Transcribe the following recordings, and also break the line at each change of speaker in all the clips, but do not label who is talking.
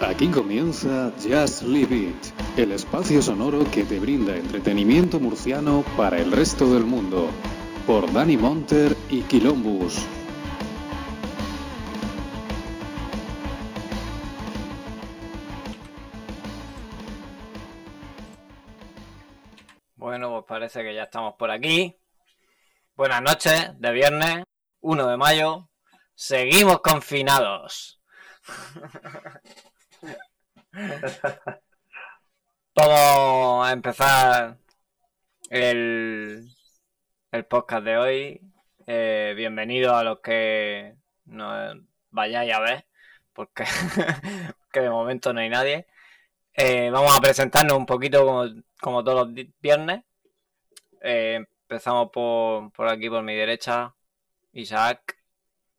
Aquí comienza Just Leave It, el espacio sonoro que te brinda entretenimiento murciano para el resto del mundo, por Dani Monter y Quilombus.
Bueno, pues parece que ya estamos por aquí. Buenas noches de viernes, 1 de mayo. Seguimos confinados. Vamos a empezar el, el podcast de hoy. Eh, bienvenido a los que nos vayáis a ver, porque que de momento no hay nadie. Eh, vamos a presentarnos un poquito como, como todos los di- viernes. Eh, empezamos por, por aquí, por mi derecha, Isaac.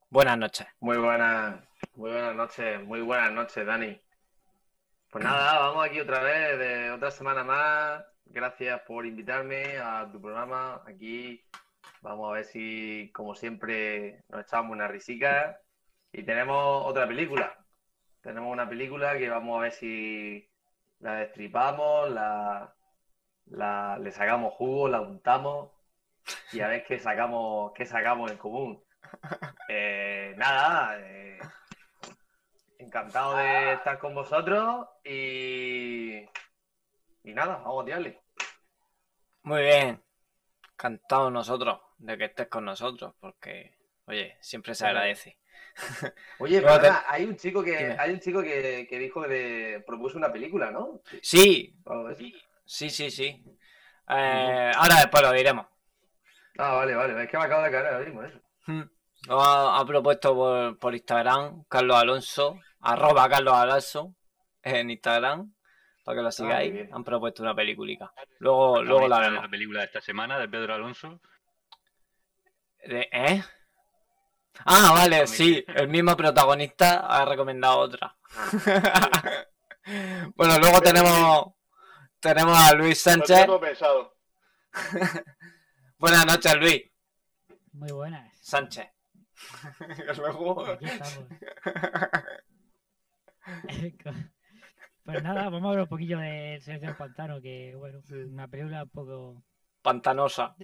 Buenas noches.
Muy buenas, muy buenas noches, muy buenas noches, Dani. Pues nada, vamos aquí otra vez, de otra semana más. Gracias por invitarme a tu programa aquí. Vamos a ver si, como siempre, nos echamos una risica. Y tenemos otra película. Tenemos una película que vamos a ver si la destripamos, la, la- le sacamos jugo, la untamos y a ver qué sacamos, qué sacamos en común. Eh, nada, eh, encantado de estar con vosotros y, y nada, vamos a tirarle.
Muy bien. Encantados nosotros de que estés con nosotros, porque, oye, siempre se agradece.
Oye,
Luego
perdona, hay un chico que
Dime.
hay un chico que, que dijo que de- propuso una película, ¿no?
Sí,
Algo así.
sí, sí, sí. Eh, ahora después lo diremos.
Ah, vale, vale, es que me acabo de caer ahora mismo eso.
Mm. Lo ha, ha propuesto por, por Instagram Carlos Alonso, arroba Carlos Alonso en Instagram, para que lo sigáis.
Ah, muy bien.
Han propuesto una película. Luego, luego la
protagonista de
vemos.
la película de esta semana de Pedro Alonso.
De- ¿Eh? Ah, vale, sí, el mismo protagonista ha recomendado otra. Ah. bueno, luego tenemos tenemos a Luis Sánchez.
Lo tengo pensado.
Buenas noches, Luis
Muy buenas.
Sánchez. luego
Aquí estamos. pues nada, vamos a hablar un poquillo de Selección Pantano, que bueno, una película un poco.
Pantanosa.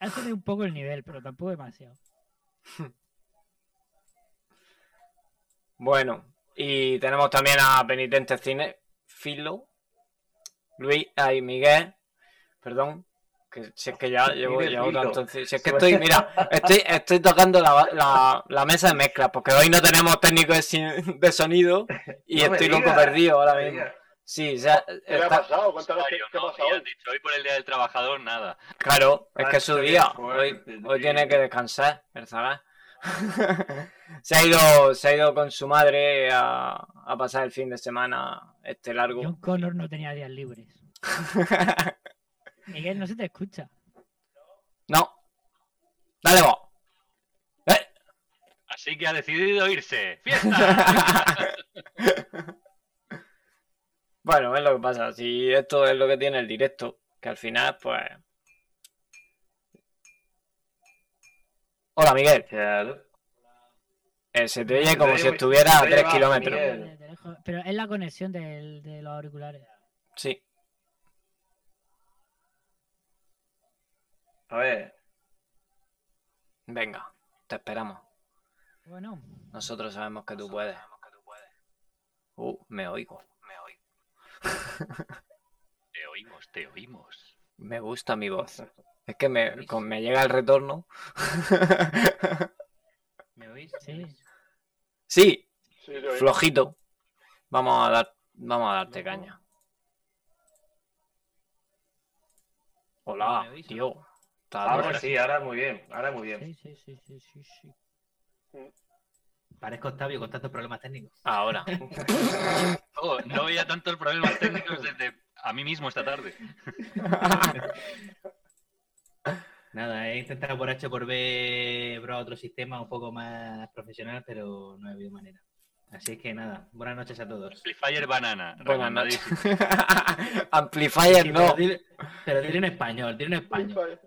Ha subido un poco el nivel, pero tampoco demasiado.
Bueno, y tenemos también a Penitente Cine, Filo, Luis, ay, Miguel, perdón, que si es que ya llevo,
Miguel
llevo
Filo.
tanto enci- Si es que estoy, mira, estoy, estoy tocando la, la- la mesa de mezcla, porque hoy no tenemos técnico de, sin- de sonido y
No me
estoy loco
digas,
perdido ahora
no me
mismo.
digas.
Sí, o sea,
¿Qué le ha
está-
pasado? Cuéntanos qué,
Mario,
qué ha
¿no?
pasado
Y has
hoy.
dicho, hoy por el Día del Trabajador, nada.
Claro, es que es su
Macho, qué
día. Hoy,
fuerte,
hoy
tío.
tiene que descansar, el zagal. se, ha ido, se ha ido con su madre a, a pasar el fin de semana este largo.
John Connor no tenía días libres. Miguel, no se te escucha.
no. Dale vos. Eh.
Así que ha decidido irse. ¡Fiesta!
bueno, es lo que pasa. Si esto es lo que tiene el directo, que al final, pues. Hola, Miguel.
Claro.
Eh, se te oye como
oye
si
muy-
estuviera
se
a
te oye
3
bajo,
kilómetros.
Miguel.
De- de lejos. Pero es la conexión del- de los auriculares.
Sí.
A ver,
Venga, te esperamos.
Bueno,
Nosotros sabemos que tú puedes. Uh, me oigo, me oigo.
te oímos, te oímos.
Me gusta mi voz. Es que me, con- me llega el retorno.
¿Me oís?
sí.
Sí,
Sí, lo he-
flojito. Vamos a dar, vamos a darte caña. Hola, tío. Está
ahora
duro.
sí, ahora muy bien, ahora muy bien.
Sí, sí, sí, sí, sí, sí.
Parezco Octavio con tantos problemas técnicos.
Ahora.
Oh, no veía tantos problemas técnicos desde a mí mismo esta tarde.
Nada, he intentado por H por B probar otro sistema un poco más profesional, pero no ha habido manera. Así que nada, buenas noches a todos.
Free Fire Banana.
Buenas noches.
recomendadísimo.
Amplifier
Sí,
no.
Pero dile, pero dile en español, dile en español.
Vale.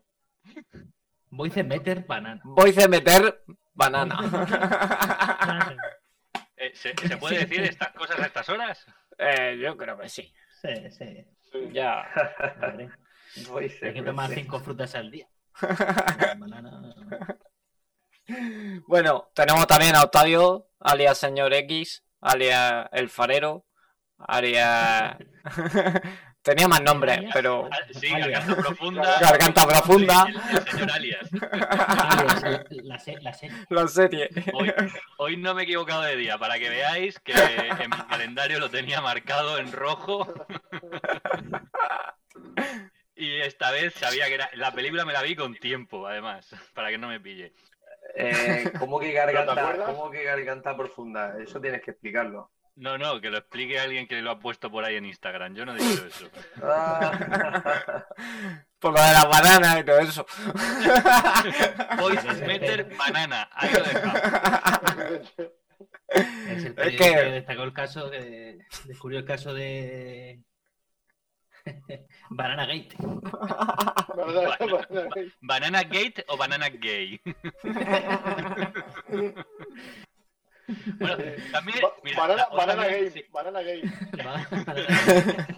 Voice meter banana.
Voy a meter banana.
Claro.
Eh, Eh, ¿se, se puede decir estas cosas a estas horas?
Eh, yo creo que sí.
Sí, sí.
Ya.
hombre.
Voy
Hay que
siempre,
tomar
sí.
cinco frutas al día. Banana.
Bueno, tenemos también a Octavio, alias Señor X, alias El Farero, alias... Tenía más nombres,
Alias.
pero...
Ah, Sí,
Alias.
garganta profunda.
Garganta profunda.
El, el señor alias.
Ah, la se- la se-
La serie.
Hoy, hoy no me he equivocado de día, para que veáis que en mi calendario lo tenía marcado en rojo. Y esta vez sabía que era. La película me la vi con tiempo, además, para que no me pille.
Eh, ¿Cómo que
¿Te
garganta?
acuerdas?
¿Cómo que garganta profunda? Eso tienes que explicarlo.
No, no, que lo explique alguien que lo ha puesto por ahí en Instagram. Yo no he dicho eso.
Ah.
Por lo de las bananas y todo eso.
Voy a meter banana. Ahí lo dejamos.
Es el
Es
periodista
que-
que... destacó el caso, que descubrió el caso de Banana Gate.
Banana-
Bueno.
banana-
¿Banana Gate o Banana Gay? bueno, también.
ba-
mira,
Banana
hoy
banana
también-
game. Banana game.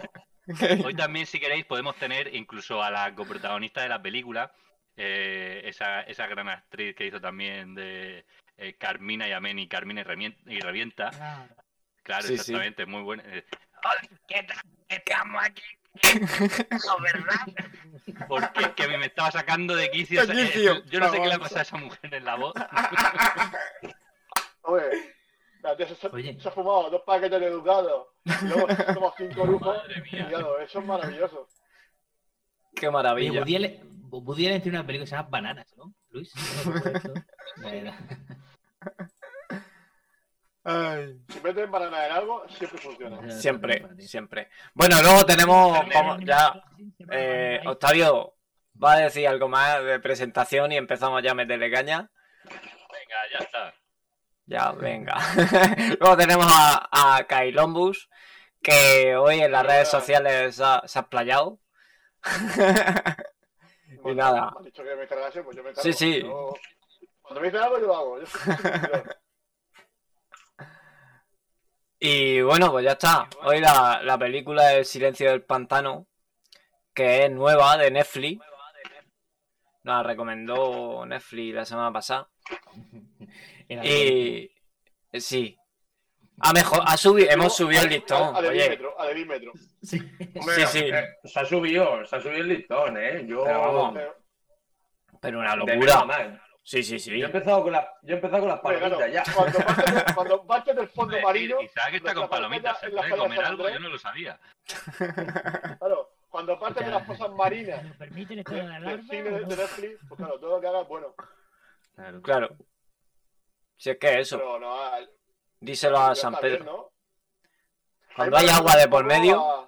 sí, hoy también, si queréis, podemos tener incluso a la coprotagonista de la película, eh, esa, esa gran actriz que hizo también de eh, Carmina y Amén y Carmina y Remien- y Revienta.
Ah,
Claro,
Sí, sí.
exactamente, muy buena. eh, Hola, ¿qué tal? Estamos aquí. No, ¿verdad? Porque es que me estaba sacando de quicio. esa-
De
eh,
quicio,
yo no sé qué le ha
vamos.
pasado a esa mujer en la voz.
Oye, la tía se, se-
Oye.
se ha fumado dos paquetes de Ducado. y Luego se ha tomado cinco lujos.
Madre
Y
mía.
claro, eso es maravilloso.
Qué
Oye,
maravilla.
Woody Allen- Woody Allen tiene una película que se llama Bananas, ¿no? Luis. ¿No recuerdo esto? Bueno,
Ay.
Si meten banana en algo, siempre funciona.
eso
Siempre,
también para ti.
siempre. Bueno, luego tenemos...
Carmen.
vamos, ya... Eh, Octavio, va a decir algo más de presentación y empezamos ya a meterle caña.
Venga, ya está.
Ya, venga. Luego tenemos a, a Kailombus, que hoy en las redes sociales se ha, se ha explayado.
Bueno,
nada.
Me han dicho que me cargase, pues yo me cargo.
Sí, sí.
Yo- Cuando me dicen algo, yo lo hago. Yo soy cumplidor.
Y bueno, pues ya está. Hoy la, la película El silencio del pantano, que es nueva de Netflix. Nos la recomendó Netflix la semana pasada.
Era
Eh, Y sí. Ha mejor, ha subido, hemos
Yo,
subió el
al-
listón.
Al, al
Oye,
milímetro, al milímetro.
Sí.
Hombre,
Sí, sí.
eh, se ha subido, se ha subido el listón, ¿eh? Yo,
Pero vamos,
Pero,
pero una
de menos a
locura.
más.
Sí, sí, sí.
Yo he empezado con, la, yo he empezado con las
hombre, claro,
palomitas ya.
Cuando partes, del- cuando partes del fondo
Eh,
amarillo,
Isaac está
nuestra
con palomitas,
pantalla
se
en la
puede
playa
comer
San
algo, yo
Andrés.
no lo sabía.
claro, cuando partes de las cosas marinas
¿Lo permite el
de-
estado de
del
alarma?
cine de,
o no?
de Netflix, pues claro, todo lo que hagas, bueno.
Claro.
Claro. Si es que eso,
Pero no, al-
díselo a
ya
San
está
Pedro.
bien, ¿no?
Cuando
A mí me
hay agua
recuerda
de
un
por
poco
medio,
a-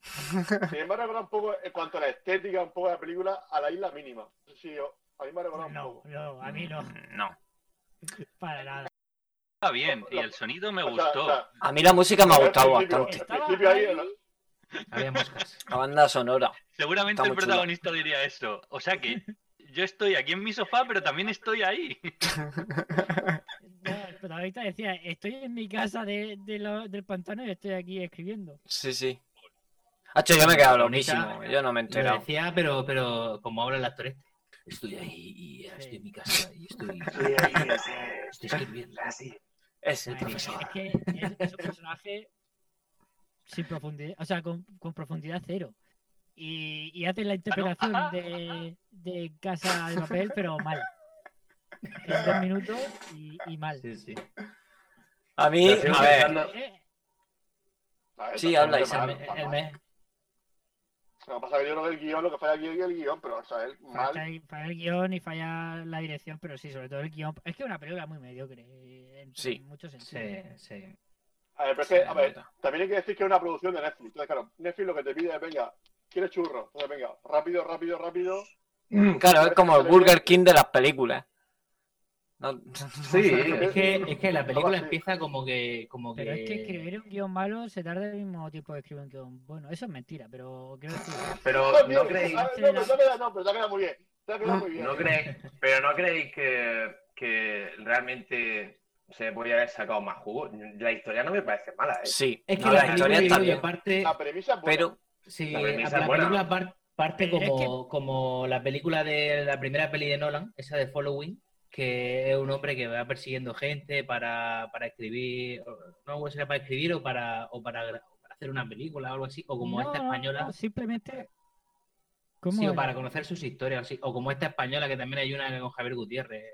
Sí, me ha recordado un poco, en cuanto a la estética, un poco de la película, a la isla mínima. Sí, yo- a mí me ha recordado un
No,
poco.
no, a mí no,
no.
para nada.
Está bien, y el sonido me
O sea, o
gustó.
sea,
A mí la música me ha
al
gustado
principio-
bastante.
Al principio ahí, ¿no?
Había moscas.
La banda sonora.
Seguramente
está
el
muy chulo.
protagonista diría eso. O sea que yo estoy aquí en mi sofá, pero también estoy ahí.
No, el protagonista decía, estoy en mi casa de, de lo- del pantano y estoy aquí escribiendo.
Sí, sí. Hacho, yo me he quedado
Protagonista.
loquísimo. Yo no me he
Lo
enterado.
decía, pero, pero como habla el actor este. Estoy ahí y ahora estoy en mi casa y estoy, estoy escribiendo.
Es-
El profesor.
Es que es, es un personaje sin profundidad, o sea, con, con profundidad cero. Y, y hace la interpretación de, de Casa de Papel, pero mal. En dos minutos y, y mal.
Sí, sí.
A mí,
Yo sigo
a ver,
pensando-
Eh,
A ver,
Sí,
tampoco
habla,
es
Isa.
malo,
El-
está
el
mal.
mes-
Lo que pasa es que yo creo que el guión, lo que falla aquí es el guión, pero o sea, él mal.
Falla, el- falla el guión y falla la dirección, pero sí, sobre todo el guión. Es que es una película muy mediocre. eh, En,
Sí.
en muchos sentidos.
Sí, sí.
A ver, pero es que, a ver, también hay que decir que es una producción de Netflix. Entonces, claro, Netflix lo que te pide es, venga, quieres churro. Entonces, venga, rápido, rápido, rápido.
Mm, claro, es como el Burger King de las películas. No-
Sí,
eh,
Es que, es que la película empieza como que. Como que...
Pero es que escribir un guión malo se tarda el mismo tiempo que escribir un guión bueno. Eso es mentira, pero creo que
pero
Dios,
no creéis,
ah, No, pero te ha quedado- no, pero te ha quedado muy bien. Te ha quedado muy bien.
no creéis, pero no creéis que, que realmente se podía haber sacado más jugo. La historia no me parece mala, ¿eh?
Sí,
Es que
no,
la,
la, historia está bien,
Aparte,
La premisa es buena.
pero
sí,
la
la,
premisa es
la
buena.
película par- parte
Pero es
como, como la película de la primera peli de Nolan, esa de Following, que es un hombre que va persiguiendo gente para, para escribir, no o sea, para escribir o para, o para, gra- para hacer una película o algo así, o como
No,
esta
no, no,
española.
simplemente. ¿Cómo
Sí, o
era?
para conocer sus historias, así. o como esta española que también hay una con Javier Gutiérrez,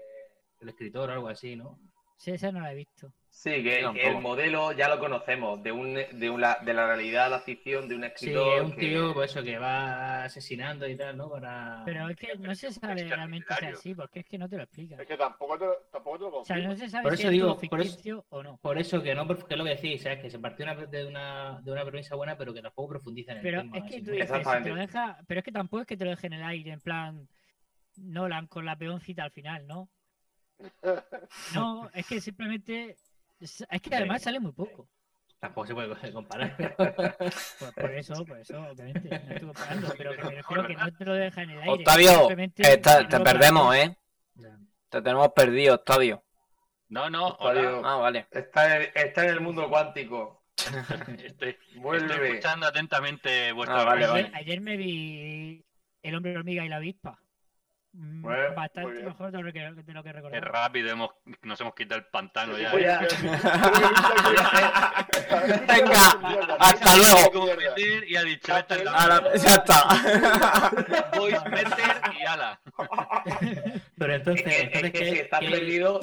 el escritor o algo así, ¿no?
Sí, esa no la he visto.
Sí, que
Yo
el
tampoco.
modelo ya lo conocemos, de, un, de, una, de la realidad a la ficción de un
Sí,
escritor.
es un
que-
tío, pues eso, que va asesinando y tal, ¿no? Para...
Pero es que no se sabe
Extraordinario.
realmente si es así, porque es que no te lo explican.
Es que tampoco te, tampoco te lo
O sea,
confirmo.
no se sabe
Por
si
eso
es todo
digo, por eso-
ficticio o no.
Por eso que no, prof- que es lo que decís, ¿sabes? Que se partió una- de, una, de una premisa buena, pero que tampoco profundiza en el
Pero
tema.
es que
así
tú
que-
dices, si te
Exactamente.
lo deja, pero es que tampoco es que te lo deje en el aire, en plan Nolan con la peoncita al final, ¿no? No, es que simplemente es es que además sale muy poco.
Tampoco se puede comparar.
Por, por eso, por eso, obviamente, no estoy comparando, pero que me refiero que no te lo deja en el aire.
Octavio,
simplemente
eh, ta-
no
te
lo
perdemos,
plantea.
¿eh?
Ya.
Te tenemos perdido, Octavio.
No, no,
Octavio.
Ah, vale.
Está, en el, está en el mundo cuántico.
hola. Estoy, estoy
Vuelve.
escuchando atentamente vuestra
Pues Ah, vale,
voz.
vale.
Ayer, ayer me vi El hombre hormiga y la avispa. Mm,
Bueno, muy
Bastante
bien.
mejor de lo que, de lo que
Qué
recordaba.
rápido hemos, nos hemos quitado el pantano ya.
Oye,
¿eh?
ya.
que- que- que- que-
Venga, hasta luego.
Como meter y ha dicho, esta es la
Ahora, ya está.
voice
Ah,
meter y ala.
Pero
Es
entonces,
que, es
entonces
que
¿qué-
si estás
qué-
perdido,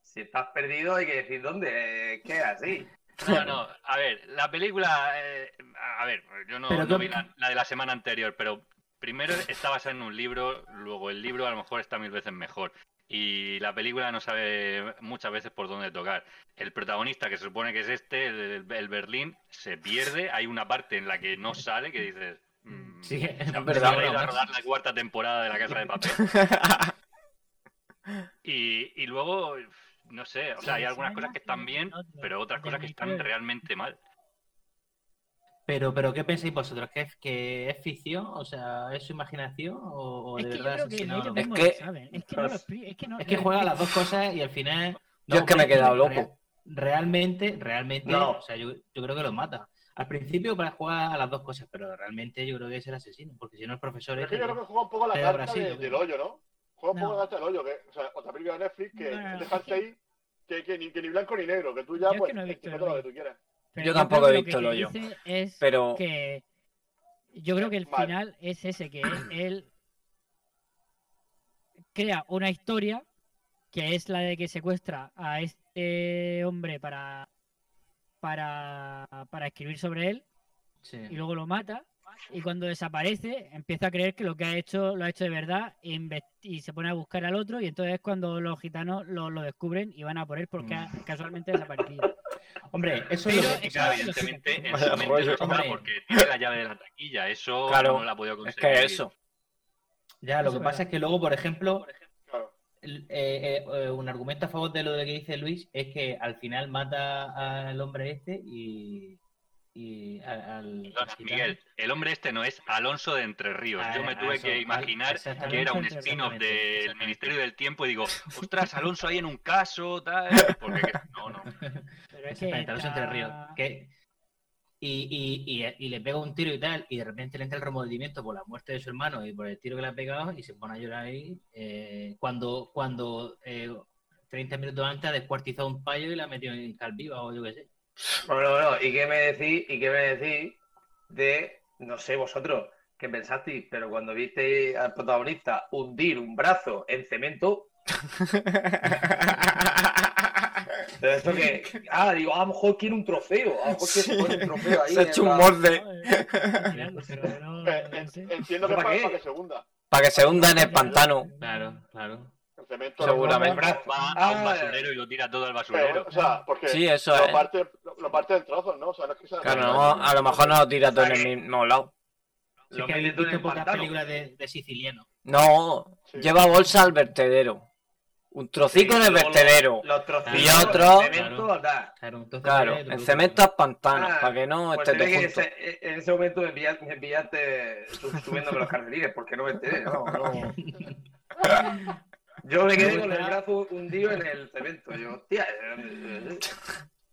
si estás perdido hay que decir dónde eh, queda, sí.
No, no, a ver, la película, eh, a ver, yo no,
Pero
no
tú-
vi la, la de la semana anterior, pero primero está basada en un libro, luego el libro a lo mejor está mil veces mejor. Y la película no sabe muchas veces por dónde tocar. El protagonista, que se supone que es este, el, el Berlín, se pierde. Hay una parte en la que no sale que dices. mm,
Sí,
se
es
ha
verdad,
ido a
broma.
rodar la cuarta temporada de La Casa de Papel. Y, y luego, no sé, o sea, hay algunas cosas que están bien, pero otras cosas que están realmente mal.
Pero, pero ¿qué pensáis vosotros? ¿Que es, que es ficción? O sea, ¿es su imaginación? ¿O, o
Es
de
que yo
verdad
creo que
asesina
ellos
algo?
Es
mismos
que-
lo saben. Es que no lo expli- es que no-
Es que
no-
juega las dos cosas y al final.
Yo es que me he
pero
quedado
real-
loco.
Realmente, realmente.
No.
O sea, yo, yo creo que lo mata. Al principio para jugar a las dos cosas, pero realmente yo creo que es el asesino, porque si no el profesor
Es
es.
que yo creo que juega un poco la
Pero
carta
Brasil,
de-
yo creo.
del hoyo, ¿no? Juega un poco
No.
la carta del hoyo, que, o sea, otra película de Netflix que
No, no, no,
dejarte
es
ahí que, que ni, que ni blanco ni negro, que tú ya
Yo es
pues
que no he visto el
interpreta lo
hoyo.
que tú quieras.
pero
Yo
creo
tampoco he
que lo
visto
que
el hoyo.
te dice Es
Pero-
que yo creo que el
Mal.
final es ese, que él crea una historia que es la de que secuestra a este hombre para para, para escribir sobre él
Sí.
y luego lo mata y cuando desaparece empieza a creer que lo que ha hecho lo ha hecho de verdad e inve- y se pone a buscar al otro y entonces es cuando los gitanos lo, lo descubren y van a por él porque ha
Mm.
casualmente desaparecido.
Hombre, eso
Pero
es lo que.
eso-
Claro, evidentemente en su
Vaya
mente
rollo.
no está
Hombre.
porque tiene la llave de la taquilla, eso
Claro,
no la ha podido
es
conseguir.
que eso.
Ya, lo
Eso
que
es
pasa
verdad.
es que luego, por ejemplo,
Claro.
el- eh, eh, eh, un argumento a favor de lo de que dice Luis es que al final mata al hombre este y. y a- al, al
Perdona,
gitano.
Miguel, el hombre este no es Alonso de Entre Ríos.
Ah,
Yo me
ah,
tuve
eso,
que
al-
imaginar
exactamente,
que era un
Alonso de Entre
spin-off
exactamente,
del
exactamente.
Ministerio del Tiempo y digo, ostras, Alonso ahí en un caso, tal. Porque que- no, no.
Pero es que
Exactamente, Alonso
está-
Entre Ríos. Que... Y, y, eh, y, y le pega un tiro y tal, y de repente le entra el remordimiento por la muerte de su hermano y por el tiro que le ha pegado, y se pone a llorar ahí. eh, cuando cuando eh, 30 minutos antes ha descuartizado un payo y la ha metido en calviva o yo qué sé.
Bueno, bueno, ¿y qué me decís? ¿Y qué me decís de, no sé vosotros, qué pensasteis, pero cuando visteis al protagonista hundir un brazo en cemento, pero eso que, ah, digo, a lo mejor quiere un trofeo, a lo mejor quiere poner un trofeo ahí.
Se ha
en
hecho un
la-
No,
morde
eh, estoy tirando, pero no-
Eh,
no
en-
sé.
Entiendo que
¿Para qué?
es para, para que se hunda.
para que se hunda en el pantano.
Mm.
Claro, claro.
El cemento lo
Seguramente.
corta,
Va a un
Ah.
basurero y lo tira todo al
Pero,
basurero.
o sea, porque
Sí, eso
lo,
es.
parte, lo, lo parte en trozos, ¿no? O sea, no es que sea-
Claro, no, a lo mejor no lo tira todo en el mismo lado.
Lo
que
meten
he
tú en
visto
el
pocas
pantano.
películas de, de siciliano.
No,
Sí.
lleva bolsa al vertedero. Un trocico en el
luego
vertedero.
Los, los trocitos,
Y otro-
el cemento, tal.
Claro, entonces
Claro,
eh,
el cemento es pantano,
Ah,
para que no
Pues
esté
se ve
todo
que
junto.
ese- en ese momento me pillaste, me pillaste sub- subiéndome los carrilines, porque no me enteré, no, no. Yo me quedé
No,
con el
no.
brazo hundido en el cemento. Yo, hostia, eh,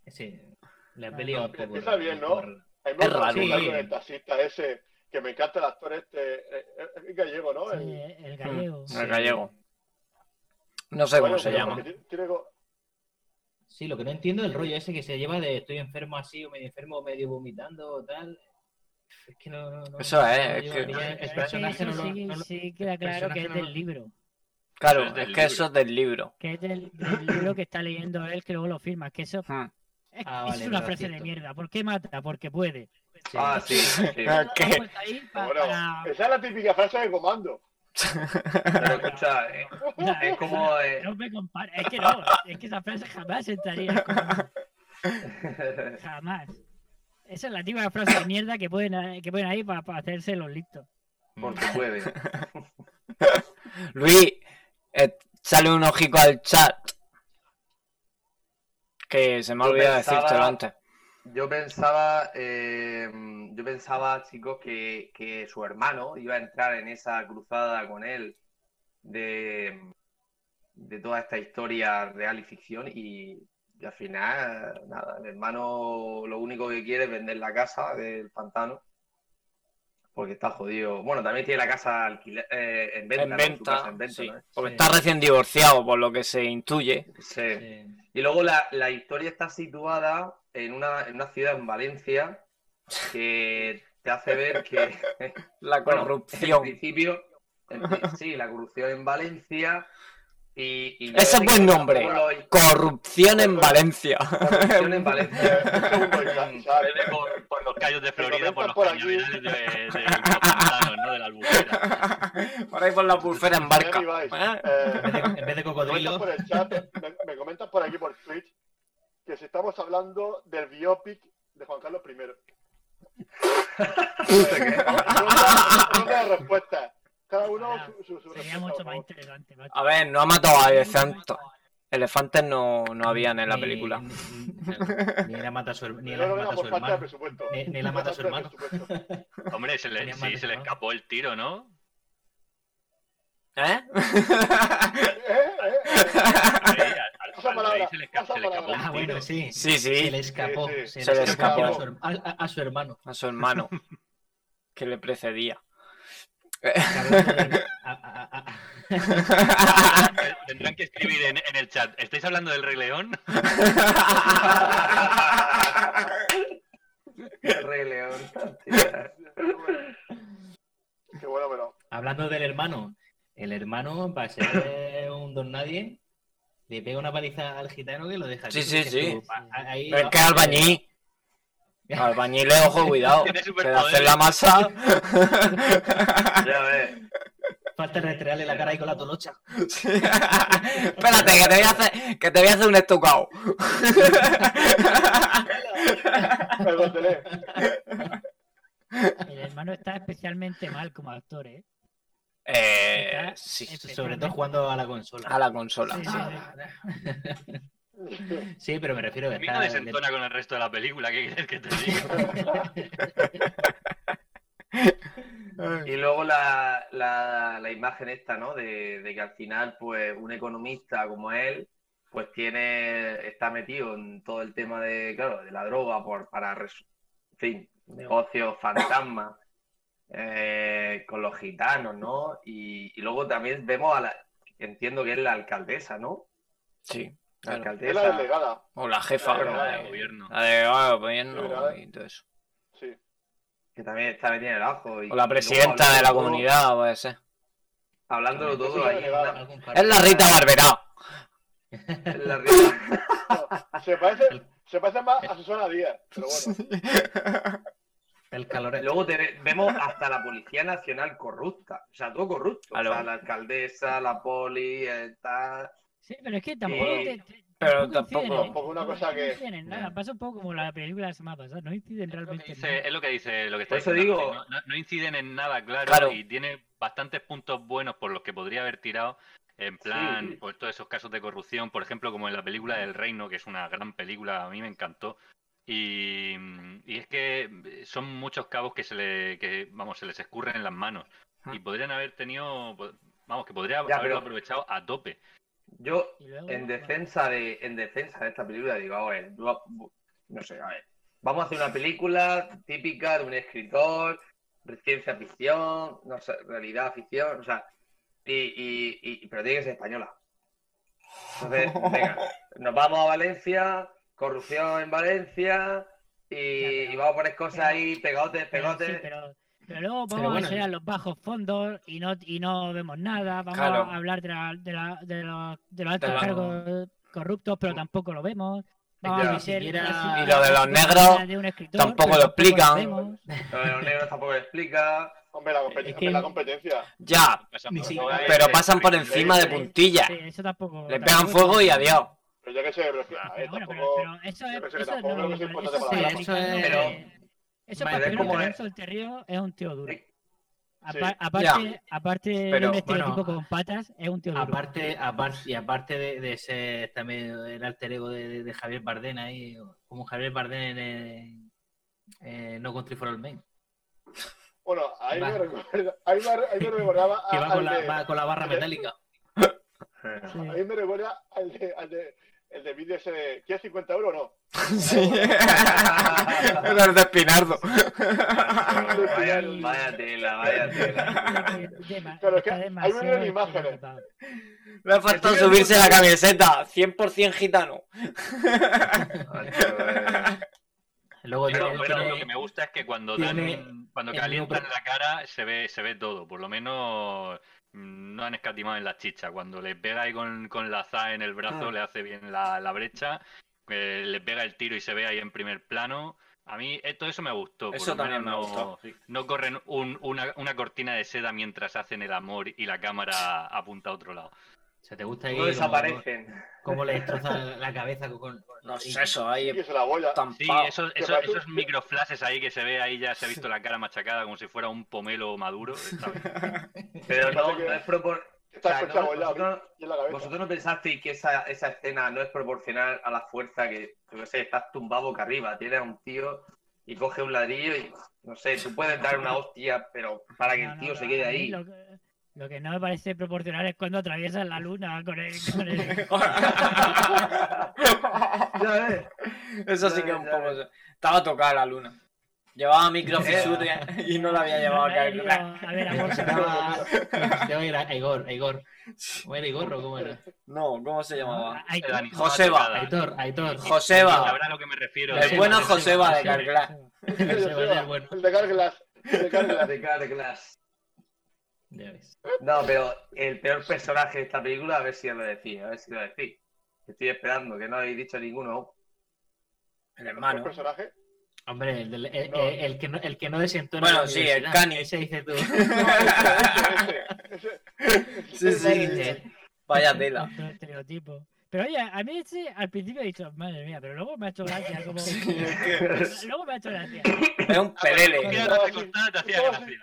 Sí, la peli va un poco.
Ah, Está bien, ¿no? Hay más
Es raro,
relación
sí.
con el taxista ese, que me encanta el actor este, eh, eh, el gallego, ¿no?
Sí,
El-
el
Hmm.
gallego.
Mm, El gallego. No sé
Bueno,
cómo se
pero
llama.
porque ti- tiene co-
Sí, lo que no entiendo es el rollo ese que se lleva de estoy enfermo así, o medio enfermo, o medio vomitando, o tal. Es que no. no- no-
Eso es, es
no
que-
lleva-
Pero
el
es que
personaje
eso
no lo-
sí,
no lo-
sí queda
el
claro que
personaje
es
no
del
lo-
libro.
Claro,
Pero es
es,
del
que eso es del libro.
Que es del, del libro que está leyendo él, que luego lo firma. Que eso
Mm.
es,
Ah,
es
vale,
una
verdad,
frase de
cierto.
mierda. ¿Por qué mata? Porque puede.
Sí.
Ah, sí, sí.
Ah,
Lo
¿qué?
han puesto ahí pa-
Ah,
Bueno,
para-
Esa es la típica frase de comando.
Pero escucha, eh,
o sea,
es como. eh,
No me compara- Es que no, es que esa frase jamás entraría con- Jamás. Esa es la típica frase de mierda que pueden, ahí- que pueden ahí para, hacerse los listos.
porque puede.
Luis, eh, sale un ojico al chat. Que se me ha
Yo
olvidado
pensaba-
decírtelo antes.
Yo pensaba, eh, yo pensaba, chicos, que, que su hermano iba a entrar en esa cruzada con él de, de toda esta historia real y ficción y, y al final, nada, el hermano lo único que quiere es vender la casa del pantano porque está jodido. Bueno, también tiene la casa alquile- eh, en venta,
En
¿no? Su casa
venta,
en venta,
sí.
¿no?
Porque
Sí.
está recién divorciado, por lo que se intuye.
Sí.
Sí.
Y luego la, la historia está situada en una, en una ciudad en Valencia que te hace ver que,
La
bueno, en
corrupción.
principio, en pri- sí, la corrupción en Valencia. Y, y yo
Ese es
desde
buen
que
nombre.
conozco los-
Corrupción en
Bueno.
Valencia.
corrupción en
Eh,
Valencia.
un segundo, ya, ya,
Vete por, por los callos de Florida,
comentan
por los
por aquí.
cañaverales de, de, los pantanos, ¿no? De la albufera.
Por ahí por la pulsera en barca.
ya me vais.
Ah.
¿eh?
Eh,
En vez de- en vez de
comentas
cocodrilo.
por el chat, me, me comentas por aquí por Twitch, que si estamos hablando del biopic de Juan Carlos I. Ronda ronda de respuestas. Cada uno su, su, su
Sería
respuesta,
mucho
por
más
favor.
interesante. macho.
A ver, no ha matado a elefantes. Elefantes no, no habían en la
ni-
película.
ni- Ni, ni la mata a su, her- ni
Yo
la
creo que era
mata a su
por falta de
hermano.
presupuesto.
Ni- ni la
Por
mata a su
falta de
hermano.
presupuesto.
Hombre, se le,
Tenía
sí,
más
se le
de-
escapó el tiro, ¿no?
¿Eh?
Eh, eh, eh.
Ahí, al- al-
Pasa
al
palabra,
rey se le, esca-
pasa
se le escapó
Ah,
palabra.
un tiro.
bueno, sí.
Sí,
Se le
sí,
escapó.
Sí, sí.
Se,
Se
le
le
escapó a
escapó.
su, her- a- a- a su hermano.
a su hermano. Que le precedía.
Hablando de- a- a- a- a-
Tendrán que escribir en, en el chat. ¿Estáis hablando del Rey León?
El Rey León. tía.
Qué bueno, pero.
Hablando del hermano. El hermano, para ser un don nadie, le pega una paliza al gitano que lo deja.
Sí,
aquí,
sí,
que
sí.
tú, pa- ahí-
Pero es que albañil. Albañil es ojo, cuidado.
Tiene
Que de hacer
superpoderes.
la masa.
Ya ves.
Falta rastrearle la cara ahí con la tolocha.
Sí. Espérate, que te voy a hacer, que te voy a hacer un estocado.
Me contelé.
El hermano está especialmente mal como actor, ¿eh?
Eh, sí,
Sobre todo jugando a la consola.
a la consola.
Sí,
Sí, pero me refiero a
A
que
mí no
está...
desentona con el resto de la película. ¿Qué quieres que te diga?
Y luego la, la, la imagen esta, ¿no? De, de que al final, pues, un economista como él, pues tiene, está metido en todo el tema de, claro, de la droga por, para, res- en fin, negocios fantasmas eh, con los gitanos, ¿no? Y, y luego también vemos a la, entiendo que es la alcaldesa, ¿no?
Sí,
La
claro.
Es la
alcaldesa.
delegada.
O la jefa.
Claro,
la
Nada,
de-
gobierno.
la de ah, gobierno
Liberal.
y todo eso.
Sí.
Que también está metida en el ajo.
O
y- y
la
luego
presidenta de la
hablando-
comunidad, puede ser.
Hablándolo todo ahí. en una-
Es la Rita Barberá.
en la riada.
Se parece, se parece más a Susana Díaz. Pero bueno.
El calor es...
Luego te- vemos hasta la Policía Nacional corrupta. O sea, todo corrupto.
Aló.
O sea, la alcaldesa, la poli, eh, tal.
Sí, pero es que tampoco.
Sí.
te- te-
Pero
inciden en-
tampoco-
Tampoco una cosa que-
No inciden en
Mm.
nada. Pasa un poco como la película de la semana pasada. No inciden
Es lo que
realmente. en
dice,
nada.
es lo que dice lo que está
Por eso
diciendo
digo-
Martín, No, No- no inciden en nada, claro,
Claro.
y tiene bastantes puntos buenos por los que podría haber tirado. En plan,
Sí.
por todos esos casos de corrupción, por ejemplo, como en la película del Reino, que es una gran película, a mí me encantó. Y, y es que son muchos cabos que se le, que, vamos, se les escurren en las manos.
Ajá.
Y podrían haber tenido, po- Vamos, que podría
Ah. Ya,
haberlo
pero-
aprovechado a tope.
Yo,
Y luego,
en defensa de, en defensa de esta película, digo, a ver, va- no sé, a ver. Vamos a hacer una película típica de un escritor, ciencia ficción, no sé, realidad ficción, o sea, y, y- y- pero tiene que ser española. Entonces, venga, nos vamos a Valencia, corrupción en Valencia, y,
Ya, pero-
y vamos a poner cosas
pero-
ahí, pegotes,
pero,
pegotes.
sí, pero, pero luego vamos
Pero bueno,
a enseñar
yo-
los bajos fondos y no, y no vemos nada. Vamos
Claro.
a hablar de, la, de, la, de, los- de los altos
la-
cargos corruptos, pero tampoco lo vemos. Vamos
Ya.
a ser
Ni
es
siquiera-
una-
Y lo de los
una
negros
novela de un escritor,
tampoco
pero
lo
tampoco
explican.
vemos.
Lo de los negros tampoco lo explica.
Hombre, la, compet-
Es que-
hombre, la competencia.
Ya,
Pasan
Ni
por
siquiera-
todas.
pero pasan por encima de puntilla.
Sí, eso tampoco.
Le pegan
tampoco
fuego y
está-
adiós.
Pero yo qué sé, pero es que, a ver,
Ah, Pero bueno, pero,
tampoco-
pero eso es.
yo creo que
Eso es
tampoco creo que
normal,
sea importante
eso
para
la
se
trama.
aplica, ¿no?
Pero-
Eso
Vale,
para
es
Pedro
como-
Lorenzo el Terrío es un tío duro.
Sí.
Apa-
Sí.
aparte aparte de
Pero,
un estereotipo
bueno,
con patas, es un tío duro.
Aparte, aparte, y aparte de, de ser también el alter ego de, de- de Javier Bardem ahí, como Javier Bardem en eh, eh, No Country for All Men.
Bueno, ahí
Va.
me, recuerda, ahí me, ahí me recordaba
Que
a-
va con
Ah, al
la,
de-
va con la barra metálica.
Sí.
ahí me recuerda al de, al de, el de vídeo ese de, ¿quieres 50 euros o no?
Sí. Era el de Espinardo.
vaya, vaya tela, vaya tela.
Dema-
Pero es que
está
hay
demasiado
millones de imágenes.
estereotipado.
Le ha faltado subirse la camiseta. 100% gitano.
eh.
Luego
Pero,
tiene-
pero
tiene-
lo que me gusta es que cuando
tiene
dan, cuando
el
calientan
mismo-
la cara se ve, se ve todo. Por lo menos mm, no han escatimado en la chicha. Cuando le pega ahí con, con la za en el brazo,
Ah.
le hace bien la, la brecha, eh, le pega el tiro y se ve ahí en primer plano. A mí eh, todo eso me gustó. por
Eso
lo menos
también me
no,
gustó.
No corren un- una, una cortina de seda mientras hacen el amor y la cámara apunta a otro lado.
se te gusta ahí
No
como-
desaparecen.
Como le destroza la cabeza con- con... con-
No sé, eso ahí
Y se la voy a...
Sí,
estampado.
eso-
que
eso-
para tú-
esos microflashes ahí que se ve, ahí ya se ha visto la cara machacada como si fuera un pomelo maduro. está bien.
Pero no, no es propor...
Está
o sea,
escuchado
no,
en la-
vosotros-
y en la cabeza.
¿Vosotros no pensasteis que esa, esa escena no es proporcional a la fuerza que, yo qué sé, estás tumbado boca arriba, tienes a un tío y coge un ladrillo y, no sé, tú puedes dar una hostia, pero para que
No,
el
no,
tío se
pero
quede
a mí
ahí.
Lo que, lo que no me parece proporcional es cuando atraviesas la luna con el. Con el...
Ya ves.
Eso sí que es un poco. Estaba tocada la luna. Llevaba
Eh.
microfisura y no la había llevado a caer.
Rafael, digo, a ver, amor,
Se llamaba- se llamaba era Igor, Igor. ¿Cómo era Igor o cómo era?
No, ¿cómo se llamaba?
Ay,
El animal
Joseba.
tocada.
Aitor, Aitor.
Joseba.
Sabrá a lo que me refiero.
El
de-
bueno
Joseba,
Joseba de
Joseba.
Carglass.
Se va a hacer bueno.
El de Carglass. El de Carglass.
De cara de clase.
Ya ves.
No, pero el peor personaje de esta película, a ver si lo decís, a ver si lo decís. Estoy esperando, que no habéis dicho ninguno. aún.
El
¿Qué
hermano.
personaje?
Hombre, el, del- el-
No.
el- el que no, el que no desentona.
Bueno,
en la
sí, el
universidad.
Cani.
Ese dices tú.
Ese, ese,
Sí, sí,
Dices,
Vaya tela.
Otro estereotipo. Pero oye, a mí ese, al principio he dicho, madre mía, pero luego me ha hecho gracia. Como... luego me ha hecho gracia.
Es un pelele.
Mira, no te costaba, te hacía gracia.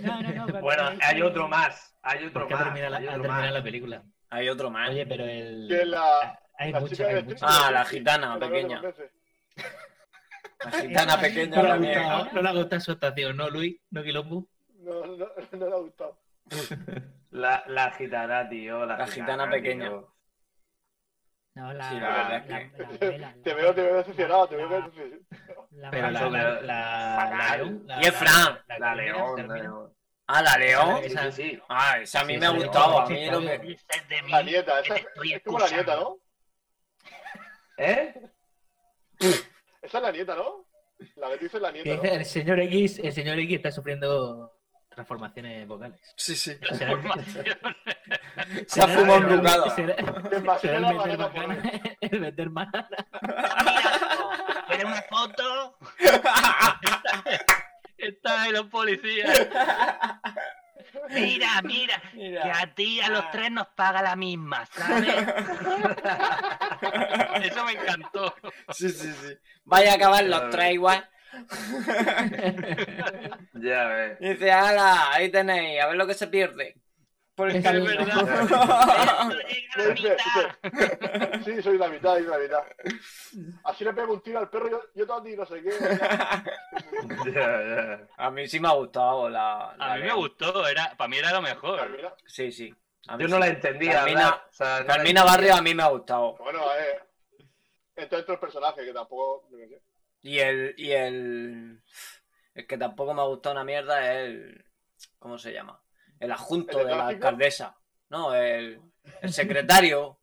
No, no, no.
Bueno,
pero-
hay otro más, hay otro
¿Por qué
más.
termina la,
hay
ha
otro
terminado
más.
la película?
Hay otro más.
Oye, pero el.
Que la-
Hay
la
mucho,
chica
hay
del
mucho.
striptease.
Ah, la gitana
Que la
pequeña.
veo dos veces.
La gitana pequeña
No le
Ah,
ha
mía.
también.
gustado, no le ha gustado su estación, ¿no, Luis? ¿No, Quilombo?
No, no, no le ha gustado.
La, la gitana, tío. La,
La gitana pequeña.
tío.
No, la,
Sí, la
la,
verdad
la,
es
la novela,
Te
la-
veo, te veo decepcionado, te veo
la-
decepcionado.
la-
Pero la. la, la, la,
Fatal.
la-
Y es Fran.
La
la- la-
león, la
termina-
león.
Ah, la león.
Sí, sí, sí.
Ah, esa a mí
Sí,
me ha
sí,
gustado.
sí,
A
sí,
mí
sí,
lo
sí.
que.
La nieta, esa es, es como la nieta, ¿no?
¿Eh?
Esa es la nieta, ¿no? La que tú dices la nieta,
que
¿no?
dice, El señor X, el señor X está sufriendo transformaciones vocales.
Sí, sí.
Será-
Se ha
será-
fumado un
será-
ducado.
será-
Que más que
será el
la
meter
banana por
banana, el meter banana.
¿Quieres una foto? Está ahí los policías. Mira, mira, que
Mira.
a ti y a los tres nos paga la misma, ¿sabes? Eso me encantó.
Sí, sí, sí. Vaya a acabar los tres igual.
Ya ves.
Dice, ala, ahí tenéis, a ver lo que se pierde. Por el
Es
camino.
verdad. Llega la
Dice,
mitad.
dice, Sí, soy la mitad, soy la mitad. Así le pego un tiro al perro, yo, yo te digo no sé qué.
Ya, ya.
A mí sí me ha gustado la. la
A mí me
León.
gustó, era, para mí era lo
Mira,
mejor.
mira,
Sí, sí. A mí
Yo
sí.
no la entendía.
Carmina-
hablar, o sea, no la
Carmina
entendía.
Barrio a mí me ha gustado.
Bueno, eh. Entonces, otros personajes que tampoco. yo qué sé.
Y el. Y el. El que tampoco me ha gustado una mierda es el. ¿Cómo se llama? El adjunto
¿El de
de la
tráfico?
alcaldesa. No, el. El secretario.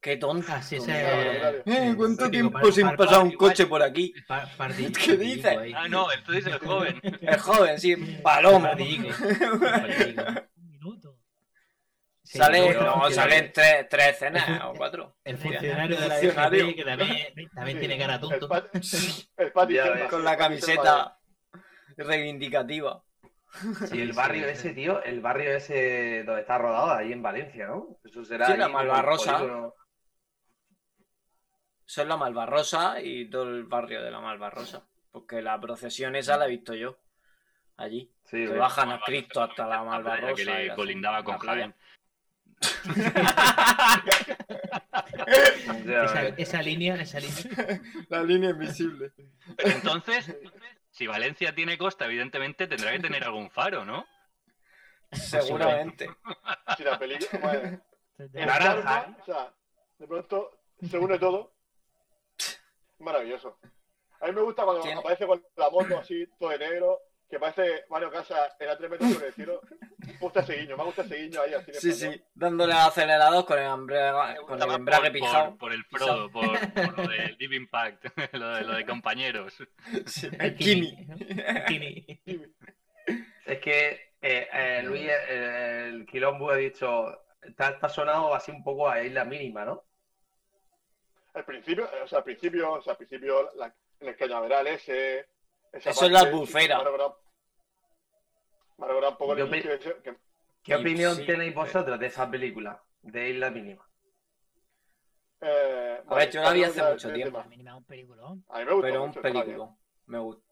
Qué tonto.
Ah, sí,
tío.
ese-
Eh,
Eh, ¿Cuánto
sí,
tiempo
par-
sin
par-
pasar
par-
un
igual.
coche por aquí?
Pa- pardi-
¿Qué dices?
pardillico ahí.
Ah, no, el tú dices el joven.
El joven, sí, paloma.
Pardillico. Pardillico.
Un minuto.
Sí,
Sale,
luego el
no,
funcionario-
salen tres, tres escenas o cuatro.
El
Hostia.
funcionario de la
Funcionario.
DGT que también, también tiene cara
El
tonto.
pat. El pat
Ya
izquierda.
ves.
Con la camiseta reivindicativa.
Sí,
Y el
sí,
barrio
sí.
ese, tío, el barrio ese donde está rodado, ahí en Valencia, ¿no? Eso será.
Sí,
ahí
la
en el
Malvarrosa.
polígono.
Son la Malvarrosa y todo el barrio de la Malvarrosa. Porque la procesión esa la he visto yo. Allí.
Sí,
Que
ves.
bajan a Cristo hasta la
playa
Malvarrosa.
que
y
le
la-
colindaba con
la playa.
Jaén.
Ya
Esa,
ves.
esa línea, esa línea.
La línea invisible.
Pero entonces, si Valencia tiene costa, evidentemente tendrá que tener algún faro, ¿no?
Seguramente.
Si la película. Bueno,
Entonces,
el
Naranja,
karma, O sea, de pronto se une todo. Maravilloso. A mí me gusta cuando
Tiene-
aparece con la moto así, todo de negro, que parece Mario Casas en a 3 metros sobre el cielo. Me gusta ese guiño, me gusta ese guiño ahí así. en
Sí,
español.
sí. Dándole al acelerador con el, hambre-
Me
con
gustaba
el embrague
por-
pijado.
Por, por el Frodo, por, por lo de Deep Impact, lo de, lo de compañeros.
Sí.
Kimi. Kimi.
Es que eh, eh, Luis, eh, el quilombo ha dicho, está, está sonado así un poco a isla mínima, ¿no?
Al principio, eh, o sea, al principio, o sea, al principio, la, en el cañaveral ese. esa
Eso es la
parte,
albufera.
Me ha recordado- me ha recordado un poco el
Yo
inicio ese, que
Sí,
¿Qué opinión
sí,
tenéis
pero-
vosotros de esa película, de isla mínima?
Eh,
A ver, yo la vi hace
cambiamos
mucho
de
tiempo.
La
tema.
mínima un peliculón.
A mí me gustó
Pero un
mucho, está bien.
película. Me gusta.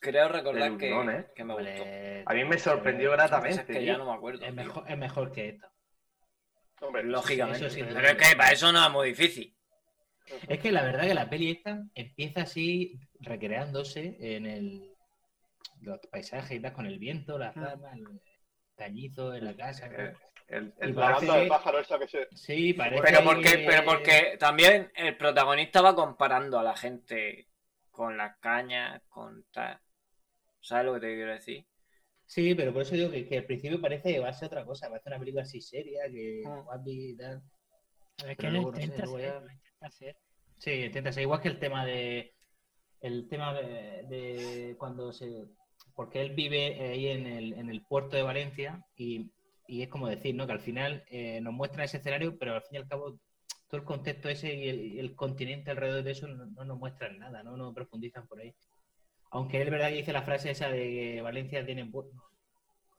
Creo recordar
Del
que,
Unión, ¿eh?
que me gustó.
A mí me sorprendió gratamente.
Cosas que
tío.
ya no me acuerdo.
Es
tío.
mejor, es mejor que esta.
Hombre,
Lógicamente.
Eso sí,
Pero es que para eso no es muy difícil.
Es que la verdad que la peli esta empieza así recreándose en el los paisajes y tal, con el viento, las ramas, el cañizo en la casa.
Eh, El, el
Y
barrio-
la
parece
banda del
que-
pájaro esa que se...
Sí, parece
Pero porque,
que-
pero porque también el protagonista va comparando a la gente con las cañas, con tal. ¿Sabes lo que te quiero decir?
Sí, pero por eso digo que, que al principio parece que va a ser otra cosa, va a ser una película así seria, que
Ah.
guapi y tal.
A ver,
Pero
que lo
luego no sé,
intenta
luego
hacer,
ya-
lo intenta hacer.
Sí, intenta ser igual que el tema de. El tema de, de cuando se. Porque él vive ahí en el, en el puerto de Valencia y, y es como decir, ¿no? Que al final eh, nos muestra ese escenario, pero al fin y al cabo todo el contexto ese y el, y el continente alrededor de eso no, no nos muestran nada, no nos profundizan por ahí. Aunque es verdad que dice la frase esa de que Valencia tiene. pu-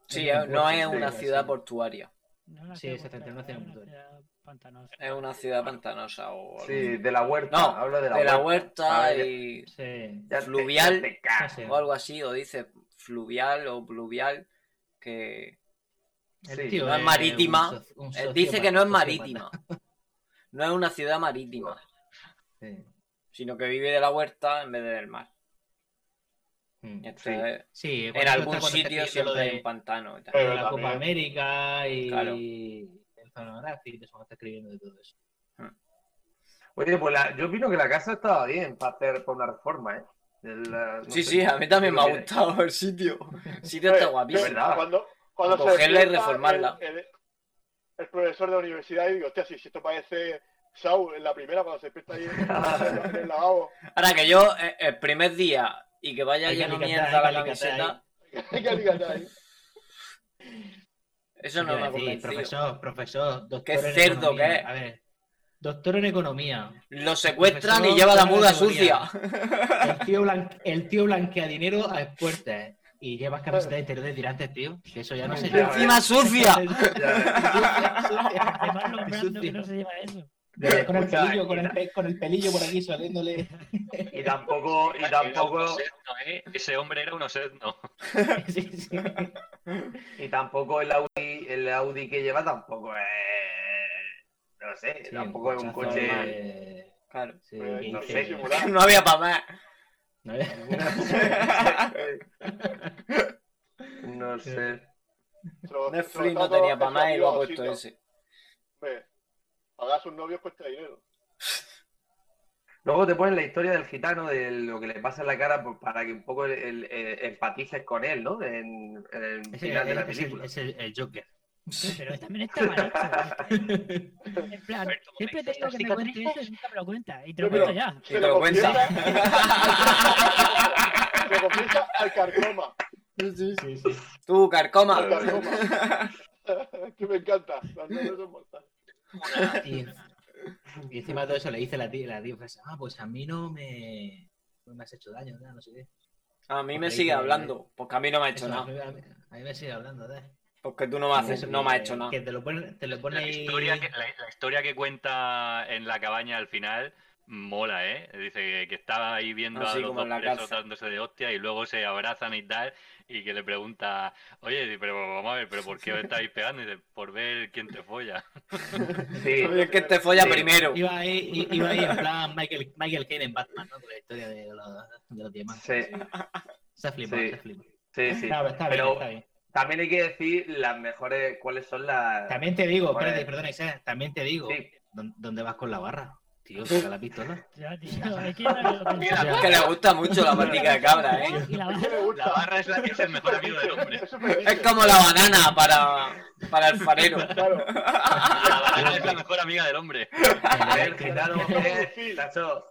Sí,
tiene
eh, no
puerto,
es
sí,
una
sí.
ciudad portuaria,
No la
Sí,
hacemos
exactamente, no
tan-
hacemos
no
todo.
la pantanosa.
es una ciudad pantanosa o algo.
Sí, de la huerta.
No,
habla de la
de la
Ah,
huerta
ya-
y
Sí.
ya te-
fluvial.
ya te cagas.
Ah, Sí.
o algo así, o dice fluvial o pluvial, que
El
Sí,
tío
no es marítima.
un soci- un
eh, dice que no
sociópata,
es
un
marítima, no es una ciudad marítima,
sociópata.
sino que vive de la huerta en vez de del mar.
Sí. Mm.
Entonces,
Sí,
en
cuando
algún
está- cuando está
sitio
escribiendo
siempre
lo de-
hay un pantano. y tal.
Pero
de la
también-
Copa América y
Claro.
el zonográfico, eso está escribiendo de todo eso.
Oye, pues la- yo opino que la casa estaba bien para hacer para una reforma, ¿eh? El, eh, no
Sí,
sé.
sí, a mí también me ha
Mira,
gustado el sitio. El sitio está
Eh,
es
guapísimo.
verdad.
Cuando, cuando se
Cogerla y
despierta
reformarla.
El, el- el profesor de la universidad y digo, hostia, si si esto parece Shaw en la primera cuando se despierta ahí en, en el lavabo.
Ahora que yo, eh, el primer día y que vaya
Hay que
lleno
alicatar,
mierda
hay
la
que alicatar
camiseta,
Hay que alicatar ahí.
eso no
Quiero
me ha
decir,
convencido.
profesor, profesor, doctor
Qué
en
cerdo
economía.
que es.
A ver, doctor en economía.
Lo secuestran y
profesor,
lleva la
profesor
muda
de teoría.
sucia.
El tío, blan- el tío blanquea dinero a expuertas. Y llevas camiseta de interior de tirantes, tío. Que eso ya no se lleva.
Encima sucia.
Además, nombrando que
sucio.
no se lleva eso.
Con el pelillo, con el, pe- con el pelillo por aquí saliéndole.
Y tampoco, y tampoco,
Era un osezno, ¿eh? Ese hombre era un osetno.
Sí, sí.
y tampoco el Audi, el Audi que lleva tampoco es, no sé,
Sí,
tampoco es un
cochazo
coche.
de-
Claro.
sí,
Pero
que
no
dice-
sé simular.
No había para más.
No es-
No sé.
Se lo- se lo
Netflix no
trato
tenía para más y lo ha
exorcista.
puesto ese.
Hombre, pagar a sus novios cuesta dinero.
Luego te ponen la historia del gitano, de lo que le pasa en la cara por- para que un poco el- el- el- empatices con él, ¿no? En, en el
Es el,
final de la
es el-
película.
es el- el Joker.
Pero también está mal hecho. En plan,
Alberto, ¿cómo
siempre
te
te
hizo
digo que me
estas
cuentes eso y nunca me lo cuentas. Y te lo
Yo, pero-
cuento ya.
Y te lo cuenta.
Se lo confiesa al carcoma.
Tú, carcoma.
Al carcoma. que me encanta. Las novias son mortales.
Y, y encima de todo eso le dice la tía, la tía frase, ah, pues a mí no me, no me has hecho daño, nada, no sé qué.
A mí me sigue hablando, porque a mí no me ha hecho
Eso,
nada.
a, mí, a mí- a mí me sigue hablando, ¿eh?
Porque tú no me, haces,
Eso,
no me has
que-
hecho nada.
Que te lo pone, te lo pone
La
ahí-
historia, que, la, la historia que cuenta en la cabaña al final mola, ¿eh? Dice que, que estaba ahí viendo
Así
a los
como
dos
en la
presos
cárcel.
dándose de hostia y luego se abrazan y tal, y que le pregunta, oye, pero vamos a ver, pero ¿por qué os estáis pegando? Y dice, por ver quién te folla.
Sí.
Es que te folla
Sí.
primero.
Iba ahí, i- iba ahí en plan Michael, Michael Caine en Batman, ¿no? Con la historia de los, de los diamantes.
Sí.
Se ha flipado,
Sí.
se ha flipado.
Sí, sí.
No, pero está
Pero-
bien, está bien.
También hay que decir las mejores, cuáles son las...
También te digo,
Joder.
espérate, perdona, Isaac, también te digo,
Sí.
¿dó- ¿dónde vas con la barra? Tío, saca la pistola.
Ya, tío, es que yo no lo pensaba.
O sea,
Que le gusta mucho la patica de cabra, ¿eh?
Y la
Es que le gusta.
La barra es, la- es el mejor amigo del hombre.
Es un fetiche.
Es como la banana para, para el farero.
Claro.
Ah.
La barra es la mejor amiga del hombre.
El gitano,
Es como
eh,
Lucille.
Nacho,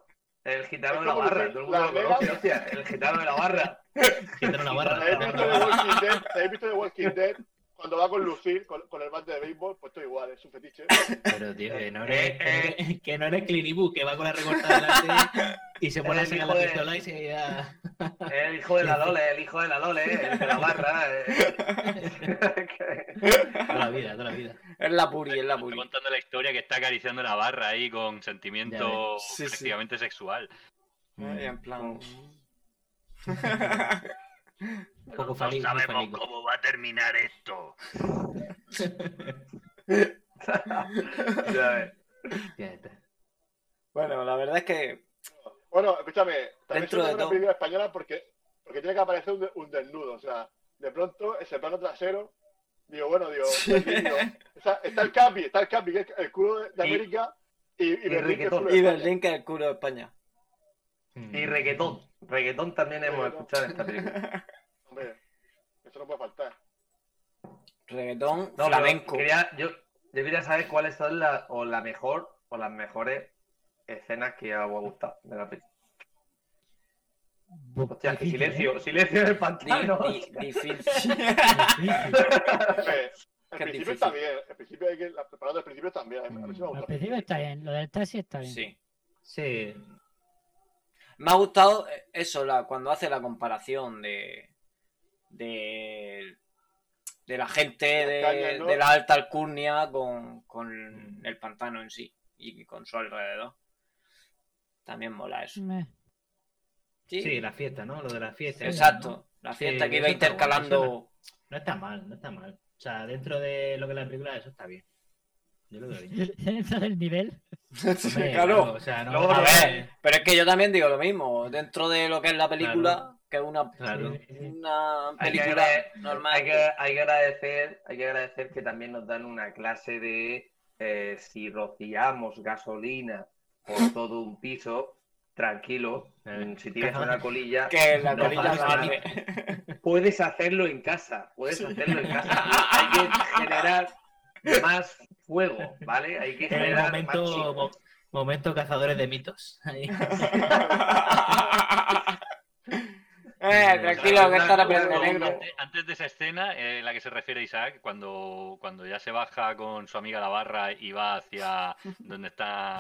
el gitano
Es
de la
como
barra,
Lucille.
todo el mundo lo
La
conoce,
Vega.
hostia, el gitano de la barra.
Que tiene una barra.
¿Habéis visto The Walking Dead? ¿Habéis visto The Walking Dead? Cuando va con Lucille, con, con el bate de béisbol, pues todo igual, es un fetiche.
Pero, tío, que no eres,
Eh,
que no eres- que no eres Clint Eastwood, que va con la recortada delante y se pone a
El
sacar
hijo
la
de-
pistola y se da...
eh, El hijo de la Lole, el hijo de la Lole, el de la barra. eh.
Toda la vida, toda la vida.
Es la puri, es la
Está
puri.
contando la historia que está acariciando la barra ahí con
Ya
sentimiento
Sí, sí.
prácticamente sexual.
Y en plan...
Un poco fali- muy
no sabemos
falico.
cómo va a terminar esto.
Ya ves.
Ya está.
Bueno, la verdad es que...
Bueno, escúchame, también
Dentro
es
de
una
todo.
película española porque, porque tiene que aparecer un, de- un desnudo. O sea, de pronto ese plano trasero, digo, bueno, digo, Berlín, digo, o sea, está el Capi, está el Capi, que es el culo de, de
Y-
América y, y, Berlín, que es
Riquetón.
culo de
Y
España.
Berlín que es el culo de España.
Y reggaetón, reggaetón también hemos
Reggaetón.
escuchado en esta película.
Hombre, eso no puede faltar.
Reggaetón,
No, pero
flamenco.
quería- yo, yo quería saber cuáles son las o la mejor o las mejores escenas que os ha gustado de la película.
Mm.
Hostia, que
Difícil, ¿eh?
silencio, silencio en el
Di-
pantano.
di- difícil.
Difícil.
Hombre, Eh, el
Qué
principio
difícil.
está bien, el principio hay que, la preparando el principio también. A mí sí me
Al
ha gustado.
principio está bien, lo del taxi está bien.
Sí.
Sí.
Me ha gustado eh, eso, la, cuando hace la comparación de. de. de la gente de,
cañas, ¿no?
de la alta alcurnia con, con el pantano en sí y con su alrededor. También mola eso.
Meh.
Sí,
Sí, la fiesta, ¿no? Lo de la fiesta. ¿no?
exacto. La fiesta
Sí,
que iba
eso está bueno,
intercalando.
No está mal, no está mal. O sea, dentro de lo que es la película, eso está bien. Yo lo veo bien.
Dentro del nivel.
Sí,
Hombre,
claro.
O sea, no.
Luego,
a
no,
ver.
eh,
Pero es que yo también digo lo mismo. Dentro de lo que es la película, que es una,
Claro.
Sí, sí, sí.
una
Hay que
película
agra-
normal.
Hay que, hay que agradecer, hay que agradecer que también nos dan una clase de eh, si rociamos gasolina por todo un piso, tranquilo,
Eh,
mm, si tienes una colilla,
que la
no
colilla
pasa
no
nada.
arde.
puedes hacerlo en casa, puedes hacerlo en casa. Hay que generar más fuego, ¿vale? Hay que
en el
generar más
momento,
chispa.
mo- momento cazadores de mitos. Ahí.
eh, tranquilo, que estará
Pero
pelando negro.
Antes, antes de esa escena, eh, la que se refiere Isaac, cuando, cuando ya se baja con su amiga la barra y va hacia donde están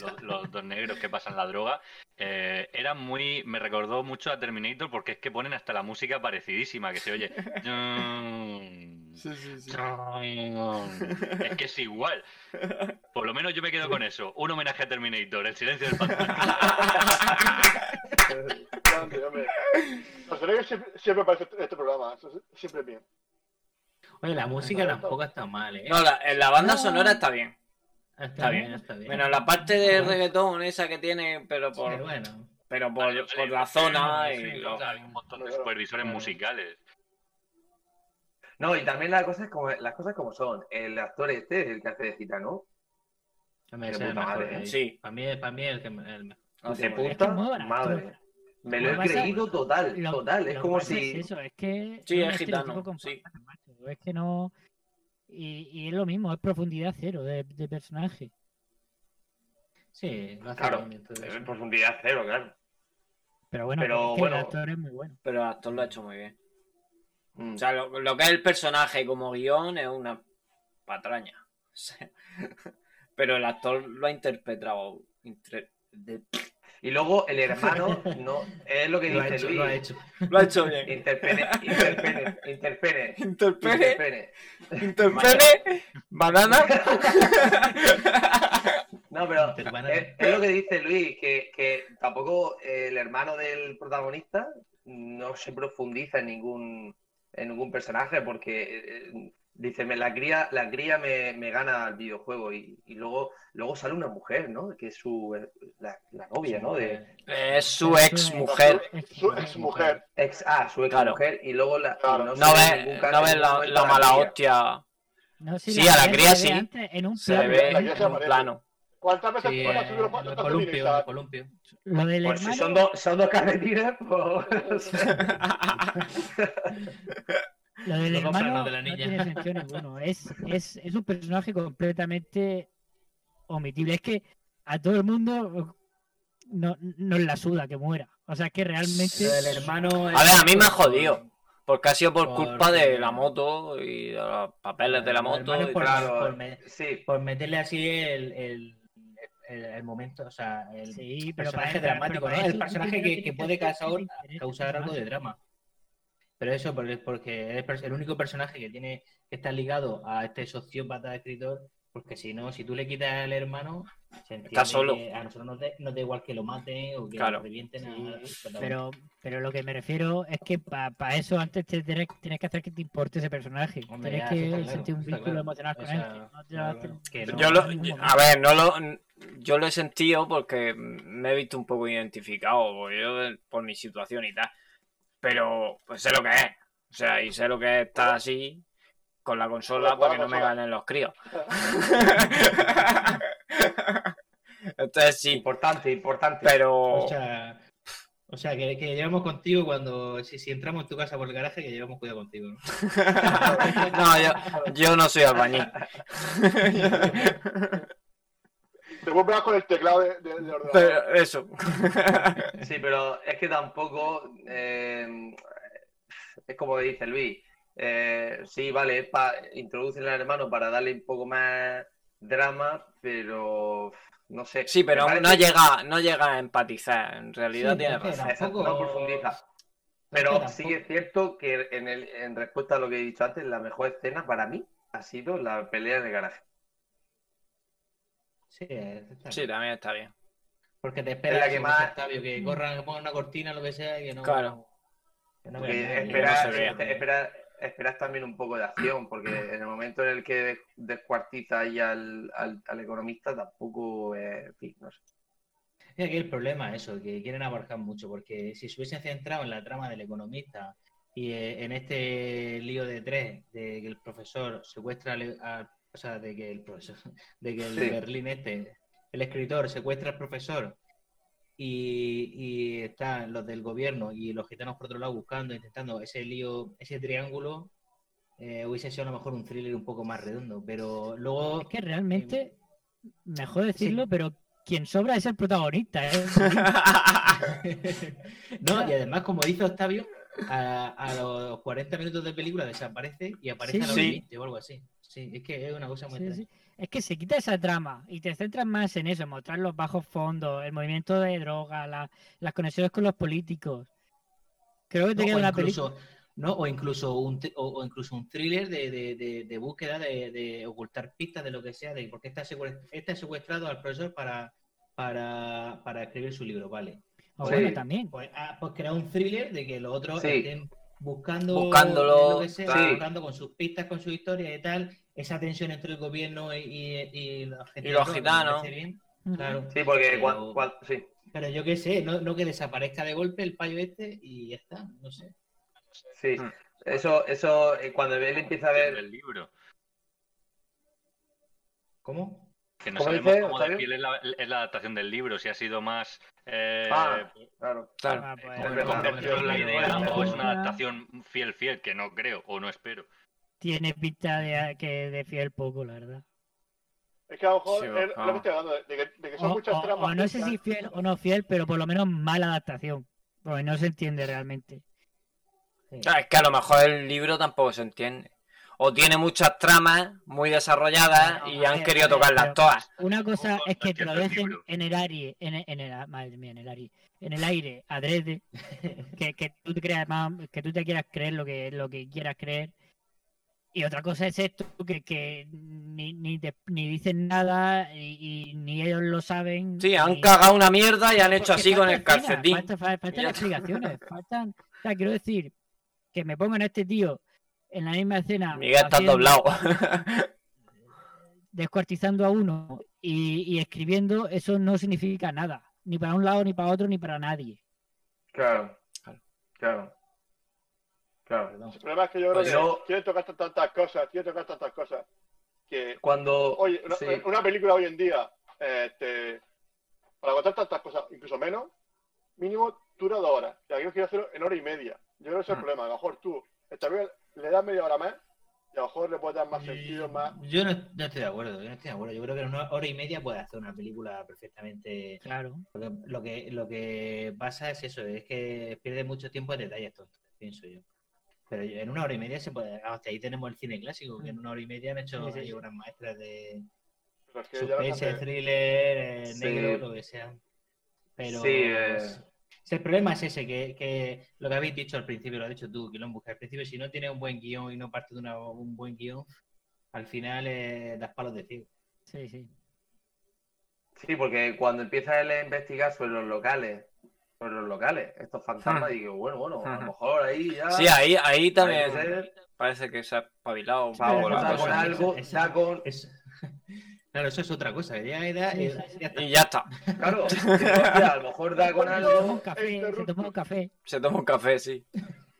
los, los dos negros que pasan la droga, eh, era muy, me recordó mucho a Terminator porque es que ponen hasta la música parecidísima, que se oye. Es que es igual. Por lo menos yo me quedo con eso. Un homenaje a Terminator, el silencio del pantano.
Grande, hombre. Los Reyes siempre, siempre aparece este- este programa, eso es- siempre es bien.
Oye, la música tampoco está mal, ¿eh?
No, la, en la banda sonora está bien. está bien.
está bien.
Menos la parte de reggaetón esa que tiene, pero
Sí,
por,
bueno.
pero por, por la zona y
Sí,
lo-
Hay un montón de supervisores musicales.
No, y también las cosas como, las cosas como son. El actor este es el que hace de gitano.
Hombre,
Qué
ese es el
puta
mejor,
madre,
eh.
Sí.
Para mí, para mí es el que el mejor.
De
Hacemos-
puta
muy barato.
madre. Me lo
Lo
he
que pasa-
creído total,
Lo-
total. Es
lo
como
que pasa
si.
Es eso, es que.
Sí,
un
es
estereotipo
gitano,
con
sí.
patas, macho. Es que no. Y, y es lo mismo, es profundidad cero de, de personaje.
Sí, lo hace
Claro.
bien, entonces,
En profundidad cero, claro.
Pero bueno,
Pero
es que
bueno.
el actor es muy bueno.
Pero el actor lo ha hecho muy bien.
Mm.
O sea, lo, lo que es el personaje como guión es una patraña. O sea, pero el actor lo ha interpretado. inter- de-
Y luego el hermano, no, es lo que
Lo ha
dice
hecho, lo ha
Luis.
hecho.
Lo ha hecho bien.
Interpene, interpene, interpene,
Interpere,
interpene.
interpere, banana.
No, pero
Interpene.
es, es lo que dice Luis, que, que tampoco el hermano del protagonista no se profundiza en ningún, en ningún personaje, porque eh, dice, me, la cría, la cría me, me gana al videojuego. Y, y luego, luego sale una mujer, ¿no? Que es su, eh, la, la novia, ¿no? De,
Es su ex mujer.
Su ex mujer.
Ex, ah, su ex
Claro.
mujer y luego la.
Claro.
y
No
sé, en
ves
ningún caso,
no ves
en
la,
ningún
la
momento
mala
cría.
hostia.
No,
Sí, a la
mujer
cría
se
sí.
ve antes en un
Se
plano,
ve
la cría
en
se
un
aparece.
plano.
¿Cuántas veces
Sí,
tú has
eh,
subido
el
fotos de
columpio, el
Lisa?
columpio.
Lo del
Pues si
hermano.
son dos, son dos carretines, pues.
Lo del
Lo compran,
hermano
lo de la
no
niña.
tiene sentido ninguno. Es, es, es un personaje completamente omitible. Es que a todo el mundo no, nos la suda que muera. O sea, que realmente.
Lo del hermano.
A ver, a mí me ha
es-
jodido. Porque ha sido por
Porque-
culpa de la moto y de los papeles de la
Lo del
moto.
hermano
y
por-
tal.
claro.
por me-
sí.
Por meterle así el, el, el- el momento, o sea, el
Sí, pero para
personaje
entrar-
dramático,
pero para
¿no?
eso
El
tú
personaje
primero
que,
tienes
que puede causar,
hacer que te interese
causar
el
algo de
personaje.
drama. Pero eso por- es porque es el pers- el único personaje que tiene que está ligado a este sociópata escritor, porque si no, si tú le quitas el hermano, se entiende
solo.
que a nosotros nos, de- nos da igual que lo maten o que
Claro.
lo revienten. a- al
Pero, pero lo que me refiero es que para eso antes te tienes, tienes que hacer que te importe ese personaje.
Hombre,
tienes
ya,
que
está claro,
sentir un
está
vínculo
claro.
emocional con
O sea,
él. No te va a hacer-
claro,
no
que no.
te va
Yo
a
lo,
hacer ningún
a
momento.
ver, no lo, yo lo he sentido porque me he visto un poco identificado porque yo, eh, por mi situación y tal. Pero pues, sé lo que es. O sea, y sé lo que es estar así con la consola
Con la
para que no me
consola.
ganen los críos. Entonces sí, pues,
Importante, importante.
pero...
O sea, o sea que, que llevamos contigo cuando. Si, si entramos en tu casa por el garaje, que llevamos cuidado contigo. ¿no?
No, yo, yo no soy albañil.
Te puedes pegar con el teclado de, de- del ordenador.
Pero eso.
Sí, pero es que tampoco. eh, es como dice Luis. eh, sí, vale, es pa, introducen al hermano para darle un poco más drama, pero. No sé.
Sí, pero no
Me parece-
llega, no llega a empatizar. En realidad
Sí,
tienes
es que
razón.
Exacto, no profundiza. Pero sí es cierto que en, el, en respuesta a lo que he dicho antes, la mejor escena para mí ha sido la pelea en el garaje.
Sí, está
Sí,
bien.
también está bien.
Porque te espera
Es la
que
que
más.
más-
Octavio, que corran, que pongan una cortina, lo que sea, y que no.
Claro.
que Pues no vean
Porque este,
nada,
esperas,
no se vea.
que-
esperas- esperas también un poco de acción, porque en el momento en el que des- descuartiza ahí al, al, al economista tampoco eh, en fin, no sé.
Es que el problema es eso, que quieren abarcar mucho, porque si se hubiesen centrado en la trama del economista y eh, en este lío de tres, de que el profesor secuestra al, al- o sea, de que el profesor, de que el
Sí.
Berlín este, el escritor secuestra al profesor y, y están los del gobierno y los gitanos por otro lado buscando, intentando ese lío, ese triángulo, eh, hubiese sido a lo mejor un thriller un poco más redondo, pero luego... eh,
Es que realmente, mejor decirlo, pero quien sobra es el protagonista. ¿eh?
No, y además, como dice Octavio, a, a los 40 minutos de película desaparece y aparece
Sí,
a los
sí.
20 o algo así. Sí, es que es una cosa muy
Sí,
extraña.
sí. Es que se quita esa trama y te centras más en eso, en mostrar los bajos fondos, el movimiento de droga, la- las conexiones con los políticos. Creo que te queda
No, o
una película.
incluso, ¿no? o incluso un thr- o, o incluso un thriller de, de- de- de búsqueda de, de ocultar pistas de lo que sea, de por qué está secuestrado, está secuestrado al profesor para, para, para escribir su libro, vale.
O
Sí.
bueno, también.
Pues, ah, pues crear un thriller de que los otros
Sí.
estén buscando
Buscándolo,
lo que sea,
sí.
buscando con sus pistas, con su historia y tal, esa tensión entre el gobierno y, y- y la gente
Y los
de Roma,
gitanos.
me parece bien, Claro.
Sí, porque
Pero-
cuan- cuan- sí.
Pero yo qué sé, no, no que desaparezca de golpe el payo este y ya está, no sé.
Sí,
Mm.
Eso, eso, eh, cuando él empieza a ver.
El libro.
¿Cómo?
Que no
¿Cómo
sabemos
dice,
cómo de
Octavio?
piel es la, es la adaptación del libro, si ha sido más. eh,
Ah, claro.
Claro.
Ah, pues,
Es
eh,
con-
verdad,
convención la
es
idea
verdad.
o es una adaptación fiel, fiel, que no creo o no espero.
Tiene pinta de que de fiel poco, la verdad.
Es que a lo mejor
Sí,
es lo que
vamos.
estoy hablando, de de que, de que son
O,
muchas
o-
tramas.
o no sé si fiel o no fiel, pero por lo menos mala adaptación. Porque no se entiende realmente.
Ah, Es que a lo mejor el libro tampoco se entiende. O tiene muchas tramas muy desarrolladas
No,
y
no, a
han
ver,
querido
a ver,
tocarlas
pero-
todas.
Una cosa
Ojo,
es que te lo
aquí está el
dejen
libro.
en el aire, en el, en el- madre mía, en el aire, en el aire, adrede, que, que tú te creas más, que tú te quieras creer lo que, lo que quieras creer. Y otra cosa es esto, que, que ni, ni, te- ni dicen nada y, y ni ellos lo saben.
Sí, han
ni-
cagado una mierda y han
Porque
hecho así con el
faltan escenas,
calcetín.
falta- fa- faltan
Ya.
explicaciones, faltan. O sea, quiero decir, que me pongan a este tío en la misma escena.
Miguel, estás
haciendo-
doblado.
descuartizando a uno y, y escribiendo, eso no significa nada. Ni para un lado, ni para otro, ni para nadie.
Claro.
Claro.
Claro. Claro.
Perdón.
El problema es que yo creo
Pues
que
yo-
quieren tocar tan- tantas cosas, quieren tocar tantas cosas, que,
Cuando.
oye, eh, una,
sí.
una película hoy en día, este, para contar tantas cosas, incluso menos, mínimo dura dos horas. Y aquí lo quiero hacerlo en hora y media. Yo creo que ese es el
Mm.
problema. A lo mejor tú, esta vez le das media hora más, y a lo mejor le puedes dar más sentido, más...
Yo no, no estoy de acuerdo, yo no estoy de acuerdo. Yo creo que en una hora y media puedes hacer una película perfectamente.
Claro.
Lo que, lo que, lo que pasa es eso, es que pierde mucho tiempo en detalles tontos, pienso yo. Pero yo- en una hora y media se puede. Hasta ahí tenemos el cine clásico, que en una hora y media han hecho
Mm. Sí, sí,
ahí
sí.
obras maestras de
pero es que ya las
suspense,
hace-
thriller, eh,
Sí.
negro, lo que sea. Pero
Sí, eh.
sí, el problema es ese, que, que lo que habéis dicho al principio, lo has dicho tú, Quilombo, que al principio si no tienes un buen guión y no partes de una- un buen guión, al final eh, das palos de ciego.
Sí, sí.
Sí, porque cuando empieza él a investigar sobre los locales, sobre los locales, estos fantasmas,
Ajá.
digo, bueno, bueno, a
Ajá.
lo mejor ahí
Hmm.
ya.
Sí, ahí, ahí
hay que
también pues
ser-
parece que se ha espabilado un
Sí,
poco
pero
la
da
vamos
con
cosa.
a-
algo,
Eso-
da con.
Eso- Claro, eso es otra cosa. Ya era,
Sí,
eh,
sí, sí.
ya está.
Y ya está.
Claro, digo, hostia, a lo mejor da con
Se tomó
eh,
un
algo.
café, se tomó un café.
Se toma un café, sí.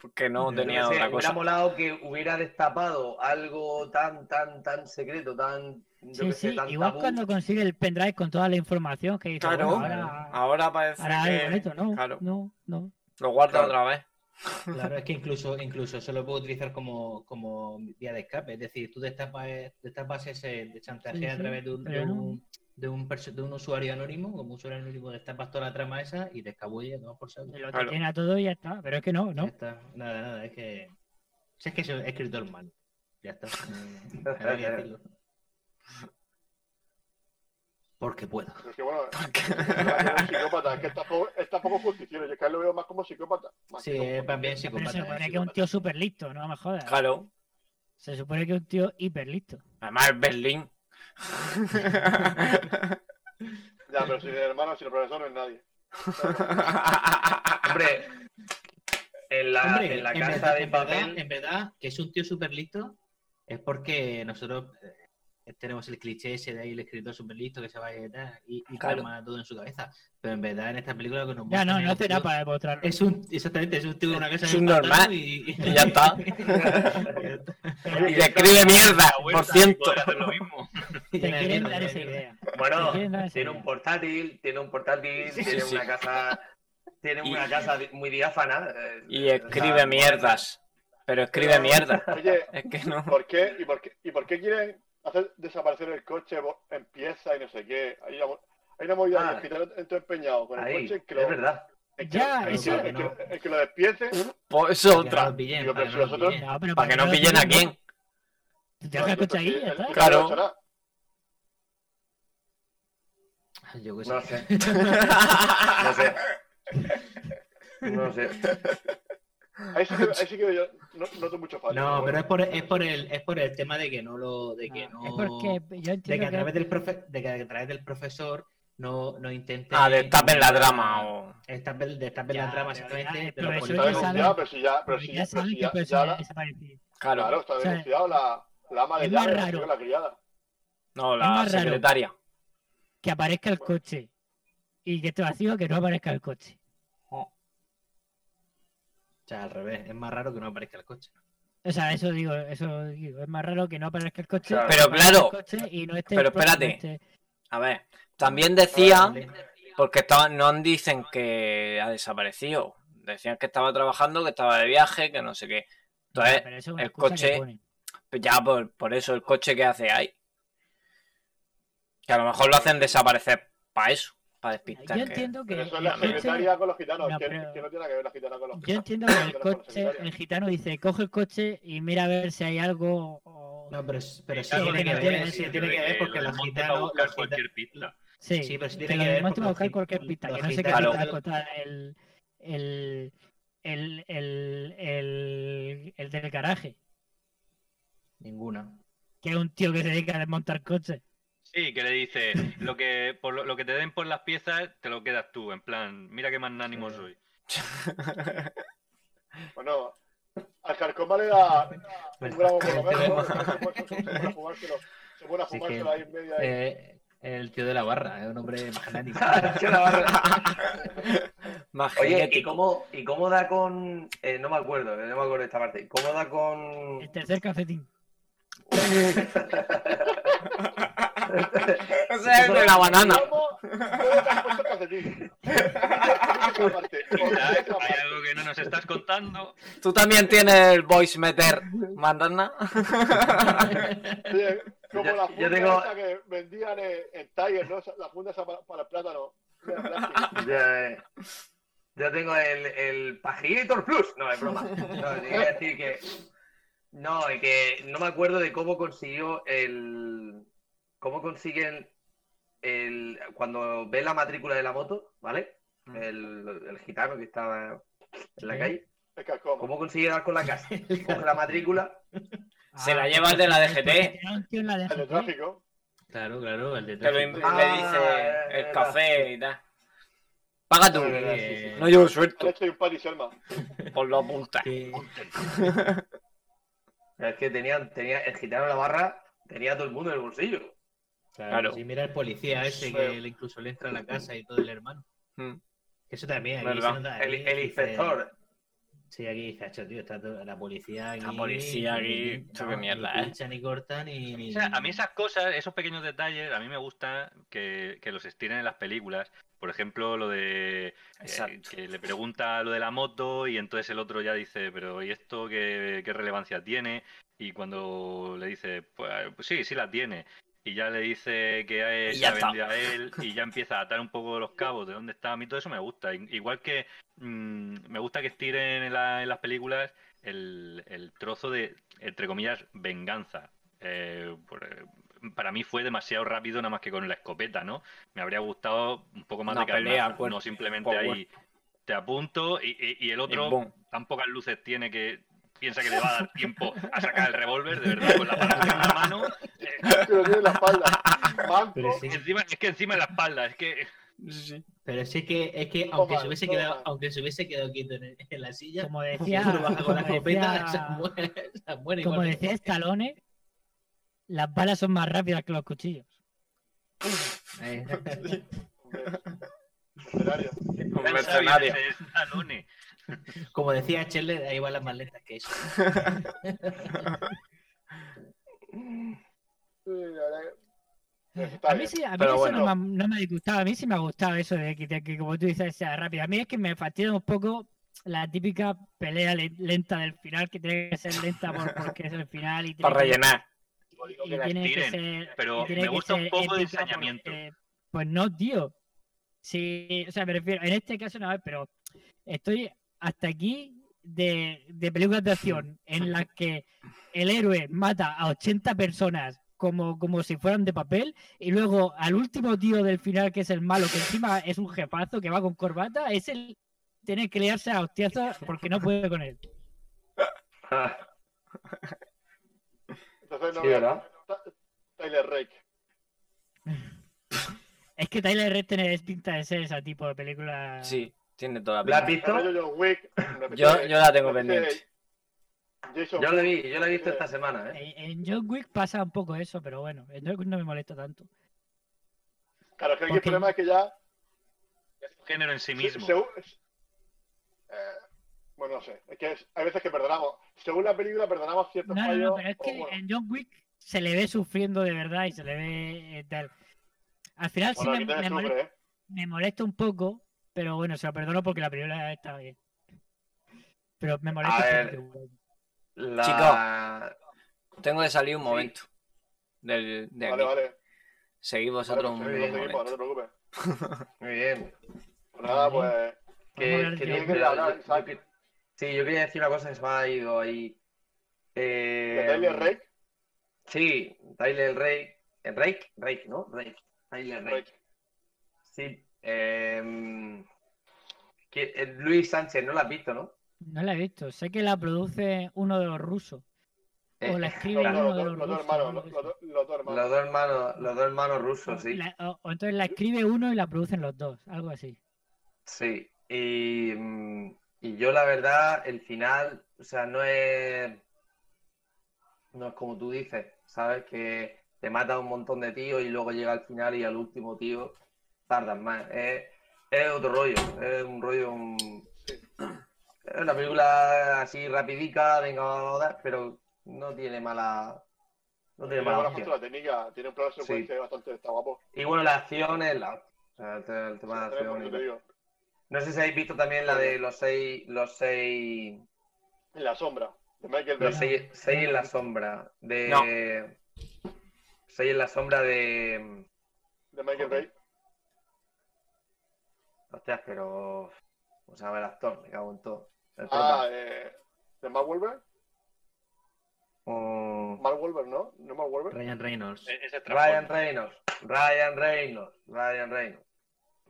Porque no
Yo
Yo
tenía
qué sé,
otra
me
cosa.
hubiera molado que hubiera destapado algo tan, tan, tan secreto, tan. Yo
Sí,
qué sé,
sí.
tan
Igual
tabú.
cuando consigue el pendrive con toda la información que dice,
Claro.
bueno, ahora,
Ahora parece
ahora
que
algo bonito, ¿no?
claro.
No, no.
lo guarda
Claro.
otra vez.
Claro, es que incluso, incluso eso lo puedo utilizar como, como vía de escape. Es decir, tú destapas, destapas ese de chantaje
Sí,
a
sí,
través de un, de,
pero no.
un, de, un perso- de un usuario anónimo, como usuario anónimo destapas toda la trama esa y te escabulles, no por saco.
Se lo
Claro.
detiene a todo y ya está. Pero es que no,
Ya
no.
está. Nada, nada, es que. Si es que soy escritor malo. Ya está. No- no voy a decirlo. Porque puedo.
pero es que, bueno,
Porque...
es un psicópata, es que tampoco, es tampoco justiciero, yo es que a él lo veo más como psicópata. más
Sí,
que como-
es también
Pero
psicópata.
se
es
supone que es un tío súper listo, no me jodas.
claro.
Se supone que es un tío hiper listo.
Además es Berlín.
Ya, pero sin el hermano, sin el profesor no es nadie.
Hombre, en la,
Hombre,
en la
en
casa
verdad-
de
en verdad-
papel.
en verdad, que es un tío súper listo, es porque nosotros eh, tenemos el cliché ese de ahí, el escritor súper listo que se va a editar y, y
Claro.
calma todo en su cabeza. Pero en verdad, en esta película lo que nos
Ya,
muestran
no,
es
no
un
hace
tío-
nada para demostrarlo.
Es un, exactamente, es un tío de una casa
Es
de
un
pantano
normal
y,
y ya está. y te escribe mierda,
La
por
vuelta y
ciento.
poder hacer lo mismo.
Te
Llena de
quieren
mierda,
dar
llena
esa
de mierda.
idea.
Bueno,
¿Qué tiene esa
tiene un
idea?
portátil, tiene un portátil,
Sí,
tiene
sí.
una casa, tiene
Y-
una casa di- muy diáfana. eh,
Y
eh, o
escribe
sea,
mierdas. Pero escribe
Pero-
mierda.
Oye,
Es que no.
¿por qué, y, por qué, ¿y por qué quieren hacer desaparecer el coche bo- en piezas y no sé qué? Hay una, mo- hay una movida
Ah.
en el hospital entero empeñado con el
Ahí,
coche Pues que lo,
es verdad.
el que-
Ya,
el que-
eso-
el que- el que lo despiece.
Pues eso
Para que no
otra.
lo pillen,
Digo,
para
pero
que
si
no lo
nosotros-
pillen.
No, pero
Para que no
lo
pillen a
pillen,
quién.
Te dejas el coche ahí, ya está.
Claro.
Yo qué sé.
No sé, no sé. No sé.
Ahí sí que, ahí sí que yo no- noto mucho fallo.
No, pero
bueno.
es por, es por el es por el tema de que no lo de que no
Ah, Es porque yo
de que a
entiendo
través
que...
del profe- de que a través del profesor no no intente
Ah, destapen la drama o.
destapen, destapen
Ya,
la drama
pero
exactamente
ya, el
de los
profesor
Está
ya
políticos.
sabe-
denunciado, pero si ya, pero si,
Ya
pero
saben
si
que el
ya, ya
profesor
la-
ya desaparecido.
Claro.
claro, está
O sea,
denunciado la, la ama de
es más
llave,
raro.
la criada.
No,
Es
la
más raro.
secretaria.
Que aparezca el coche. Y que esté vacío, que no aparezca el coche.
O sea, al revés, es más raro que no aparezca el coche.
O sea, eso digo, eso digo, es más raro que no aparezca el coche.
Claro.
que
Pero
aparezca el
claro,
coche y no esté
pero
el propio
espérate.
coche.
A ver, también decía,
Vale.
porque estaba, no dicen que ha desaparecido. Decían que estaba trabajando, que estaba de viaje, que no sé qué. Entonces,
Pero eso es una
el
excusa que
coche-
ponen.
Pues Ya por, por eso el coche que hace ahí. Que a lo mejor lo hacen desaparecer para eso, para despistar.
Yo
que-
entiendo que.
Pero eso
el
es la
no, no.
secretaria con los gitanos.
No,
¿Quién-
pero-
quién no tiene que ver la gitana con los
Yo
gitanos?
entiendo que el
Pero por
coche,
secundaria.
el gitano dice, coge el coche y mira a ver si hay algo. o-
No, pero, pero
Sí,
sí, tiene
tiene
que
que
ver,
ver,
sí,
sí,
tiene que ver porque los
montes para
gitanos.
buscar
los gitanos-
cualquier pista.
Sí,
Sí, pero sí tiene
te
que
lo
ver
demás
porque
te va a
los
buscar
gi-
cualquier pista,
los
que no sé qué
gitanos-
pista acotar el, el, el, el, el, el del garaje,
Ninguna.
que es un tío que se dedica a desmontar coches.
Sí, que le dice, lo que, por lo, lo que te den por las piezas, te lo quedas tú, en plan, mira qué magnánimo
Sí.
soy.
Bueno, al carcoma le da un gramo por lo menos. ¿no? Se pone a fumárselo- se pone a
Sí, que-
fumárselo ahí en medio. ahí.
Eh, el tío de la barra, es un hombre magnánimo.
Más
Oye, ¿y
genético.
cómo, ¿y cómo da con.? eh, no me acuerdo, no me acuerdo de esta parte. ¿Cómo da con.?
El tercer cafetín.
Ese es el de la banana.
¿Cómo? ¿Dónde te has puesto el calcetín? Esa parte,
Isaac,
esa
hay
parte.
algo que no nos estás contando.
Tú también tienes el voice meter mandana.
Oye, eh, Como
Yo-
la
yo
funda
tengo-
esa que vendían en, en Tiger, ¿no? Esa- La funda esa para, para el plátano. de plástico.
Ya, eh, yo tengo el, el Pajigator Plus. No, es broma. No, te quería decir que. No, y que no me acuerdo de cómo consiguió el. Cómo consiguen el. Cuando ve la matrícula de la moto, ¿vale? El, el gitano que estaba en la
Sí.
calle.
El carcoma.
¿Cómo consigue dar con la casa? Coge la matrícula.
Se la lleva el de la DGT.
Era Ah, un tío en la
El de
DGT.
tráfico.
Claro, claro, el de
Te lo
tráfico.
in-
Ah,
le dice el
verdad.
café y tal. Paga tú.
verdad,
sí, sí.
No llevo
Han
suelto
hecho ahí un Paddy Sherman.
por los puntas.
Que-
Es que tenía, tenía el gitano en la barra, tenía a todo el mundo en el bolsillo.
Claro.
Claro, sí, mira el policía ese que le- incluso le entra a la casa y todo el hermano.
Mm.
Que Eso también, aquí
Verdad.
se nota,
El,
aquí
el
dice-
inspector.
Sí, aquí dice, "Acho, tío, está todo- la policía aquí.
La policía aquí, esto qué mierda,
ni
¿eh?"
pincha, ni corta, ni.
O
ni-
sea, a mí esas cosas, esos pequeños detalles, a mí me gusta que, que los estiren en las películas. Por ejemplo, lo de eh,
Exacto.
que le pregunta lo de la moto y entonces el otro ya dice, pero ¿y esto qué, qué relevancia tiene? Y cuando le dice, pues, pues sí, sí la tiene. Y ya le dice que a él,
Y ya
la
está.
vendió a él y ya empieza a atar un poco los cabos de dónde está. A mí todo eso me gusta. I- Igual que mm, me gusta que estiren en, la- en las películas el, el trozo de, entre comillas, venganza. Eh, por- eh, para mí fue demasiado rápido nada más que con la escopeta, ¿no? Me habría gustado un poco más
Una
de calma,
pelea,
pues,
cuerpo
no simplemente
por
ahí te apunto y, y- y el
Y
otro
boom.
tan pocas luces tiene que piensa que le va a dar tiempo a sacar el revólver, de verdad, con la palanca en la mano. Eh,
Que lo tiene en la espalda.
Pero
Manco.
sí,
encima- es que encima en la espalda, es que
pero sí que, es que
Todo
aunque
mal,
se hubiese
todo
quedado,
mal.
aunque se hubiese quedado quieto en, en la silla,
Como decía,
con
como
la escopeta, se
decía,
muere, se muere
como
igual.
decía Stallone, las balas son más rápidas que los cuchillos.
Eh,
Hombre, funerario.
Un
tan
mercenario.
sabio es Stallone.
Como decía Chandler, ahí van las maletas que eso.
Sí, la verdad que- Eso está
A mí
bien.
sí, a mí
Pero
eso
bueno.
no, me, ha- no me ha disgustado, a mí sí me ha gustado eso de que, de que, como tú dices, sea rápido. A mí es que me fastidia un poco la típica pelea le- lenta del final, que tiene que ser lenta por- porque es el final y tiene
Para
que-
rellenar.
y
que la
tiene que
estiren,
ser-
pero
y tiene
me
que
gusta un
ser
poco de
épica
ensañamiento.
porque- Pues no, tío. Sí, o sea, me refiero, en este caso no, pero estoy hasta aquí de, de películas de acción en las que el héroe mata a 80 personas como, como si fueran de papel y luego al último tío del final que es el malo, que encima es un jefazo que va con corbata, es el tener que liarse a hostiazos porque no puede con él.
Entonces no
Sí,
veo-
¿verdad?
Ta- Tyler Rake.
Es que Tyler Redden es pinta de ser ese tipo de película.
Sí, tiene toda
¿La
la
has
pinta.
visto?
Rollo John Wick, una especie
Yo,
de-
yo la tengo
una especie de
pendiente.
Jason
Yo la
Bourne.
vi, yo la he visto esta semana, ¿eh?
En en John Wick pasa un poco eso, pero bueno, en John Wick no me molesta tanto.
Claro, es que aquí el
Porque-
problema es que ya.
Género en sí
se-
mismo.
se- eh, Pues no sé. Es que es- hay veces que perdonamos. Según la película, perdonamos
No,
ciertos
no,
fallos.
no, pero es
o
que
bueno,
en John Wick se le ve sufriendo de verdad y se le ve eh, tal. Al final
bueno,
sí
aquí
me, me
tenés
molesta,
sufre, ¿eh?
me molesta un poco, pero bueno, se lo perdono porque la película está bien. Pero me molesta
A
un
ver.
poco. igual.
La...
Tengo que salir un momento. Del, de
Vale,
aquí.
vale.
Seguid
Vale,
vosotros
pues
un
seguimos, seguimos, no
momento.
te preocupes.
Muy bien.
Pues nada,
Vale.
pues.
Vamos a hablar
Que,
de
que
John
yo-
Wick.
quería
yo-
hablar,
yo-
¿sabes?
que- sí, yo quería decir una cosa que se me ha ido ahí.
¿De
Eh,
Tyler Rake?
Sí, Tyler Rake. eh, Rake, Rake, ¿no? Rake. Tyler Rake.
Rake.
Sí. eh, que- eh, Luis Sánchez, no lo has visto, ¿no?
No la he visto. Sé que la produce uno de los rusos. O la
Eh,
escribe
Los
uno
dos,
de
los
los
dos- los dos
rusos.
hermanos,
algo
los
de
los
eso.
dos los dos hermanos.
los dos hermanos, los dos hermanos rusos, Ah, sí.
La- o- o entonces la escribe uno y la producen los dos, algo así.
Sí, y, mm, y yo la verdad, el final, o sea, no es, no es como tú dices, ¿sabes? Que te mata un montón de tíos y luego llega al final y al último tío tardan más. Es, es otro rollo, es un rollo, un- es una película así rapidica, venga, vamos a dar, pero no tiene mala, no tiene
Tiene
mala
buena
opción.
factura técnica, tiene un plano de secuencia bastante, está guapo.
Y bueno, la acción es la, o sea, el tema de la
Sí,
acción y
te
tal.
digo,
No sé si habéis visto también la de los seis, los seis,
En la sombra, de Michael Bay.
los seis, seis en la sombra de, seis en la sombra de,
De Michael Bay.
hostias, pero, o sea, el actor, me cago en todo. El
Ah,
prota.
eh, de Mark Wolver.
Mm,
Mark Wolver, ¿no? No Mark Wolver.
Ryan Reynolds.
E- Ese trapón.
Ryan Reynolds, Ryan Reynolds, Ryan Reynolds.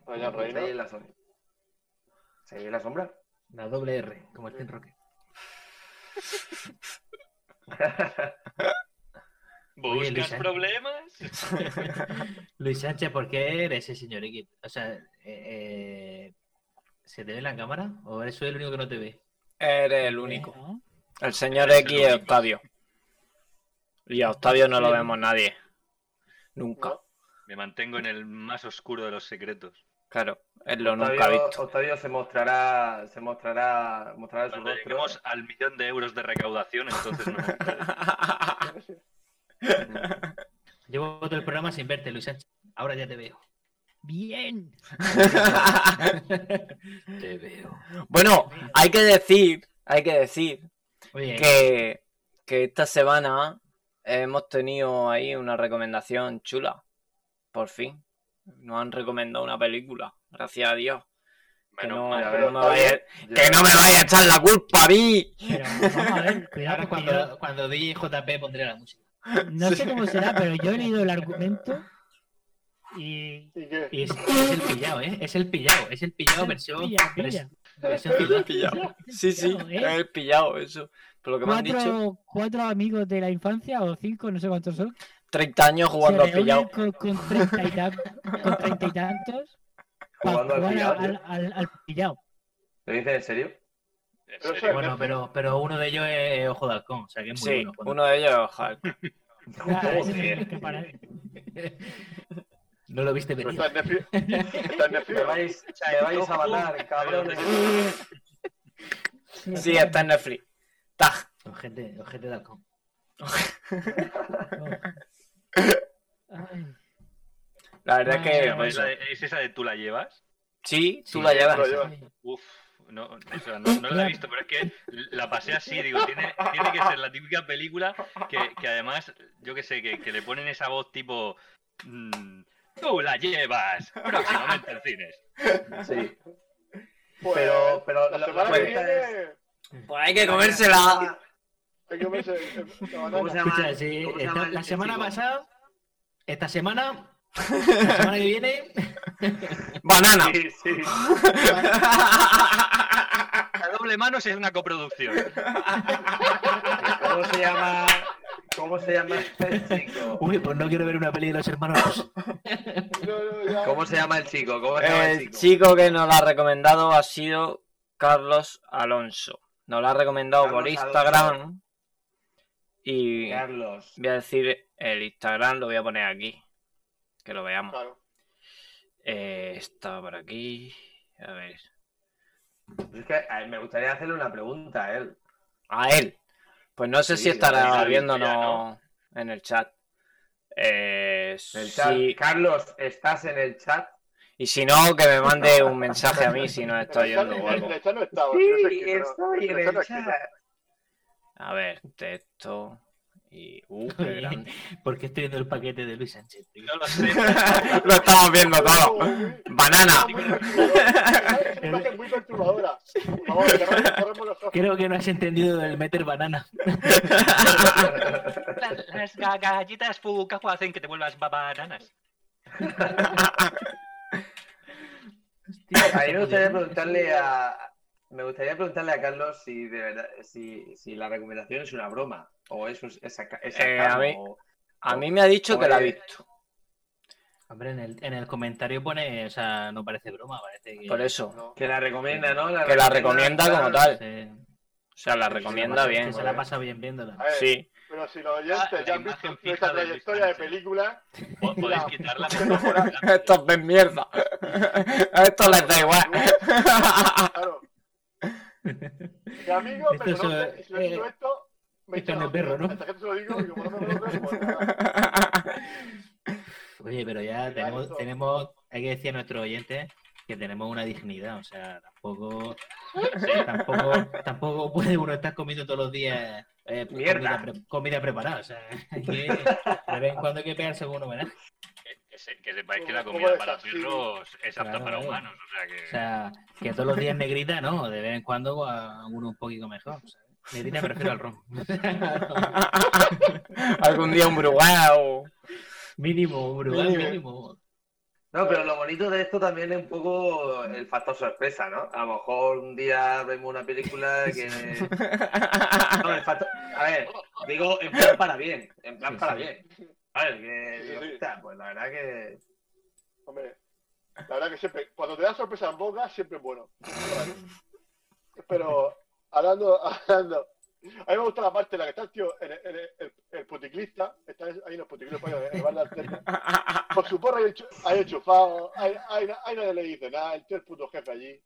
Ryan
Seis en
Reynolds.
la sombra. Seis en la sombra.
La doble R, como el Team Rocket.
¿Buscas
Oye, Luis, ¿eh?
problemas?
Luis Sánchez, ¿por qué eres ese señor X? O sea, eh, eh, ¿se te ve en la cámara? ¿O eres soy el único que no te ve?
Eres el
Eh,
único.
¿no?
El señor
Eres el
X es
único.
Octavio. Y a Octavio no lo
Sí.
vemos nadie. Nunca.
No.
Me mantengo en el más oscuro de los secretos.
Claro, él lo nunca ha
Octavio,
visto.
Octavio se mostrará, se mostrará, mostrará su
Cuando
rostro.
lleguemos al millón de euros de recaudación, entonces no.
Llevo todo el programa sin verte, Luis Sánchez. Ahora ya te veo.
Bien.
te veo.
bueno, hay que decir, hay que decir
Oye,
que, que esta semana hemos tenido ahí una recomendación chula. Por fin. Nos han recomendado una película. Gracias a Dios. Que
Menos
no,
mal.
ya
que
veo.
no me vaya,
Ya.
que no me vaya a echar la culpa a mí.
Pero vamos a ver, cuidado
ahora
porque
cuando, cuando DJ JP pondré la música.
yo- no sé cómo será, pero yo he leído el argumento y
¿Y qué?
Y es, es el pillado, ¿eh? Es el pillado. Es el pillado versión.
Pilla, pilla.
vers- versión pillao.
Sí, sí,
Pillado, ¿eh?
he pillado eso. Por lo que me han dicho,
cuatro, cuatro amigos de la infancia o cinco, no sé cuántos son,
30 años jugando
se
al
reúnen
pillado.
con, con treinta y tan- con treinta y tantos para
Jugando al
jugar
pillao,
al, al- al pillao.
¿Lo dices en serio?
¿En
Pero
serio?
Bueno, pero, pero uno de ellos es Ojo de Halcón, o sea que es muy
Sí,
bueno. cuando-
uno de ellos, Hulk.
Claro, ese
Joder.
es el que para-
No lo viste
Pero
Pues
venir.
está en Netflix. Está en Netflix.
Me vais,
eh,
me vais a matar, cabrones.
Sí, está en Netflix. Tag.
Ojete, ojete de Halcón.
Ay,
La verdad
Ah,
que. pues
¿Es
eso.
la de- ¿Es esa de tú la llevas?
Sí, tú
Sí,
la llevas.
Lo lleva.
ay.
Uf, no, o sea, no, no la he visto, pero es que la pasé así, digo, tiene, tiene que ser la típica película que, que además, yo que sé, que, que le ponen esa voz tipo... mm, Tú la llevas próximamente en cines.
Sí.
Pues,
Pero- pero
la
lo-
semana
pues-
que viene.
Pues hay que comérsela.
Hay que verse. eh, la
¿Cómo se
banana.
llama?
Escucha, sí,
¿Cómo se
esta-
llama el
la semana
chico?
pasada, esta semana, la semana que viene,
Banana.
Sí, sí.
A doble manos es una coproducción.
¿Cómo se llama? ¿Cómo se llama el chico?
uy, pues no quiero ver una peli de los hermanos.
No, no, ya.
¿Cómo se llama el chico? ¿Cómo se llama
El
el chico?
chico que nos la ha recomendado ha sido Carlos Alonso. Nos la ha recomendado por
Carlos
Instagram. Y
Carlos.
voy a decir el Instagram, lo voy a poner aquí. Que lo veamos.
Claro.
Eh, está por aquí. A ver.
Yo es que a él me gustaría hacerle una pregunta a él.
A él. Pues no sé
Sí,
si estará
David
viéndonos
Villano.
en el chat. Eh,
En el chat.
sí.
Carlos, ¿estás en el chat?
Y si no, que me mande un mensaje a mí si no está
En el
oyendo o
chat- en
algo.
el chat no estaba. Ah, no sé quién, pero- en el chat no es que no.
A ver, texto y... Uh, qué grande.
¿Por qué estoy viendo el paquete de Luis Sánchez? tío?
No lo sé.
Lo estamos viendo todo. Banana.
Es eh, una imagen muy perturbadora. Vamos, cerramos- cerramos los ojos.
Creo que no has entendido el meter banana.
Las, galletas Fuca hacen que te vuelvas babananas.
A mí me gustaría preguntarle a. Me gustaría preguntarle a Carlos si de verdad, si, si la recomendación es una broma. O es un es saca- es
Eh, a
sarcasmo,
mí-
o-
A mí me ha dicho que la ha
Oye.
visto.
Hombre, en el, en el comentario pone, o sea, no parece broma, parece que...
Por eso.
Que la recomienda, ¿no?
Que la recomienda como
claro.
tal.
se-
O sea, la
que se
recomienda
pasa- que
bien.
Se la pasa bien viéndola.
A ver,
Sí.
Pero si los oyentes
Ah, la
ya han
imagen
visto
fija
nuestra
de Luis
trayectoria de
Sánchez.
película,
Po- Podéis quitarla.
Estos de mierda. A estos les da igual.
claro. Mi amigo,
Esto
pero no
es,
sé, si le digo
eh,
esto, me
esto es
echa
de perro,
otro.
¿no?
A esta gente se lo digo y como no me lo creo, pues nada.
Oye, pero ya
Claro,
tenemos,
eso.
tenemos, hay que decir a nuestros oyentes que tenemos una dignidad, o sea, tampoco,
¿Eh?
tampoco, tampoco puede uno estar comiendo todos los días eh,
Mierda.
comida, pre- comida preparada, o sea, hay que, de vez en cuando hay que pegarse con un homenaje.
Que, se- que sepáis que la
¿Cómo
comida
de
para
sashimi?
perros es apta
Claro,
para
eh.
humanos. O sea que.
O sea, que todos los días negrita, no, de vez en cuando a uno un poquito mejor. ¿sabes? Negrita prefiero al ron.
Algún día un brugado.
mínimo, brutal,
Mínimo.
mínimo.
No, pero lo bonito de esto también es un poco el factor sorpresa, ¿no? A lo mejor un día vemos una película que. No, el factor. A ver, digo, en plan para bien. En plan
Sí,
para
sí.
bien. A ver, que.
Sí, sí, sí.
hostia, Pues la verdad que.
Hombre, la verdad que siempre, cuando te da sorpresa en boca, siempre es bueno. Pero, hablando, hablando, a mí me gusta la parte en la que está el tío, el, el, el, el puticlista, está ahí en los puticlistas, para el bar de Arteta, con su porra ahí enchu- ahí enchufado, ahí, ahí, na- ahí nadie le dice nada, el tío es el puto jefe allí.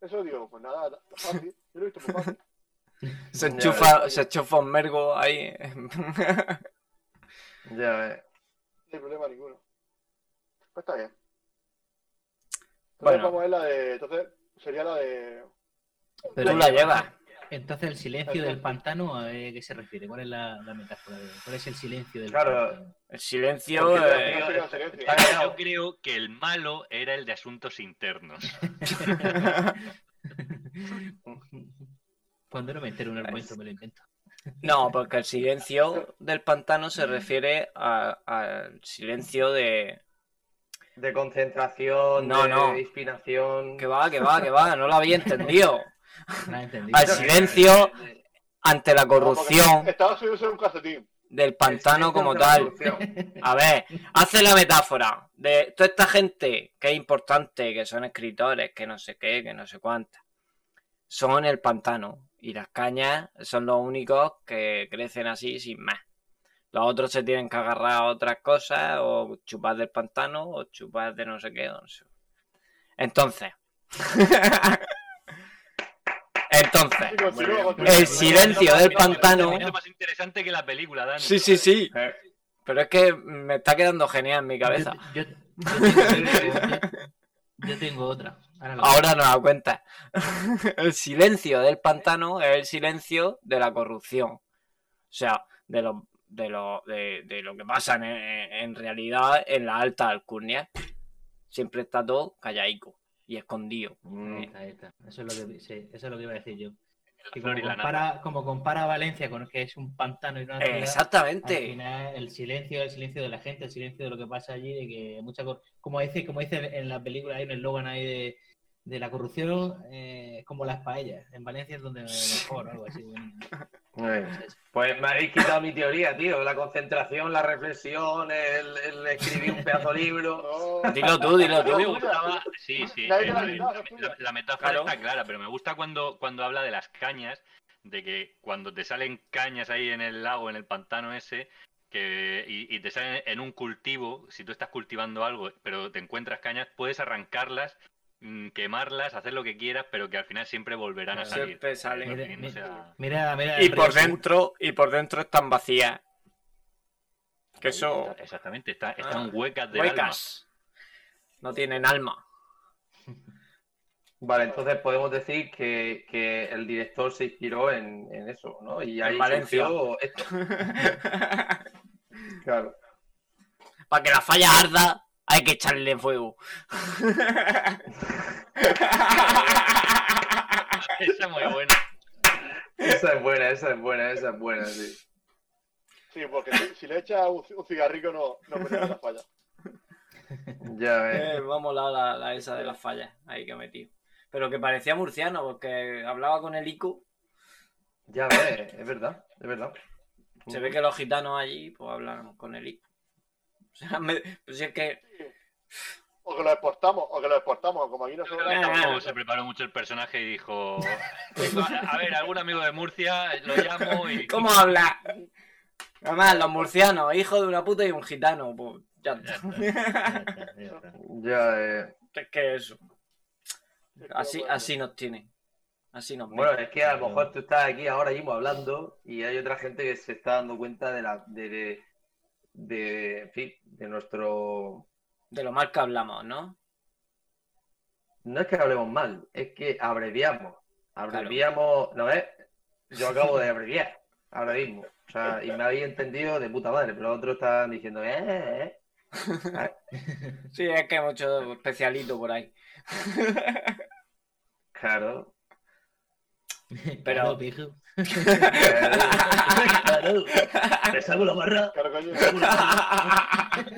Eso digo, pues nada, fácil, yo lo he visto muy fácil.
Se enchufa, se enchufa un mergo ahí.
Ya ves.
No hay problema ninguno. Pues está bien. Entonces
Bueno.
vamos a ver la de, entonces sería la de...
Pero-
Tú la llevas.
Entonces, el silencio del pantano, ¿a qué se refiere? ¿Cuál es la, la metáfora? de- ¿Cuál es el silencio del
Claro.
pantano?
El
¿Por
silencio.
qué te
eh,
ríes?
No se queda en silencio.
Está
Yo
callado.
creo que el malo era el de asuntos internos.
Cuando no me entero un argumento,
Es-
me lo invento.
No, porque el silencio del pantano se refiere a- al silencio de.
De concentración,
No,
de
no.
inspiración.
Que va, que va, que va, no lo había entendido.
No has entendido.
Al silencio ante la
No, porque
corrupción
Estados Unidos es un calcetín.
del pantano como tal. A ver, hace la metáfora de toda esta gente que es importante, que son escritores, que no sé qué, que no sé cuántas, son el pantano y las cañas son los únicos que crecen así sin más. Los otros se tienen que agarrar a otras cosas o chupar del pantano o chupar de no sé qué. no sé. Entonces, entonces,
Sí, continúa,
pues,
continúa.
el silencio del pantano.
Es más interesante que la película, Dani.
sí, sí, sí. Pero es que me está quedando genial en mi cabeza.
Yo, yo- yo tengo, yo- yo tengo otra. Ahora, lo-
Ahora nos da cuenta. El silencio del pantano es el silencio de la corrupción. O sea, de lo, de lo, de, de lo que pasa en, en- en realidad en la alta alcurnia. Siempre está todo callaico y escondido.
Ahí está, ahí está. Eso es lo que, sí, eso es lo que iba a decir yo. Que
La
como,
flor y la nata.
compara, como compara Valencia con que es un pantano y una ciudad, Al
Exactamente.
final, el silencio, el silencio de la gente, el silencio de lo que pasa allí, de que mucha cor- como dice, como dice en la película, hay un eslogan ahí de, de la corrupción eh, es como las paellas. En Valencia es donde mejor o algo así.
Pues me habéis quitado mi teoría, tío. La concentración, la reflexión, el, el escribir un pedazo de libro.
No,
Dilo tú, dilo
A mí me
tú.
gustaba- sí, sí,
Nadie
eh,
la
la,
mitad,
la-
Julio.
la metáfora
Claro.
está clara, pero me gusta cuando, cuando habla de las cañas, de que cuando te salen cañas ahí en el lago, en el pantano ese, que, y, y te salen en un cultivo, si tú estás cultivando algo, pero te encuentras cañas, puedes arrancarlas mm, quemarlas, hacer lo que quieras, pero que al final siempre volverán a
Claro.
salir.
Siempre salen.
Refiriéndose a-
Mira, mira.
Y
el
por
precio.
dentro, y por dentro están vacías. Que eso. Ah.
Exactamente, está- están huecas de
Huecas. No tienen alma.
Vale, entonces podemos decir que, que el director se inspiró en, en eso, ¿no? Y ahí
Valencia.
surgió esto,
Para
claro.
que la falla arda, hay que echarle fuego.
alma. Esa es muy buena.
Esa es buena, esa es buena, esa es buena, sí.
Sí, porque si, si le echas un, ci- un cigarrillo no, no puede haber la falla.
Ya ves.
Eh, me ha molado la, la esa de las fallas ahí que ha metido. Pero que parecía murciano, porque hablaba con el ICO.
Ya ves, es verdad, es verdad.
Se ve que los gitanos allí, pues hablan con el ICO. O sea, me- pues es que.
O que lo exportamos, o que lo exportamos, como aquí no se
Eh,
Creo que tampoco se preparó mucho el personaje y dijo: A ver, algún amigo de Murcia, eh, lo llamo y.
¿Cómo habla? Además, los murcianos, hijo de una puta y un gitano. Pues ya
Ya
está.
Ya está, ya está.
Ya ves.
Es que eso. Así,
Bueno.
así nos tienen. Así nos
Bueno,
ven.
es que a lo mejor tú estás aquí ahora mismo hablando y hay otra gente que se está dando cuenta de la de, de, en fin, de nuestro
De lo mal que hablamos, ¿no?
no es que hablemos mal, es que abreviamos. Abreviamos, ¿no ves? Yo acabo de abreviar ahora mismo. O sea, y me habéis entendido de puta madre, pero los otros están diciendo, eh, eh, eh.
Sí, es que hay mucho especialito por ahí.
Claro.
Claro, pijo.
Eh, Claro. Pensamos la barra.
Claro, coño.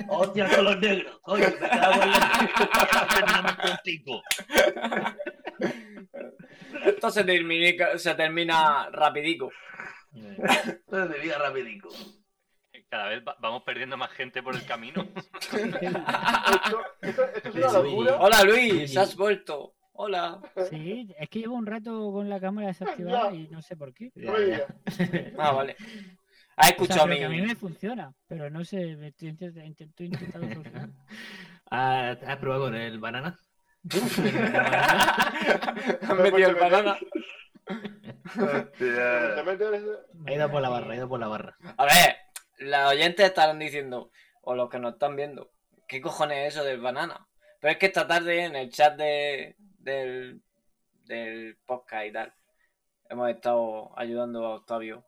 Hostia, con los negros. Coño, me cago en la...
Esto se termina, se termina rapidico.
Esto es de vida rapidico.
Cada vez va- vamos perdiendo más gente por el camino.
Esto, esto- esto es una locura.
Hola Luis, has vuelto. Hola.
Sí, es que llevo un rato con la cámara desactivada y no sé por qué.
No me digas.
Ah, vale. Has
O sea,
escuchado
pero que a mí
mi.
me funciona, pero no sé, me estoy, intent- intento- intentando solucionar.
¿Has Ah, has probado con el banana?
Has metido el banana.
Cuando te
Hostia.
metes-
Ha ido por la barra, ha ido por la barra.
A ver, los oyentes estarán diciendo, o los que nos están viendo, ¿qué cojones es eso del banana? Pero es que esta tarde en el chat de, del, del podcast y tal, hemos estado ayudando a Octavio.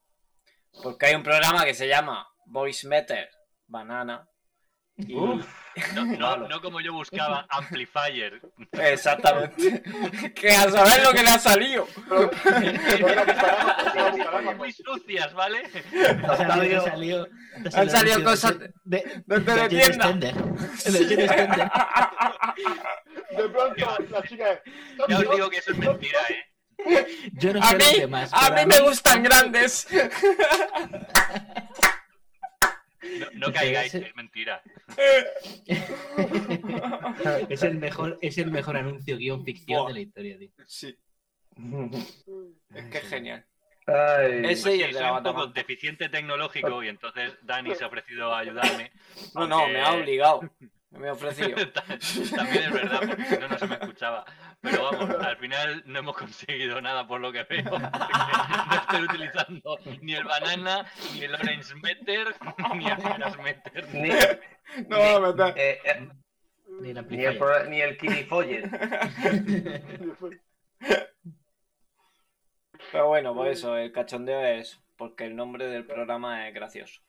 Porque hay un programa que se llama Voice Meter Banana. Y-
No, no,
Malo.
no como yo buscaba amplifier.
Exactamente. que a saber lo que le ha salido.
Pero- pero era Bucaramanga, era Bucaramanga,
Muy sucias, ¿vale?
Te ha salido- te ha salido- te ha
Han salido
un tío
cosas
de- de
de
de Jerry
teletienda.
Stender. De Jerry Stender.
De pronto la chica es.
Ya os digo que eso es mentira, ¿eh?
Yo no
A
sé los
mí,
demás.
a
pero
mí me gustan grandes.
No, no caigáis, es mentira.
Es el mejor, es el mejor anuncio guión ficción
Buah.
de la historia, tío.
Sí, es que es genial.
Ay,
Ese
Pues
y
sí,
el de
soy
la
un poco
bata.
deficiente tecnológico y entonces Dani se ha ofrecido a ayudarme.
No, no, me ha
aunque-
obligado. Me ha ofrecido.
También es verdad, porque si no, no se me escuchaba. Pero vamos, al final no hemos conseguido nada por lo que veo. porque No estoy utilizando ni el banana, ni el orange meter, ni el peras meter.
Ni,
No va a meter.
eh, eh,
Ni la
ni el,
amplifier.
pro- ni el Kirifoyen.
Pero bueno, por eso, el cachondeo es porque el nombre del programa es gracioso.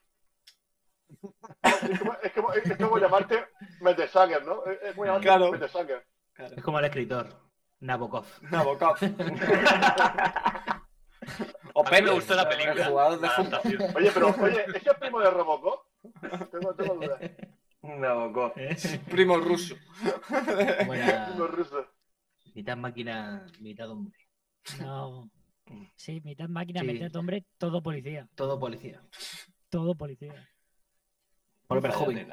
Es como- es como- es como llamarte Metesanger, ¿no? Es es como llamarte
Claro.
Metesanger.
Claro.
Es como el escritor, Nabokov.
Nabokov. o
A mí me
Pele,
gustó la película.
El jugador de
la
fútbol.
adaptación.
Oye, pero, oye, ¿es que es primo de Robocop? Tengo, tengo dudas.
Nabokov.
Primo ruso.
¿eh? Como era
Primo ruso.
mitad máquina, mitad hombre.
No. Sí, mitad máquina,
Sí.
mitad hombre, todo policía.
Todo policía.
Todo policía.
Hombre joven.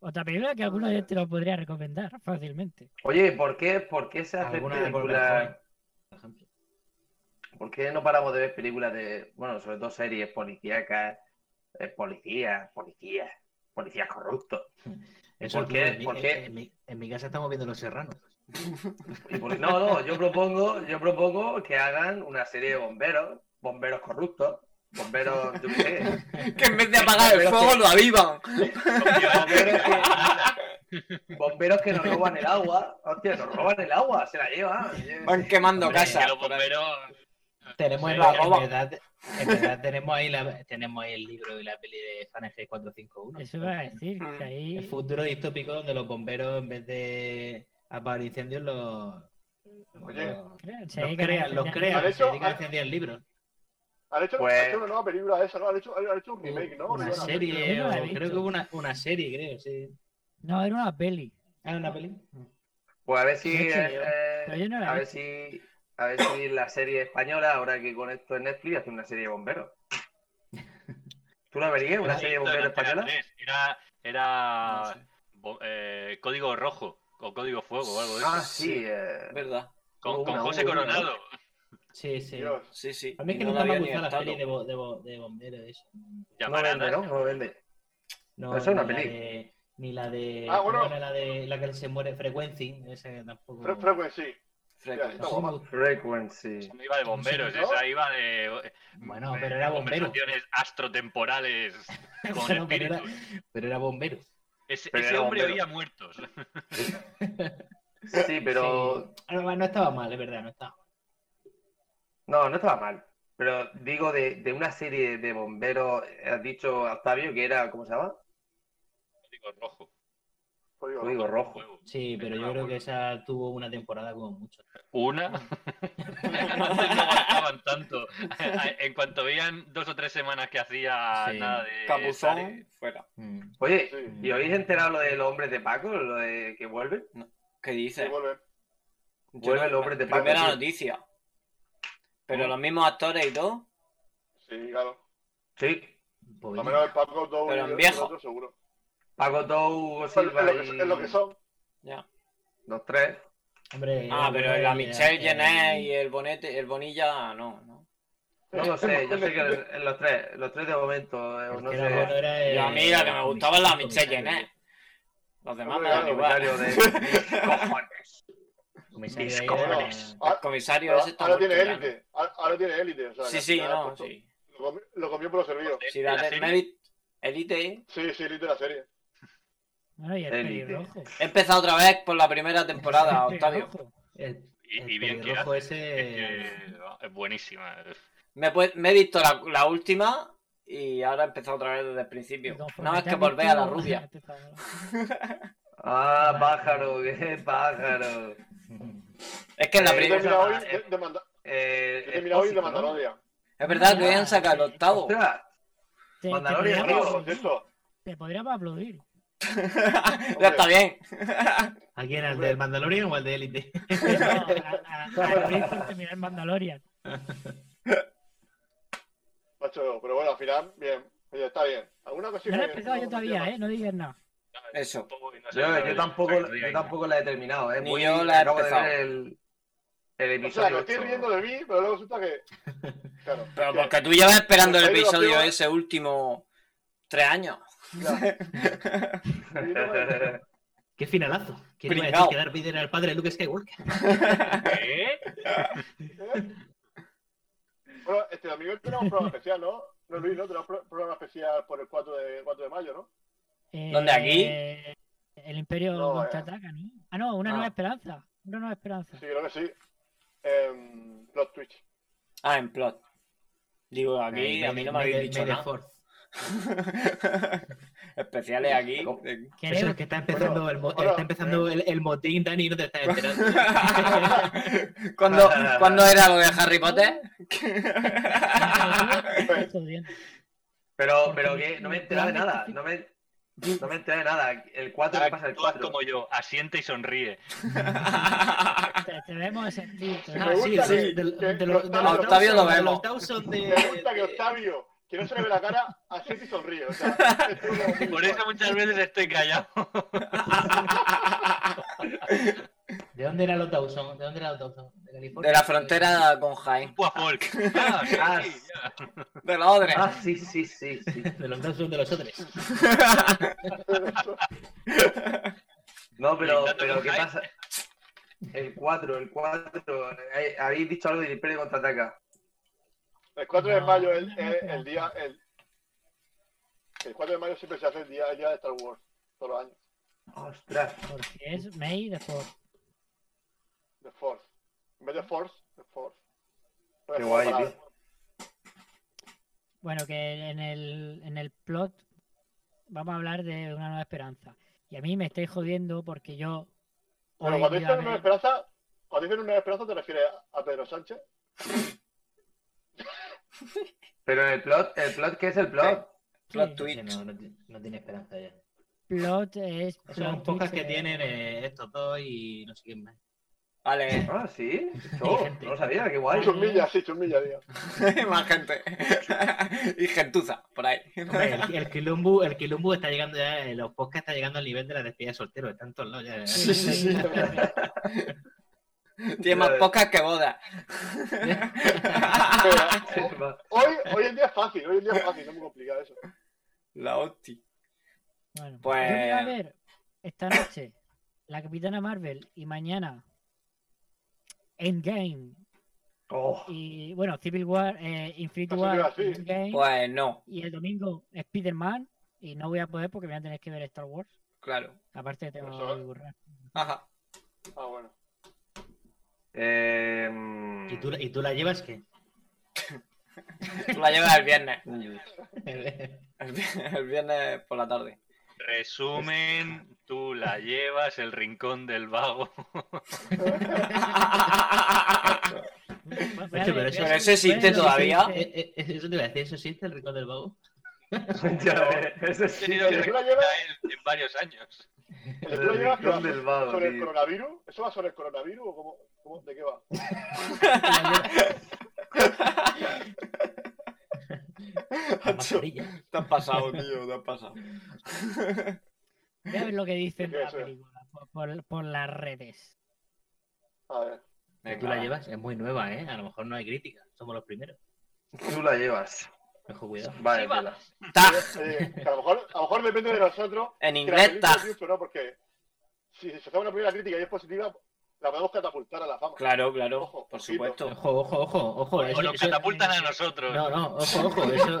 Otra película que alguno de te lo podría recomendar fácilmente.
Oye, ¿por qué, por qué se hacen
Alguna de
películas?
por ejemplo.
¿Por qué no paramos de ver películas de, bueno, sobre todo series policíacas, eh, policías, policías, policías corruptos?
Eso
¿Por
es eh.
qué?
muy- en mi-
¿Por qué?
En mi, en mi casa estamos viendo Los Serranos.
Y por- No, no, yo propongo, yo propongo que hagan una serie de bomberos, bomberos corruptos, bomberos, yo qué sé,
Que en vez de apagar el fuego lo avivan.
bomberos que, bomberos que nos roban el agua. Hostia, nos roban el agua, se la llevan.
Van quemando
Hombre,
casas.
Que los
por ahí.
bomberos-
Tenemos,
Sí,
en,
la
en
roba.
verdad, en verdad tenemos ahí la, tenemos ahí el libro y la peli de Fahrenheit 451.
Eso iba a decir,
Mm.
que
El
ahí.
futuro distópico donde los bomberos en vez de apagar incendios los,
Oye.
los,
crean, se
los
dedican a
crean, los
incendiar-
crean,
¿Para
se
eso?
dedican a incendiar libros.
Han hecho,
Pues-
han hecho una nueva película de esa, ¿no? Han hecho, han hecho un remake, ¿no?
Una
Una
serie,
Yo no la he
o-
visto.
creo que hubo una, una serie, creo, sí.
No, era una peli.
Ah, una peli.
Pues a ver si
Yo
es,
creo,
eh,
pero yo no la
a
vi.
ver si a ver si la serie española, ahora que con esto en Netflix, hace una serie de bomberos. ¿Tú la verías? ¿Una
Sí,
serie de
esto
bomberos
en Antena
española?
3, Era,
Ah,
era bo- eh, código rojo o código fuego o algo de eso.
Ah, sí. eh,
Verdad.
con, con
una,
José
una, una.
Coronado.
Sí, sí.
Dios.
Sí, sí.
A mí es que
No
nunca
la
me
había
ha
ni
gustado la
estado.
serie de, bo- de, bo- de bomberos. Eso.
no
Llamarada.
vende, ¿no? No vende.
No,
Eso es una
ni la
peli.
de- Ni la de.
Ah, bueno.
¿cómo era la de la que se muere Frequency. Esa que
Mm.
tampoco.
Fre- Frequency.
Frecuencia.
Está
tampoco me
guapa.
gustó.
Frequency.
No iba de bomberos,
¿No?
esa iba de.
Bueno,
de
pero era bombero.
Conversaciones astrotemporales con
Bueno, pero era-
espíritus.
Pero era bombero.
Ese,
pero
ese
era
hombre
bombero.
oía muertos.
Sí, pero
Sí. Ah, No, no estaba mal, es verdad, no estaba mal.
No, no estaba mal. Pero digo, de, de una serie de bomberos, has dicho, Octavio, que era, ¿cómo se llama?
Código rojo.
Código
Código
Rojo.
Rojo.
Fuego.
Sí, pero yo creo que esa tuvo una temporada como mucho.
Una. Antes no aguantaban tanto. En cuanto veían dos o tres semanas que hacía
Sí.
nada de. Eh,
Capuzón, fuera.
Mm.
Oye,
Sí.
¿y habéis enterado lo de los hombres de Paco? Lo de que vuelven.
¿Qué
Sí,
dices?
vuelve.
Yo
Vuelve
no-
el hombre de Paco,
Primera
tío.
noticia. Pero los mismos actores y todo.
Sí, claro.
Sí.
Al
Pues,
menos el Paco Dou
Pero en
y el
viejo.
otro seguro.
Paco Tou,
Es lo,
Silva
que- es lo que
y
son.
Ya.
los tres.
hombre,
Ah, pero
era bueno,
la
era-
Michelle
era-
Jenner y el bonete, el Bonilla, no, no.
No lo sé, yo sé que el- el- los tres, los tres de momento, eh,
el
no
que
sé.
era bueno era el-
Yo a mí la que me gustaba es la
el
Michelle
comisario-
Jenner. Los demás me
Hombre,
dan
claro,
igual.
comisario
cojones.
de-
el comisario
Mis
ahí
cojones.
era-
El
Ah,
comisario
Pero
ese está
ahora
muerto
tiene
ya,
élite. Ahora- Ahora tiene élite. o sea,
¿no?
que
Sí,
al
sí,
final,
no,
pues,
sí.
Lo, comi- lo comió por los servidos.
De-
Si
de
la
la
de
serie.
Merit- Elite.
Sí, sí, élite de la serie.
Bueno, y el
Élite.
pelirrojo.
He empezado otra vez por la primera temporada,
El
Octavio.
pelirrojo.
El,
Y,
el
y bien que
pelirrojo
hace,
ese.
es que es buenísima.
Me, he pu- me he visto la, la última y ahora he empezado otra vez desde el
Y
principio.
conforme
Nada más
te
que
has
volver a la
visto,
rubia.
te estaba-
Ah, pájaro, qué pájaro.
Es que en la
Eh,
Yo he
primera.
terminado hoy
esa-
de, de, Manda-
Eh,
yo he terminado hoy
Espósito,
de
¿no?
Mandalorian.
Es verdad que hoy han sacado el octavo.
Ostras,
Te, te,
Mandalorian,
podríamos
Tío,
tío.
por
aplaudir,
cierto,
te podríamos aplaudir.
ya está bien.
¿A quién? ¿Al del Mandalorian o al de Elite?
No, a- a- al principio terminar Mandalorian.
macho, pero bueno, al final, bien. Oye, está bien. ¿Alguna
No
cosita?
lo he
que-
empezado yo todavía, ¿eh? No digas nada.
Eso.
Yo, yo tampoco, yo tampoco la he terminado, ¿eh?
Ni
Voy-
yo la he
acabo de
empezado.
ver el, el
¿eh?
O sea,
episodio.
me estoy
ocho.
riendo de mí, pero luego resulta que. Claro.
Pero
que-
porque tú llevas esperando el
Pues ha ido la
episodio
prueba.
ese último tres años.
ya. Y no me-
¡Qué finalazo! ¿Quién iba a decir
Pringao.
que Darth Vader era el padre de Luke Skywalker?
¿Qué?
Bueno, este domingo tenemos un programa especial, ¿no? No, Luis, ¿no? Tenemos pro- programa especial por el 4 de, 4 de mayo, ¿no?
Eh,
¿Dónde, aquí?
El Imperio
No, eh.
contraataca, ¿no? Ah, no, una
Ah.
nueva esperanza. Una nueva esperanza.
Sí, creo que sí. Eh, plot Twitch.
Ah, en plot. Digo, aquí
Ahí,
a mí no
May-
me habéis
May-
dicho
May the
nada.
Fourth.
Especiales aquí.
Eh,
Eso
Queremos-
es que está empezando, el, mo-
Bueno,
está empezando el, el motín, Dani, y no te estás enterando.
¿Cuándo, cuándo era lo de Harry Potter?
Estás jodiendo.
Pero, pero que no me he enterado de nada. No me, no me he enterado de nada. El 4
Actúas
pasa el 4.
como yo, asiente y sonríe.
Te, te vemos sentir. te
Ah,
Me
vemos.
sí,
gusta
sí,
que-
de, de,
que
de los- de
Octavio Ah,
los
lo
Dawson- de
vemos.
los Dawson de-
Me gusta que
de-
Octavio, que no se le ve la cara, asiente y sonríe. O sea, este es como-
Por eso muchas veces estoy callado.
¿De dónde eran los Dawson? ¿De dónde eran los Dawson? ¿De California?
De la frontera con Jaén.
Guafolk. Ah, sí,
Ah,
sí, ya.
De la Odre.
Ah, sí, sí, sí, sí.
De los Dawson de los otros.
No, pero,
Brindando
pero
con
¿qué
Jaime.
pasa? El 4, el 4. Eh, habéis dicho algo del Imperio contraataca.
El 4 de
No.
mayo es el, el- el día. El, el 4 de mayo siempre se hace el día, el día de Star Wars, todos los años.
Ostras,
Porque es May de Ford.
The Force. En vez de Force, The Force.
Qué guay,
Para-
tío.
Bueno, que en el, en el plot vamos a hablar de una nueva esperanza. Y a mí me estáis jodiendo porque yo.
Bueno,
hoy
cuando
iba
dicen
a
una nueva
ver-
esperanza, cuando dicen una nueva esperanza te refieres a Pedro Sánchez.
Pero el plot, el plot, ¿qué es el plot?
Sí,
Plot
Que
twist.
no, no ti- no tiene esperanza ya.
Plot es.
Son
plot
un podcast
twist,
que
eh,
tienen eh, estos dos y no sé quién más.
Vale,
Ah, sí. Oh,
gente.
no lo sabía, qué guay.
Chumilla, sí, chumilla, tío.
más gente. y gentuza, por ahí.
Hombre, el, el Quilombo, el Quilombo está llegando ya, eh, los podcasts están llegando al nivel de la despedida de soltero, están todos lados ya. eh.
Sí, sí, sí.
Tiene más pocas que bodas.
Hoy, hoy en día es fácil, hoy en día es fácil, no es muy complicado eso.
La hostia.
Bueno,
Pues-
yo me iba a ver esta noche la Capitana Marvel y mañana Endgame
Oh,
y bueno, Civil War, eh, Infinity
Eso te iba a
War,
decir.
Endgame,
Pues no,
y el domingo Spider-Man y no voy a poder porque voy a tener que ver Star Wars.
claro.
Aparte tengo
Eso-
que currar.
Ajá.
Ah, bueno.
eh,
¿Y, tú, la- ¿Y tú la llevas qué?
Tú la llevas el viernes.
Pero
El vi- el viernes por la tarde.
Resumen, tú la llevas el rincón del vago.
Voy a
Eso,
ver-
pero eso-
voy a-
eso existe
voy a ver lo que
todavía.
se dice.
Eh, eh, Eso te iba a decir, ¿eso existe el rincón del vago?
ya ves, ese
He
sí
tenido que
que-
llevas?
recuperar en, en varios años.
¿El
El
libro lleva
rincón
sobre-
del vago,
sobre el
tío.
coronavirus? ¿Eso va sobre el coronavirus o cómo, cómo- de qué va?
La mascarilla.
Te has pasado, tío, te has pasado.
Voy a ver lo que dicen de la
Eso es.
película por, por- por las redes.
A ver.
¿Tú la llevas? Es muy nueva, ¿eh? A lo mejor no hay crítica, somos los primeros.
Tú la llevas.
Mejor cuidado.
Vale, tela. Ah.
Tag.
Oye, Eh, que a, lo mejor, a lo mejor depende de nosotros.
En
que la
inglés,
película
tag.
triunfe o no, porque si se hace una primera crítica y es positiva, la podemos catapultar a la fama.
Claro, claro,
Ojo,
por
ojito.
supuesto.
Ojo, ojo, ojo, ojo.
O
eso-
nos
eso-
catapultan a nosotros.
No, no, ojo, ojo,
No,
eso. eso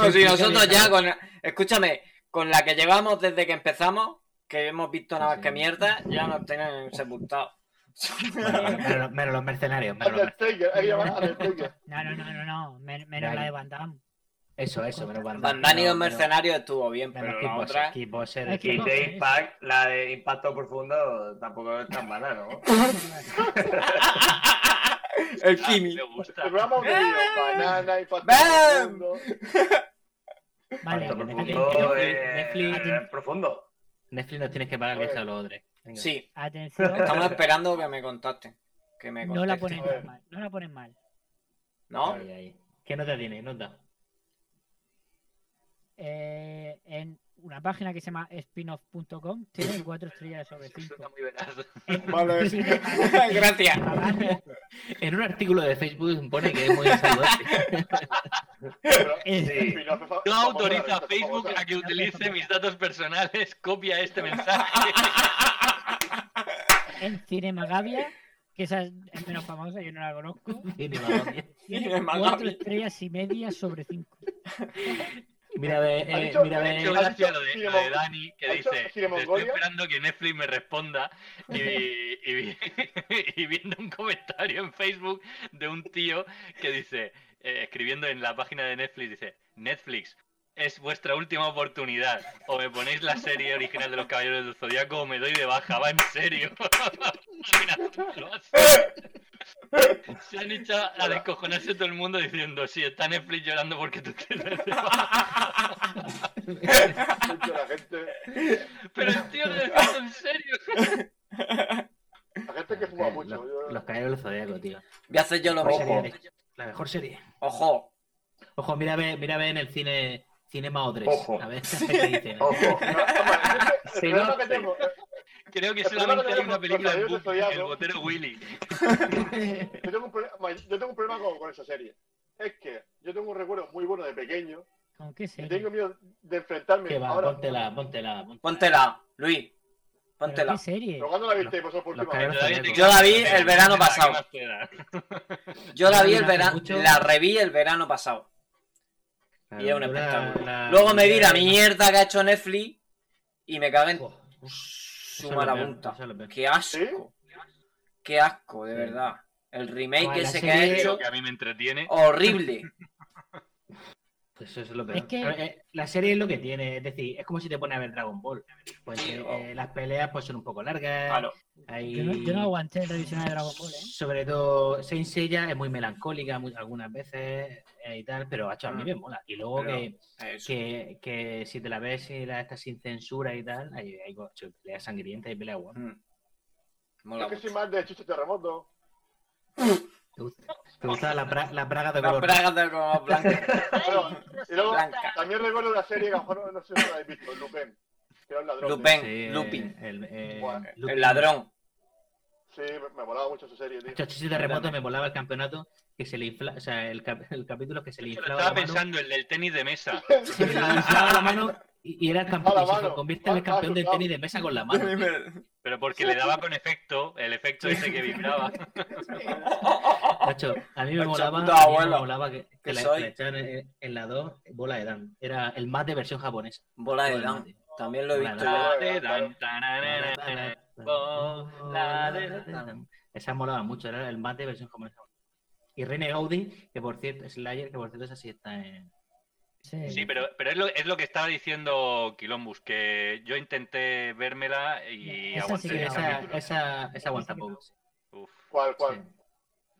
si
implica
nosotros
viajar-
ya con. Escúchame, con la que llevamos desde que empezamos, que hemos visto nada más que mierda, ya nos tienen sepultados.
Bueno, menos, menos los mercenarios, menos los mercenarios.
Undertaker, hay que llamar Undertaker.
No, no, no, no, no. men- menos
Vale.
la de Van Damme.
Eso, eso, menos Van Damme,
Van Damme y los
menos-
mercenarios estuvo bien,
menos pues,
pero la otra.
Kickboxer, Kickboxer,
Es
Y
que-
Kick-
de Impact, la de Impacto Profundo, tampoco es tan mala, ¿no?
El
Ah,
Kimi.
me gusta.
El programa un vídeo, banana y
Bam.
Vale,
Impacto
Netflix-
Profundo
Netflix-
eh,
Netflix-
es profundo.
Netflix nos tienes que pagar que sea lo otro. Venga.
Sí,
atención,
estamos esperando que me contacten. Que me
no la
contesten.
ponen tan mal. No la ponen mal.
¿No?
Ahí, ahí. ¿Qué nota tiene? Nota.
Eh, en una página que se llama spinoff.com tiene cuatro estrellas sobre
Eso está
cinco.
muy veraz.
Vale.
Gracias.
En un artículo de Facebook pone que es muy saludable.
No autoriza a Facebook a que utilice mis datos personales. Copia este mensaje.
En Cinemagavia, que esa es es menos famosa, yo no la conozco,
Y ni me acuerdo.
tiene
Cinemagavia.
cuatro estrellas y media sobre cinco.
Mira, ve,
Ha
eh,
dicho-
mira,
ha
Me ha
ve.
hecho
dicho-
gracia lo de,
Cine
lo de
Mon-
Dani que
ha dicho
dice:
Cine
Estoy
Mongolia".
esperando que Netflix me responda. Y, y- y viendo un comentario en Facebook de un tío que dice, eh, escribiendo en la página de Netflix, dice: Netflix. Es vuestra última oportunidad. O me ponéis la serie original de los Caballeros del Zodíaco o me doy de baja. Va en serio. Lo hace. Se han hecho a descojonarse todo el mundo diciendo: Sí, está Netflix llorando porque tú te das de baja.
La gente,
Pero el tío lo decía en serio.
la gente que fuma mucho.
eh, Los, los
yo-
caballeros del zodiaco, tío.
Voy a hacer yo lo
La mejor
mismo.
serie de- La mejor serie.
Ojo,
Ojo, mira, ve, mira, ve en el cine. Cinema O3.
Ojo.
A ver qué dicen. ¿eh?
Ojo.
El problema que tengo- eh,
Creo que
El
solamente hay
problema que
una
tenemos
película de
con Caballeros del
Buffy, el
Zodiaco.
botero Willy.
Yo tengo un problema, yo tengo un problema con, con esa serie. Es que yo tengo un recuerdo muy bueno de pequeño
¿Con qué
y
serie?
tengo miedo de enfrentarme
Que va,
ahora.
póntela, póntela, póntela.
póntela, Luis. Póntela.
¿Qué serie?
¿Pero cuándo la visteis vosotros por
Los
última vez?
caballeros
Todavía
zodíacos.
Yo
te-
la vi el verano
¿Qué más
pasado.
te da?
Yo la vi el
Dura
verano,
mucho.
la reví el verano pasado. Y es un
Dura
espectáculo.
la-
Luego me vi la
la-
mierda que ha hecho Netflix y me cago en
Jo,
su
eso lo veo,
marabunta.
eso lo veo.
Qué asco. Qué asco, de
Sí.
verdad. El remake
Vale,
ese
la
que ha
serie-
hecho,
Lo que a mí me entretiene.
Oh, horrible.
Pues eso es lo peor.
Es que-
Pero, eh, la serie es lo que tiene, es decir, es como si te pones a ver Dragon Ball. Pues
Sí,
eh,
o-
eh, las peleas pues son un poco largas.
Claro.
hay-
Yo no, yo no aguanté el revisionado de Dragon Ball, ¿eh?
Sobre todo Saint Seiya es muy melancólica muy- algunas veces eh, y tal, pero macho, a mí
Mm.
me mola. Y luego
Pero-
que,
Eso.
que, que si te la ves y la estás sin censura y tal, hay, hay co- cho- peleas sangrientas y peleas guapas.
Mm. Mola
Es que soy
mucho.
más de chuches terremoto.
¿Te gusta, te gusta la, pra- la praga de
Las
color?
bragas del Roma Blanca.
Bueno,
¿eh?
y luego
Blanca.
también recuerdo una serie que a lo mejor no sé si la habéis visto, Lupin. Que era un ladrón.
Lupin.
Sí,
Lupin.
El, eh,
Buah,
Lupin.
El ladrón.
Sí, me- me molaba mucho su serie, tío.
Chacho, si te remoto me volaba el campeonato que se le infla, o sea, el, cap- el capítulo que se le
Lo
inflaba la
estaba
mano,
pensando, el del tenis de mesa.
se le inflaba la mano y, y era el campeón,
A la
y se
mano.
convierte en el
Ah,
campeón del
asustado.
tenis de mesa con la mano.
Pero porque le daba con efecto, el efecto ese que vibraba.
Chacho, a mí me
Chacho,
molaba,
puta
a mí me
abuela,
molaba que, que
que
la,
soy.
la echaran en, en la 2, bola de Dan. Era el más de versión japonesa.
Bola de
Todo el
Dan.
mate.
También lo he
Bola de
visto
Dan.
yo.
La de dan, tananana.
Bola de Dan. Esa molaba mucho, era el más de versión japonesa. Y Rene Gaudi, que por cierto, Slayer, que por cierto, esa sí está en.
Sí.
Sí, pero, pero es, lo, es lo que estaba diciendo Quilombus, que yo intenté vérmela y
Esa
aguanté.
sí
Sí,
que
el
no.
esa,
capítulo.
esa, esa aguanta poco. sí.
Uf.
¿Cuál, cuál?
Sí.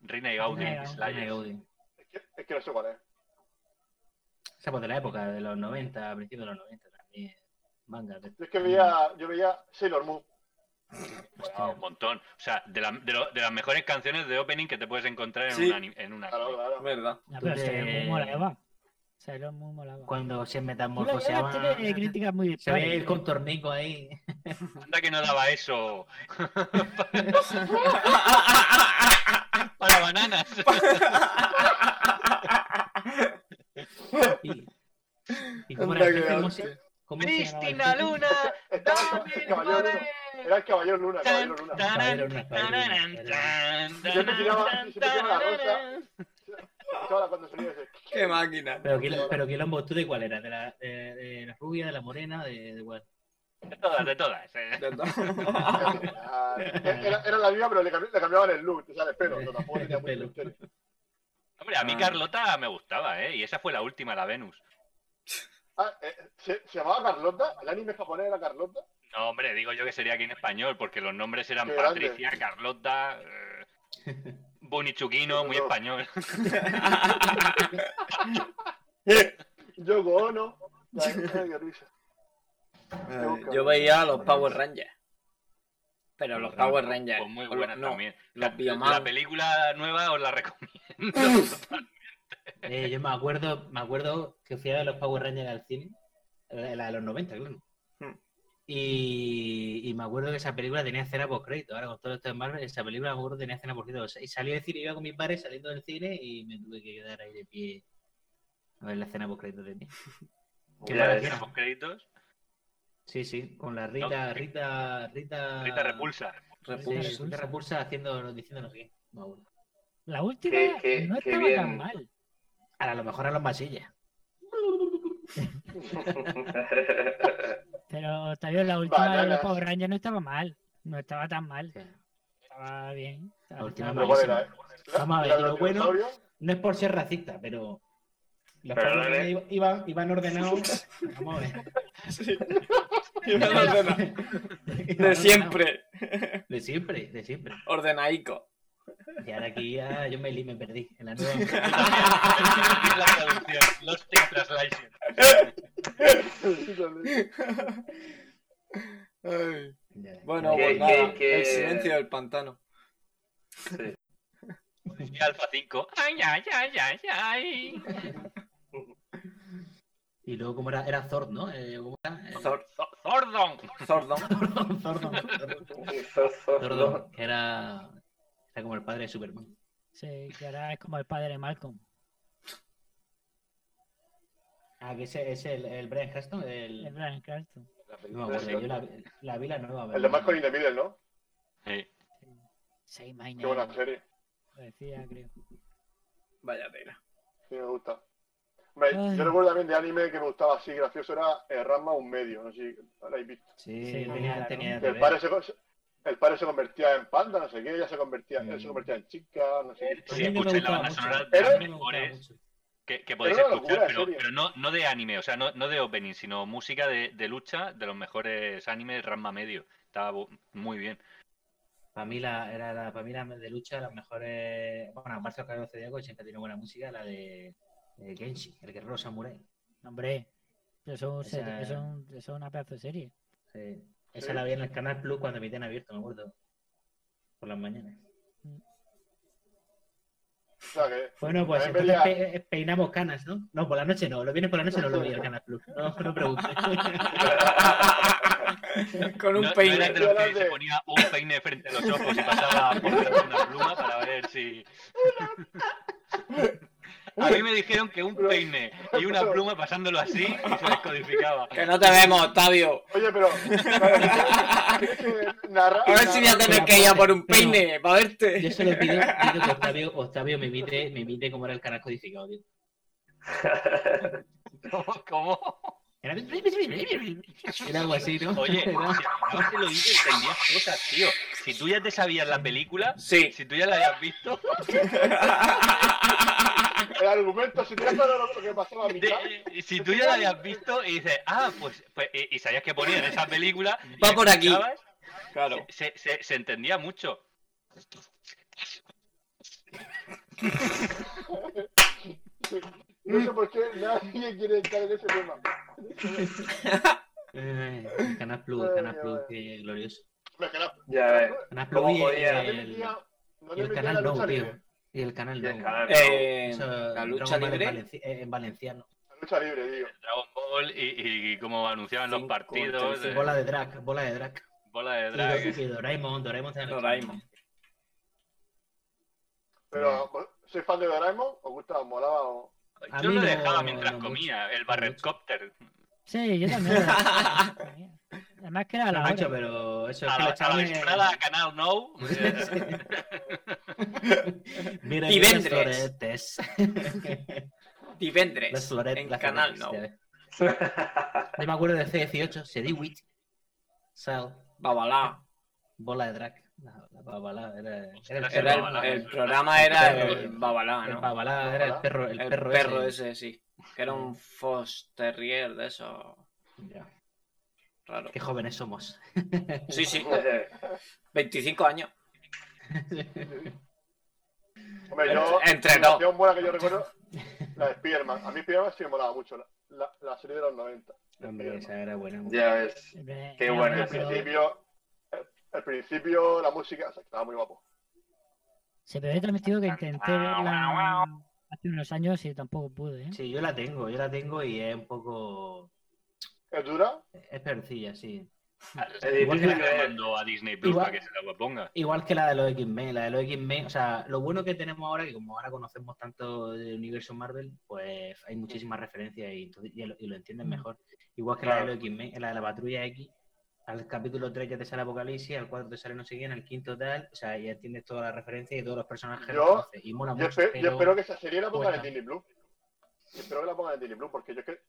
Rina y Gaudi,
Rina y Gaudi.
Slayer.
Rene Gaudi.
Es que, es que no sé cuál es.
Esa pues de la época, de los 90, a principios de los 90 también. Manga. de-
Yo es que veía, yo veía Sailor Moon.
este
Ah, un montón. O sea, de, la- de lo- de las mejores canciones de opening que te puedes encontrar en
Sí.
un ani- en una.
Claro,
Es
claro.
verdad.
No, pero
Tú
se ve
te-
muy molaba. Se ve muy molaba.
Cuando se
Tú la verdad
metamorfoseaba.
tiene críticas muy
Se
dispares.
ve el contornico ahí.
Anda que no daba eso. Para bananas.
Y, y
Anda
cómo era el
que
jefe,
va.
cómo se- cómo se llamaba el jefe?
Luna,
Estaba el ca- el caballero Luna. Era el caballero Luna, el caballero Luna.
Caballero Luna, caballero Luna.
Yo me tiraba- yo me tiraba la rosa. Estaba la- cuando salía ese.
Qué máquina.
Pero, Quil- pero Quilombo, ¿tú de cuál era? ¿De la, de- de la rubia, de la morena, de, de cuál?
De todas, de todas. eh.
Ah, Era, era la misma, pero le, cambi- le cambiaban el look, o sea, de pelo. No, tampoco tenía
El
mucho
pelo.
misterio.
Hombre, a mí
Ah.
Carlota me gustaba, ¿eh? Y esa fue la última, la Venus.
Ah, eh, ¿se, se llamaba Carlota? ¿El anime japonés era Carlota?
No, hombre, digo yo que sería aquí en español, porque los nombres eran
Qué grande.
Patricia, Carlota, eh, Bonichuquino, muy
No.
español.
Yogo Ono. Ya, me dio risa.
Eh, Yo veía a los Power Rangers. Pero los Power Rangers.
Pues muy
o los-
buena
no,
también.
los
La-
Bioman.
La película nueva os la recomiendo.
Eh, yo me acuerdo, me acuerdo que fui a ver los Power Rangers al cine, eh, la la de los 90, claro.
Hmm.
Y, y me acuerdo que esa película tenía escena post crédito. Ahora con todo esto de Marvel, esa película me acuerdo que tenía escena post crédito. Y salí del cine, iba con mis padres saliendo del cine y me tuve que quedar ahí de pie a ver la escena post crédito de mí. Qué
Ya
mala
ves.
escena.
Los créditos.
Sí, sí, con la Rita, Rita, Rita.
Rita Repulsa.
Sí,
Repulsa.
Rita Repulsa haciendo, diciendo no sé qué. Me acuerdo.
La última
Qué- qué-
no
qué
estaba tan
bien.
mal.
Ahora, a lo mejor a los masillas.
Pero también la última de los
Bananas.
Power Rangers no estaba mal. No estaba tan mal. Estaba bien. Estaba-
La última
estaba
Pero
me
¿cuál
bien.
era, eh?
Vamos a ver,
¿Era de
lo
los
bueno-
dinosaurios?
No es por ser racista, pero. Los
Pero
Power
no
Rangers iban, iban ordenados. Vamos a ver.
Iban
Iban
ordenados.
ordenados.
De siempre.
De siempre, de siempre.
Ordenaico.
Y ahora aquí ya yo me li, me perdí. En la nueva.
la traducción. Lost in Translation.
Ay.
Ya.
Bueno,
¿Qué-
pues
qué-
nada.
qué-
El silencio del pantano.
Y Alfa 5. Ay, ay, ay, ay, ay.
Y luego, como era, era Zord, ¿no? Eh, ¿cómo era? Eh,
Zor-
Zo- Zordon.
Zordon.
Zord, no. Zordon, que era. Era como el padre de Superman.
Sí, que ahora es como el padre de Malcolm.
Ah, que ese es el, el Brian Cranston,
El
el,
Brian Cranston.
La
No
película
me
de-
acuerdo, yo la, la vi la nueva.
El de Malcolm in the Middle, ¿no?
Sí.
Say my
Qué buena
name.
serie.
Lo decía, creo.
Vaya tela.
Sí, me gusta. Hombre,
Ay.
yo recuerdo también de anime que me gustaba así, gracioso, era eh, Ranma un medio, no sé si lo habéis visto.
Sí,
Sí,
tenía,
claro.
tenía
Que el
revés.
padre se, co- se- el padre se convertía en panda, no sé qué, ella se convertía,
Mm.
él se convertía en chica, no sé qué.
Sí,
A mí no me
escucháis la
gustaba
banda
mucho.
sonora de
Pero-
las
Me gustaba
mejores
mucho.
que, que podéis
Pero era una locura,
escuchar, pero,
en serio.
pero no, no de anime, o sea, no, no de opening, sino música de, de lucha de los mejores animes Ranma medio. Estaba bu- muy bien.
Para mí, la, era la, para mí la de lucha, las mejores. Bueno, aparte de Carlos Zodiaco, siempre tiene buena música, la de, de Genshin, el guerrero samurai.
Hombre, eso es,
Esa-
eso es un- eso es una pedazo de serie.
Sí. Esa la vi en el canal Plus cuando emitían abierto, me acuerdo. Por las mañanas.
O sea, que
Bueno, pues
A ver,
entonces
pelea.
pe- peinamos canas, ¿no? No, por la noche no. Lo vienes por la noche no lo vi el canal Plus. No, no preguntes.
Con un
no, no
peine.
eras de los que
Grande.
se ponía un peine frente a los ojos y pasaba por dentro una pluma para ver si. A mí me dijeron que un peine y una pluma pasándolo así y se descodificaba.
Que no te vemos, Octavio.
Oye, pero. Tienes que narrar.
A ver si voy a tener que ir a por un peine para
Yo
verte.
solo pido, pido que Octavio, Octavio me imite, me imite como era el canal codificado, tío.
¿Cómo? ¿Cómo?
Era, era algo así, ¿no?
Oye, si
Era-
no te lo dije, entendías cosas, tío. Si tú ya te sabías la película,
Sí.
si tú ya la habías visto,
El argumento, si tienes claro lo lo que pasaba a
de-
mitad.
si tú ya la habías visto y dices, ah, pues, pues, y, y sabías que ponían esa película. y
Va por aquí.
escuchabas,
Claro.
Se, se- se entendía mucho.
No sé por qué nadie quiere entrar en ese tema.
Eh, el canal Plus, el canal Plus, qué glorioso.
Me queda-
Ya ves.
Canal Plus
¿Cómo
y
No
podía?
le
el,
metía- no
y el
le metía la
canal
lucha
No, tío.
libre.
Y el canal
Y el
No.
canal,
Eh,
Eso,
la lucha
Dragon Ball en
libre.
valenci- eh, en valenciano.
La lucha libre, digo.
Dragon Ball y, y como anunciaban los
Cinco,
partidos,
trece,
eh, bola,
Bola de drag, bola de drag.
de
Y
drag.
y Doraemon, Doraemon está en el
Doraemon.
canal.
Pero, ¿soy fan de Doraemon? ¿Os gusta? ¿Os molaba? O...
A
Yo
mí
lo
no-
dejaba mientras
no mucho.
comía, el
No
barretcopter.
Sí, yo también. Además que era a la
Macho,
hora.
pero eso es
A
que
la,
los
a la
chavales-
entrada a Canal No. eh,
Mira,
Y
mira las
vendres.
floretes. Las
Divendres.
floretes.
En
las
Canal No.
floretes, ya ves. Yo me acuerdo de C18, Sediwit, Sal,
Babalá.
Bola de Drag. La, la babalá, era, era el
Ostras,
perro.
Era el, el programa era el Babalá,
El
¿no?
babalá, era el perro, el,
El
perro,
perro
ese.
ese, sí. Que era un Fosterrier de esos.
Ya.
Raro.
Qué jóvenes somos.
Sí, sí. 25 años.
Hombre, yo,
Entre
la
dos.
opción buena que yo recuerdo, la de Spiderman. A mí Spiderman sí me molaba mucho, la, la, la serie de los 90. de
Hombre,
Spiderman.
esa era buena.
Ya ves.
Era
Qué
una
bueno,
Al
hora, pero-
principio, el, el principio, la música, o sea, estaba muy guapo.
Se me había transmitido que intenté verla hace unos años y tampoco pude. ¿eh?
Sí, yo la tengo, yo la tengo y es un poco.
¿Es dura?
Es percilla, sí.
Es
Igual que
difícil
le
la-
de...
mando a Disney Plus
Igual.
para que se la ponga.
Igual que la de los X-Men, la de los X-Men, o sea, lo bueno que tenemos ahora, que como ahora conocemos tanto del universo Marvel, pues hay muchísimas referencias y, entonces- y lo, y lo entienden
Mm.
mejor. Igual que la
Claro.
de los X-Men, la de la patrulla X, al capítulo 3 ya te sale Apocalipsis, al 4 te sale no sé quién, al quinto tal, o sea, ya entiendes todas las referencias y todos los personajes.
Yo-
entonces, y mola
Yo,
mucho,
espe- yo
pero-
espero que esa serie la pongan en
Bueno.
Disney Blue. Yo espero que la pongan en Disney Blue, porque yo es que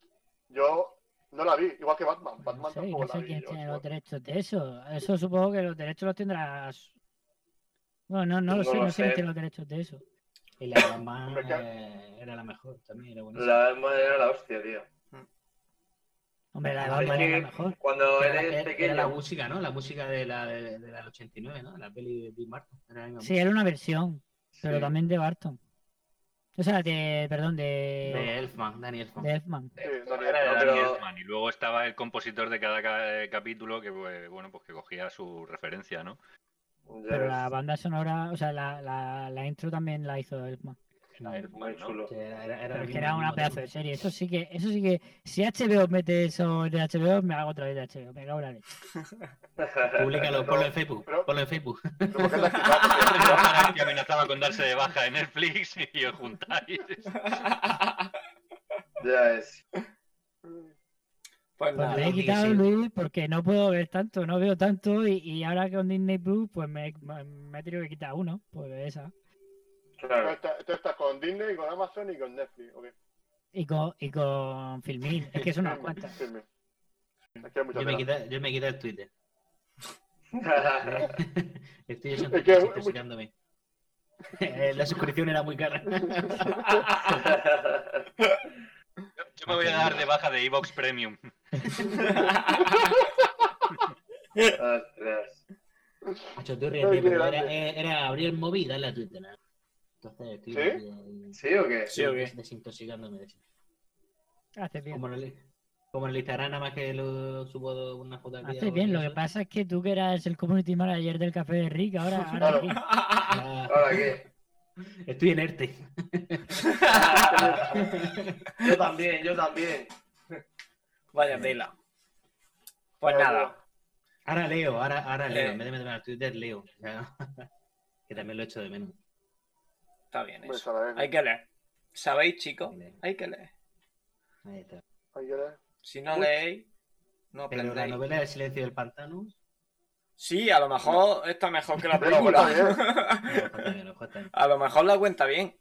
yo no la vi, igual que Batman.
No
Batman
sé,
tampoco
no sé
la vi.
quién
yo,
tiene
yo-
los derechos de eso. Eso supongo que los derechos los tendrás. Bueno, no, no lo
No
sé,
lo
no sé quién
sé.
tiene los derechos de eso.
Y la de Batman,
Hombre, claro.
eh, era la mejor también, era buenísima.
La madre era la hostia, tío.
Hombre, la de
Hombre,
Batman
es
era
que-
la mejor.
Cuando
Era
eres
la- era- era la
pequeño.
música, ¿no? La música de la, de, de la del 89, ¿no? La peli de Tim Burton. Era la misma
Sí, era una versión, pero
Sí.
también de Barton. O sea, de. Perdón, de.
De Elfman, Danny Elfman.
eh, De Elfman.
Sí, no,
Era
no,
Dani
pero-
pero-
Elfman, Y luego estaba el compositor de cada ca- eh, capítulo que pues, bueno pues que cogía su referencia, ¿no?
Ya
Pero
ves.
la banda sonora, o sea, la, la, la intro también la hizo Elfman.
Era Elfman,
Muy
¿no?
chulo.
Sí, era, era, era
Pero es
el
que era
mismo
una
tema.
pedazo de serie. Eso sí que, eso sí que. Si HBO mete eso en HBO, me hago otra vez de HBO. Me cago en la leche.
Públicalo, ponlo en Facebook.
pero-
Ponlo en Facebook.
pero ¿por qué te has quitado?
Era que amenazaba con darse de baja en Netflix y os juntáis.
Ya es.
Pues
Pues
nada.
me he
Disney,
quitado
sí.
Luis porque no puedo ver tanto, no veo tanto y, y ahora con Disney Plus pues me, me- me he tenido que quitar uno, pues de esa.
Tú
Claro.
estás, tú estás con Disney, con Amazon y con Netflix. ok.
Y con, y con Filmin, es que son unas
Firme,
cuantas.
firme. Aquí hay mucha
Yo me,
tela.
quité, yo me quité el Twitter. Estoy yo
Es que es
desintoxicándome. Eh, La suscripción era muy cara.
Yo, yo me voy a dar de baja de Evox Premium.
Ostras.
Macho, tú ríes,
Ay,
tío,
qué
pero era,
grande.
era abrir el móvil y darle a Twitter. ¿eh? Entonces estoy
¿Sí?
ahí-
¿Sí o qué?
Sí, o qué.
desintoxicándome. de eso.
Haces bien.
Como en, el, como en el Instagram, nada más que lo subo do- una foto al día.
Haces
o
Ah, bien, lo
algo
que
de eso.
pasa es que tú que eras el community manager del café de Rick, ahora, ahora
Claro.
aquí.
Ah,
¿Ahora qué?
Estoy en ERTE.
Yo también, yo también.
Vaya tela. Pues
Claro.
nada.
Ahora leo, ahora, ahora leo.
Eh.
En vez de meterme al Twitter, leo. O sea, que también lo echo de menos.
Está bien
Hombre, ¿eh?
eso.
se agradece.
Hay que leer. ¿Sabéis, chicos?
Hay que leer.
Hay que leer.
Ahí está.
Hay que leer.
Si no leéis, no
Pero la
aprendéis.
novela del silencio del pantano.
Sí, a lo mejor está mejor que la
Pero bueno,
película.
no, ojo también, ojo también.
A lo mejor la cuenta bien.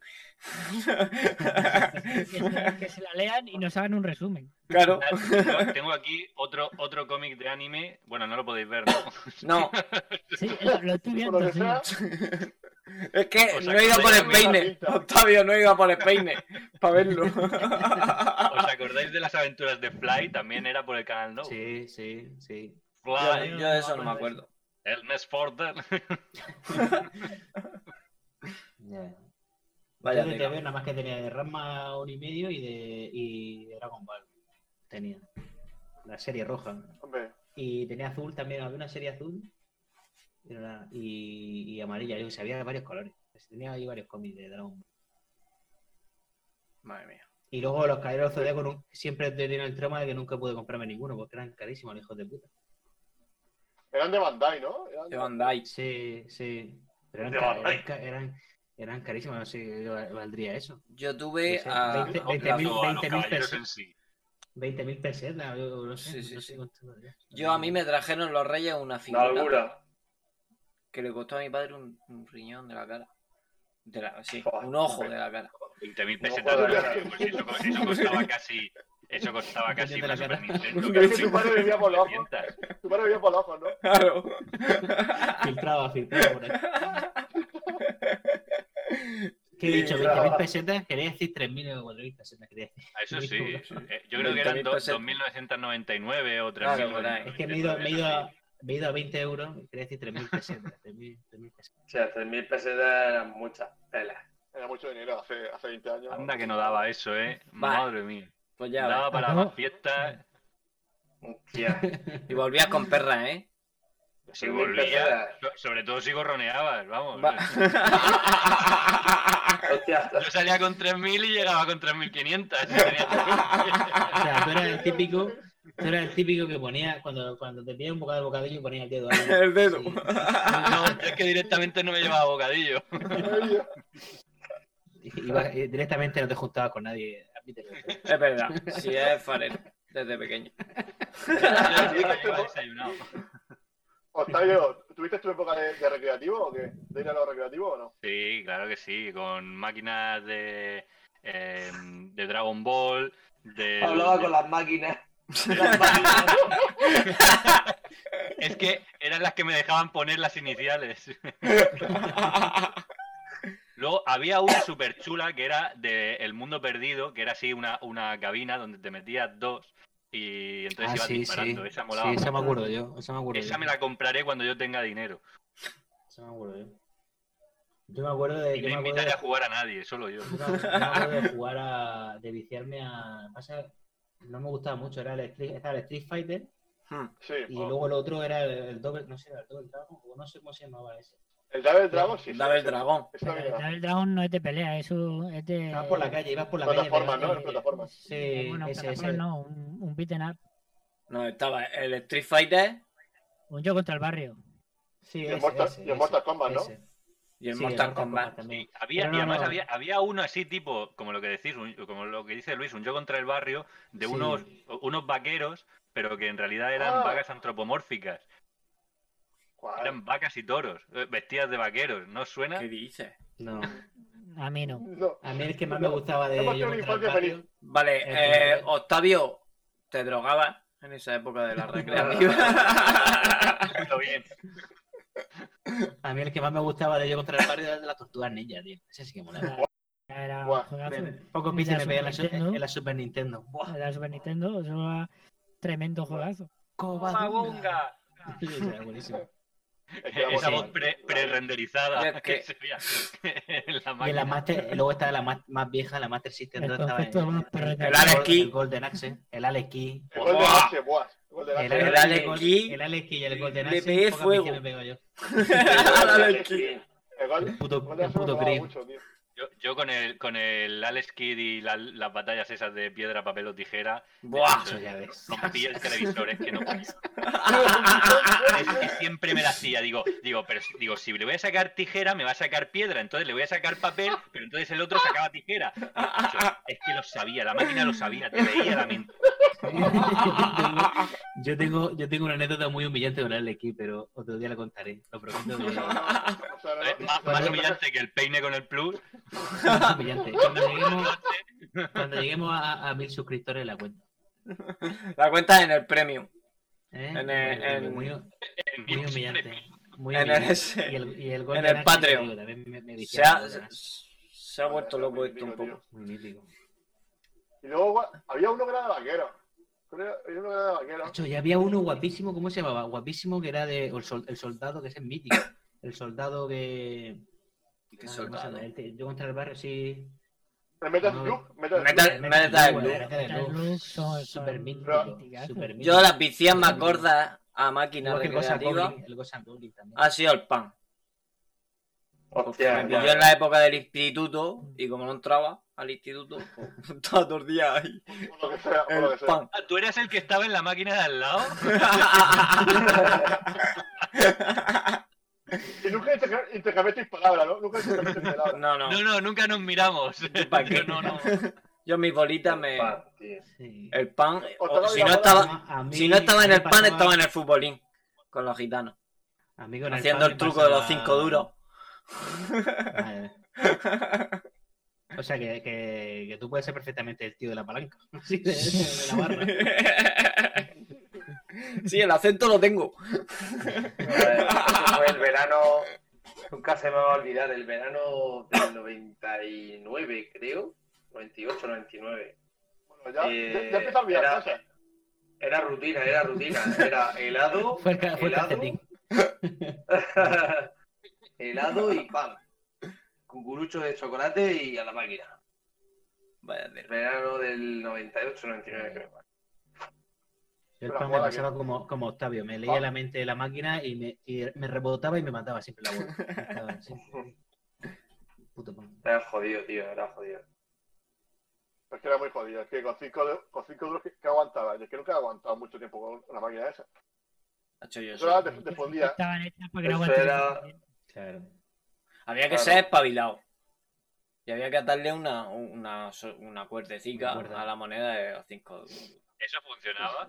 Que se- que se la lean y nos hagan un resumen.
Claro.
Tengo- Tengo aquí otro, otro cómic de anime. Bueno, no lo podéis ver, ¿no?
No,
Sí, lo, lo estoy viendo,
Por lo que
sí.
sea,
es que
Os
no he ido por el
acordáis
de la
peine.
pinta.
Octavio, no he ido por el peine. Para verlo.
¿Os acordáis de las aventuras de Fly? También era por el canal No.
Sí, sí, sí.
Fly,
Yo de eso no me acuerdo.
el mes Forder.
Ya.
Vaya
Yo de
tela.
TV nada más que tenía de Rasma hora y medio y de, y de Dragon Ball. Tenía. La serie roja.
hombre.
Y tenía azul también, había una serie azul. Era una- y, y amarilla, yo que sé, había varios colores. Tenía ahí varios cómics de Dragon Ball.
Madre mía.
Y luego los caballeros del Zodíaco nun- siempre tenía el trama de que nunca pude comprarme ninguno porque eran carísimos, los hijos de puta.
Eran de Bandai, ¿no? Eran
Te
de-
mandáis.
Sí, sí. Pero eran,
De
ca-
Bandai.
eran, ca- eran, eran carísimos, no sé qué val- valdría eso.
Yo tuve
Ese,
a.
20
Comprando a
20.000
los
20.000
caballeros
pesos.
en sí.
20.000 pesetas, yo no sé,
Sí, sí,
no
sí.
sé cuánto valía.
Yo a mí me trajeron los reyes una
La
figura
locura.
que le costó a mi padre un, un riñón de la cara. De la, sí,
Joder.
un ojo de la cara.
20.000
No
pesetas.
jodas.
tío, pues eso, co- eso costaba casi. Eso costaba
Yo
casi
te la
una
cara.
Super Nintendo.
Es que
casi
tu padre vivía por los ojos.
700.
Tu padre vivía por los ojos, ¿no?
Claro.
Filtraba, filtraba por ahí. ¿Qué he
Sí,
dicho?
claro.
20.000 pesetas, quería decir 3.000 o 4.000 pesetas, quería decir.
Ah, Eso sí.
Muy
eh, Yo creo que
20.000
eran do-
pesetas.
2.999 o
Claro, por ahí.
3.000.
Es que me he ido, me he ido a, me he ido a 20 euros, quería decir 3.000 pesetas, 3.000 3.000 pesetas.
O sea, 3.000 pesetas eran muchas telas.
Era mucho dinero hace, hace 20 años.
Anda que no daba eso, ¿eh?
Vale.
Madre mía.
Pues ya.
Daba
ves.
para
Ah,
Acabó.
las fiestas.
Hostia.
Y volvías con perras, ¿eh?
Si
3.000
volvía,
pesetas.
so- sobre todo si gorroneabas, vamos.
Va-
Hostia.
Yo salía con 3.000 y llegaba con 3.500. Tenía-
O sea, tú eras el típico, tú eras el típico que ponía, cuando, cuando te pidía un bocado de bocadillo, ponía el dedo. ahí.
El dedo.
Sí.
No, es que directamente no me llevaba bocadillo.
Iba- eh, directamente no te juntabas con nadie, admítelo.
Es verdad. Sí, es farero. Desde pequeño.
Yo sí que iba desayunado.
Octavio, ¿tuviste tu época de, de recreativo o qué? ¿De ir a los recreativos o no?
Sí, claro que sí, con máquinas de, eh, de Dragon Ball, de...
Hablaba con las máquinas. Las máquinas.
Es que eran las que me dejaban poner las iniciales. Luego había una súper chula que era de El Mundo Perdido, que era así una, una cabina donde te metías dos y entonces ibas disparando. Esa molaba.
Ah, Sí, esa me
mucho.
acuerdo yo. Esa me acuerdo
Esa
yo.
me la compraré cuando yo tenga dinero.
Esa me acuerdo yo. Yo me acuerdo de.
Y no
Yo me acuerdo
invitaré
de
a jugar a nadie, solo yo.
Yo me- yo me acuerdo de jugar a. de viciarme a. pasa, no me gustaba mucho, era el Street, estaba el Street Fighter
Sí.
y
Oh.
o-
luego el otro era el, el Double, no sé, era el Double Dragon, o no sé cómo se llamaba ese.
Eh,
El Double Dragon, sí. sí,
Dame el
sí.
dragón.
Eso
Pero
también
el
era.
Double Dragon no es de pelea, eso es de.
Ibas por la calle, ibas por la
Plataforma,
calle.
¿no?
pegabas-
En plataforma.
Sí,
bueno,
ese,
plataforma
ese.
no, un, un beaten up.
No, estaba el Street Fighter
Un yo contra el barrio.
Sí,
Y el
ese,
Mortal-
ese,
y el Mortal Kombat, ¿no?
ese.
y el
Sí,
Mortal Kombat.
también.
Había,
Pero no,
y además
no.
Había, había uno así tipo, como lo que decís, un- como lo que dice Luis, un yo contra el barrio, de
Sí.
unos, unos vaqueros pero que en realidad eran
Ah.
vacas antropomórficas.
¿Cuál?
Ah.
Eran vacas y toros, eh, vestidas de vaqueros. ¿No os suena?
¿Qué dices?
No.
A mí no.
No.
A mí el que más me gustaba de
Hemos
Yo
tenido una
contra el
infancia
patio-
Vale,
Eh,
eh, Octavio, ¿te drogabas en esa época de la recreativa?
Está bien.
A mí el que más me gustaba de Yo contra el barrio era el de las tortugas ninja, tío. Ese sí que molaba.
Ya Era
Buah,
un juegazo.
Poco
Ni
pizza
la
me veía en la,
Super
su- en
Nintendo.
la Super Nintendo. Buah,
Era Super Nintendo, eso era tremendo juegazo.
cobadunga. Sí, era buenísimo.
Esa voz pre- pre-renderizada.
Es que-
que sería en la
Y en la
máquina.
Master, luego estaba la más, más vieja, la Master System
El
2 estaba
concepto más
el,
perrete.
El Alex
Gol-
Key.
el Golden Axe, el Alex Key.
El gol de
Buah.
Axe, buah. El gol de
El,
Axe.
Alex Key.
El Alex Key y el Golden
Le
Axe.
pegué
poca
fuego.
pizza me pego yo.
Dale aquí.
El gol
El
el
puto,
gol de
el
Axe me
puto
molaba
Creed.
mucho, tío.
Yo, yo con el con el Alex Kidd y la- las batallas esas de piedra, papel o tijera,
Buah.
Ah, Eso ya ves.
rompí el televisor, es que no podía. Es que siempre me la hacía, digo, digo, pero si- digo, si le voy a sacar tijera, me va a sacar piedra, entonces le voy a sacar papel, pero entonces el otro sacaba tijera. Macho, es que lo sabía, la máquina lo sabía, te veía la mente.
yo, tengo, yo tengo una anécdota muy humillante con el Alex Key, pero otro día la contaré. Lo prometo que
O sea,
Eh,
no-
Más, más humillante que el peine con el plus.
es humillante. Cuando lleguemos, cuando lleguemos a, a mil suscriptores la cuenta.
La cuenta en el premium.
¿eh?
En el- en-
Muy-
en
Muy
mi-
humillante. Muy
En el
humillante.
ese.
Y el, y el
En
Golden
el
Axe,
Patreon.
te digo, también me- me
Se
viciaba
ha,
el Golden
se-
Axe.
se ha vuelto loco esto un poco.
Muy mítico.
Y luego gua- había uno que era de vaquero. Creo- Había uno que era de vaquero.
Nacho, ya había uno guapísimo, ¿cómo se llamaba? Guapísimo que era de o el, sol- el soldado, que ese es mítico. El soldado que.
Qué
Ah,
soldado.
¿cómo se llama? El que- Yo contra el barrio, sí.
El Metal
No.
Slug, Metal Slug.
Metal- Metal
Slug,
Slug.
era Metal
Metal
Slug.
Slug son-
Super
son
mítico.
míticazos.
super mítico.
Yo las vicias más gordas a máquina
Igual que el Ghost and
recreativa
Goblin, el Ghost and Goblin también.
ha sido el pan.
Hostia,
Porque me
ya.
pilló en la época del instituto y como no entraba al instituto, pues, estaba todos los días ahí.
por lo que sea, por lo
El
que sea.
pan.
Ah, ¿Tú eras el que estaba en la máquina de al lado?
Y nunca interca- intercambiasteis palabras, ¿no? Nunca intercambiasteis palabras.
No, no.
No, no, nunca nos miramos.
¿Tú pa' qué?
Yo no, no.
Yo mis bolitas me.
Sí.
El pan.
O te
o-
doy
si,
la
no
bola,
estaba,
A mí-
si no estaba en
a mí
el pan,
ah, pasaba-
estaba en el futbolín. Con los gitanos.
a mí con el
Haciendo
pan
el
me
truco de los
pasaba-
cinco duros.
Vale. O sea, que, que, que tú puedes ser perfectamente el tío de la palanca. Sí, de, de la barra.
Sí, el acento lo tengo.
Ese fue el verano. Nunca se me va a olvidar el verano del 99, creo. 98, 99.
Bueno, ya,
Eh,
ya, ya empieza a olvidar
era-
cosas.
Era rutina, era rutina. Era helado.
Fue el, ca- fue el
helado,
calcetín.
helado y pan. Cucurucho de chocolate y a la máquina.
Vaya
El verano del 98, 99, creo.
Yo el
Pero
pan me
juega
pasaba como, como Octavio, me
Ah.
leía la mente de la máquina y me, y me rebotaba y me mataba siempre la bola. Me mataba siempre. Puto pan.
Era jodido, tío, era jodido.
Es que era muy jodido. Es que con cinco, de- con cinco duros que, que aguantaba. Es que nunca he aguantado mucho tiempo con una máquina esa.
macho, yo
Yo la
soy-
de- defendía.
Estaban hechas para que
Eso
no aguantasen
era-
también.
Claro.
Había que
Claro.
ser espabilado. Y había que atarle una, una, una cuerdecica
Una cuerda.
a la moneda de los cinco duros.
¿Eso funcionaba?